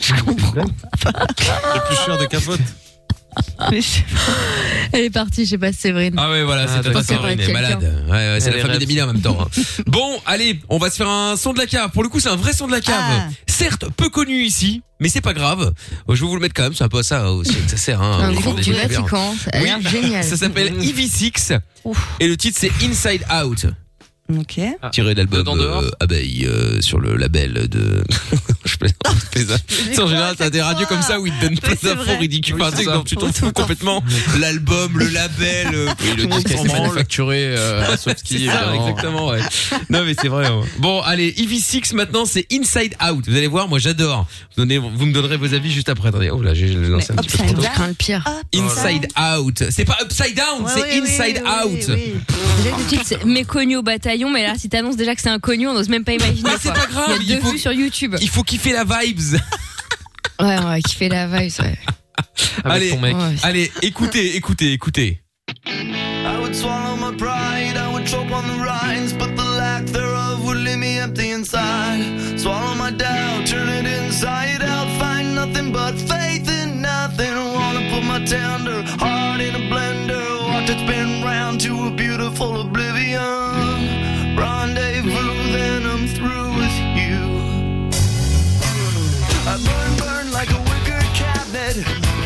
Je comprends pas. Le plus cher des capotes. Mais je sais pas. Ah. Elle est partie, je sais pas, Séverine. Ah ouais, voilà, c'est Tata d'accord. Séverine, elle est malade. Ouais, ouais, c'est Elle la est famille raide. d'Emilia en même temps. hein. bon, allez, on va se faire un son de la cave. Pour le coup, c'est un vrai son de la cave. Certes, peu connu ici, mais c'est pas grave. Euh, Je vais vous le mettre quand même, c'est un peu à ça aussi que ça sert. Hein, Un Les gens groupe des du univers. Vatican. Ça a Oui, l'air génial. Ça s'appelle EV6 et le titre c'est Inside Out. Ok. Ah. Tiré de l'album euh, Abeille euh, sur le label de. je plaisante, je plaisante. Tu sais, En général, t'as des radios comme ça où ils te donnent plein d'infos ridicules. Enfin, tu sais que non, tu t'en fous complètement. L'album, le label, euh, le on disque s'en est branle. manufacturé euh, à Sofsky, C'est ça, évidemment. exactement, ouais. Non, mais c'est vrai. ouais. Bon, allez, EV6 maintenant, c'est Inside Out. Vous allez voir, moi j'adore. Vous, donnez- vous me donnerez vos avis juste après. Attendez, oh là, j'ai j'ai lancé un petit peu trop tôt. crains le pire. Inside Out. C'est pas Upside Down, Ouais, c'est oui, oui, Inside oui, Out. Déjà, tout de suite, c'est méconnu au bataillon, mais là, si t'annonces déjà que c'est inconnu, on n'ose même pas imaginer. Ah, c'est quoi. pas grave, Il y a il deux faut- vues sur YouTube. Il faut kiffer la vibes. Ouais, ouais, qui fait la vibe, ouais. allez, ton mec. Ouais. allez, écoutez, écoutez, écoutez. I would swallow my pride, I would choke on the rinds, but the lack thereof would leave me empty inside. Swallow my doubt, turn it inside out, find nothing but faith in nothing. Wanna put my tender heart in a blender, watch it spin round to a beautiful oblivion. Rendezvous, then I'm through with you. I burn, burn like a wicker cabinet,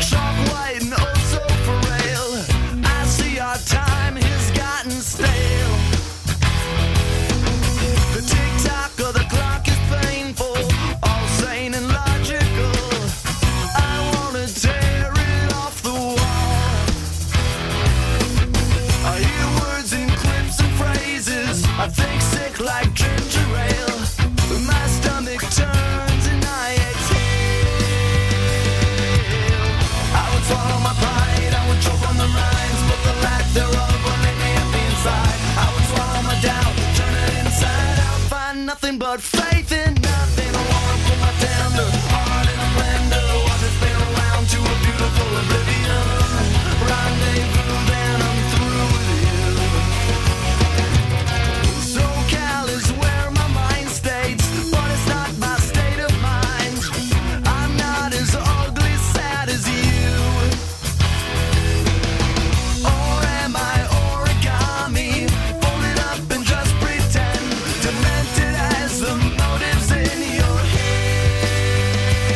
chalk white and oh so frail. I see our time has gotten stale. The tick tock of the clock is painful, all sane and logical. I wanna tear it off the wall. I hear words in clips and phrases. I think sick like ginger ale. My stomach turns and I exhale. I would swallow my pride. I would choke on the rhymes, but the lack thereof will make me empty inside. I would swallow my doubt, turn it inside out. Find nothing but faith in nothing. I wanna put my tender heart in a blender. Watch it spin around to a beautiful oblivion. Rendezvous, then I'm through with you. SoCal is where my mind stays, but it's not my state of mind. I'm not as ugly, sad as you. Or am I origami? Fold it up and just pretend. Demented as the motives in your head.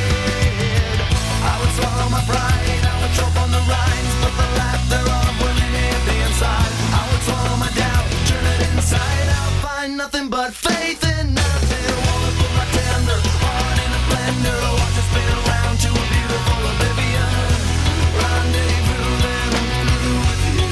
I would swallow my pride, I would choke on the rhymes, but the laugh thereof would leave me inside. I would swallow my doubt, turn it inside out, find nothing but faith in nothing. Wanna put my tender heart in a blender, watch it spin around to a beautiful oblivion. Rendezvous then I'm through with you.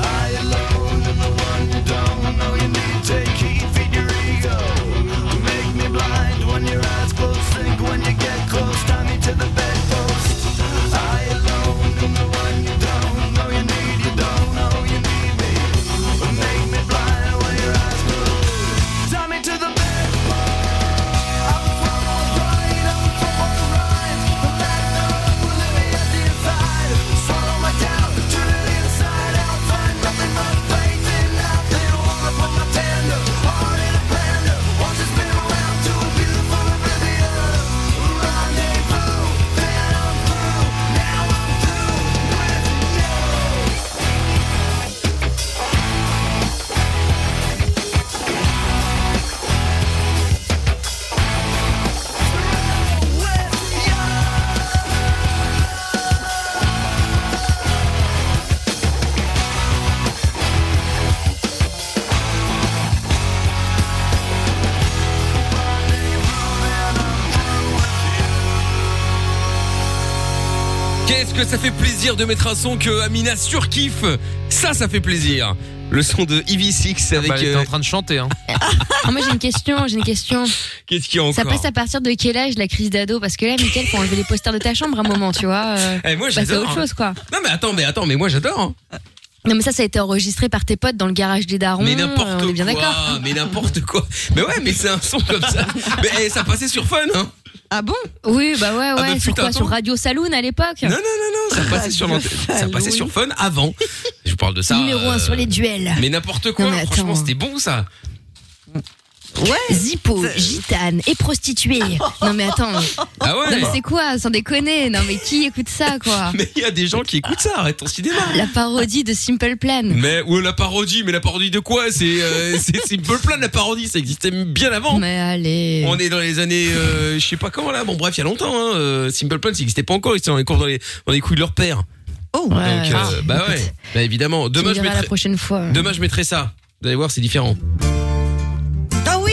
I alone am the one you don't know you need. Take heed, feed your ego. Make me blind. Qu'est-ce que ça fait plaisir de mettre un son que Amina surkiffe Ça, ça fait plaisir. Le son de Ivy Six avec. elle était en train de chanter. Hein. Ah, moi j'ai une question, j'ai une question. Qu'est-ce qu'il y a Ça encore passe à partir de quel âge la crise d'ado Parce que là, Mickaël, faut enlever les posters de ta chambre un moment, tu vois. euh, Eh, moi, passer à Ah, j'adore, autre hein. chose, quoi. Non mais attends, mais attends, mais moi j'adore. hein. Non, mais ça, ça a été enregistré par tes potes dans le garage des darons. Mais n'importe euh, on est bien quoi, d'accord. mais n'importe quoi. Mais ouais, mais c'est un son comme ça. Mais eh, ça passait sur Fun, hein. Ah bon Oui, bah ouais, ouais. sur bah putain, quoi attends. Sur Radio Saloon à l'époque Non, non, non, Ah, Ça passait sur l'antenne. Ça passait sur Fun avant. Je vous parle de ça. Numéro 1 euh, sur les duels. Mais n'importe quoi, Non, mais attends. franchement, c'était bon ça. Ouais. Zippo, gitane et prostituée. Non mais attends. Ah ouais. Non mais c'est quoi Sans déconner. Non mais qui écoute ça quoi Mais il y a des gens qui écoutent ça, arrête ton cinéma. La parodie de Simple Plan. Mais ou la parodie, mais la parodie de quoi C'est euh, c'est Simple Plan la parodie, ça existait bien avant. Mais allez. On est dans les années, euh, je sais pas comment là. Bon bref, il y a longtemps. Hein, euh, Simple Plan, ça n'existait pas encore. Ils étaient dans les cours dans les, dans les couilles de leur père. Oh. Donc euh, bah ouais, bah évidemment. Tu me Demain je diras mettrai, la prochaine fois. demain je mettrai ça. Vous allez voir, c'est différent. Ah oui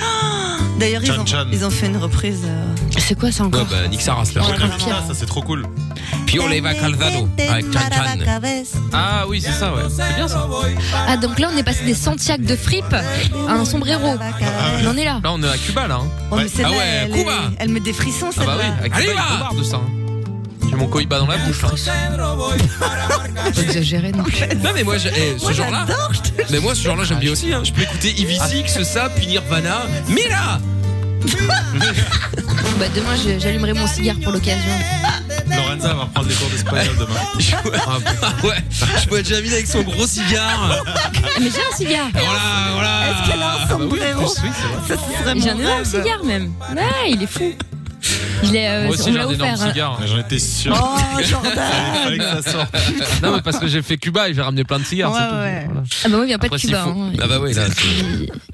Ah D'ailleurs, ils, Chan ont- Chan. ils ont fait une reprise. euh, C'est quoi ça Ouais, bah nique sa race là. ça c'est trop cool. Pioleva Calzado avec Chan Chan. Ah oui, c'est ça ouais. C'est bien ça. Ah donc là on est passé des Santiac de fripes à un sombrero. On en est là. Là, on est à Cuba, là. hein. Oh, mais Ah Ah celle-là, elle, est- elle met des frissons, Ah celle-là. bah oui, à Cuba, Allez, il va faut barre de ça. hein. J'ai mon coïba dans la bouche. hein. Faut exagérer non plus. Non Ah mais moi, je- eh, ce genre-là, mais moi ce genre-là j'aime Ah, bien aussi. Hein. Je peux écouter Ivy Six, ça, puis Nirvana. Mais là, Bah demain je- j'allumerai mon cigare pour l'occasion. Lorenza va reprendre les cours d'espagnol demain. Ah, ouais, je vois déjà mis avec son gros cigare. Ah, mais j'ai un cigare. Voilà, voilà. Est-ce qu'elle a un sombrero pues euh, J'ai un énorme cigare même. Ouais, il est fou. Je l'ai, euh, on me l'a offert. hein. Ah, J'en étais sûr. Oh, Jordan. Il fallait que ça sorte. Non, mais parce que j'ai fait Cuba et j'ai ramené plein de cigares. c'est tout. Voilà. Ah bah oui, il vient pas Après, de s'il Cuba. faut- hein. Ah bah oui, là.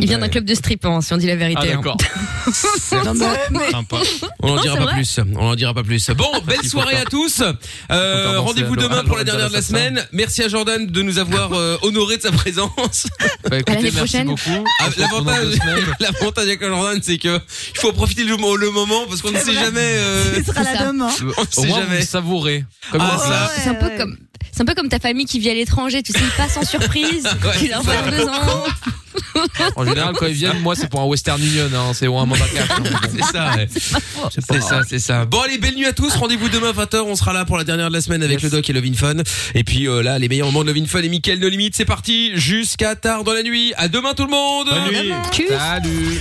Il vient d'un club de strip, hein, si on dit la vérité. Ah, hein. d'accord. Non, mais- Sympa. On en Non, dira c'est pas vrai. plus. On en dira pas plus. Bon, belle faut soirée à faire. tous. Euh, Rendez-vous à Laura- demain pour Lorenza la dernière de la Lassassin. semaine. Merci à Jordan de nous avoir euh, honoré de sa présence. Bah, écoutez, À l'année merci prochaine. beaucoup. Ah, On se retrouve dans L'avantage, deux semaines. l'avantage avec Jordan, c'est que il faut en profiter du mo- le moment parce qu'on ne C'est sait vrai. jamais. euh, Ce sera la demain. On ne Au sait moins, jamais. vous savourez. Comme Ah, on dit. ça. C'est un peu comme. C'est un peu comme ta famille qui vit à l'étranger, tu sais, il passe en surprise, Ouais, il a c'est ça. encore deux ans. En général, quand ils viennent, moi, c'est pour un Western Union, hein, c'est ou un mandat 4. C'est ça, ouais. C'est ça, c'est ça. Bon, allez, belle nuit à tous. Rendez-vous demain 20h. On sera là pour la dernière de la semaine avec le doc et Lovin Fun. Et puis euh, là, les meilleurs moments de Lovin Fun et Mickaël No Limite. C'est parti jusqu'à tard dans la nuit. À demain tout le monde. Salut.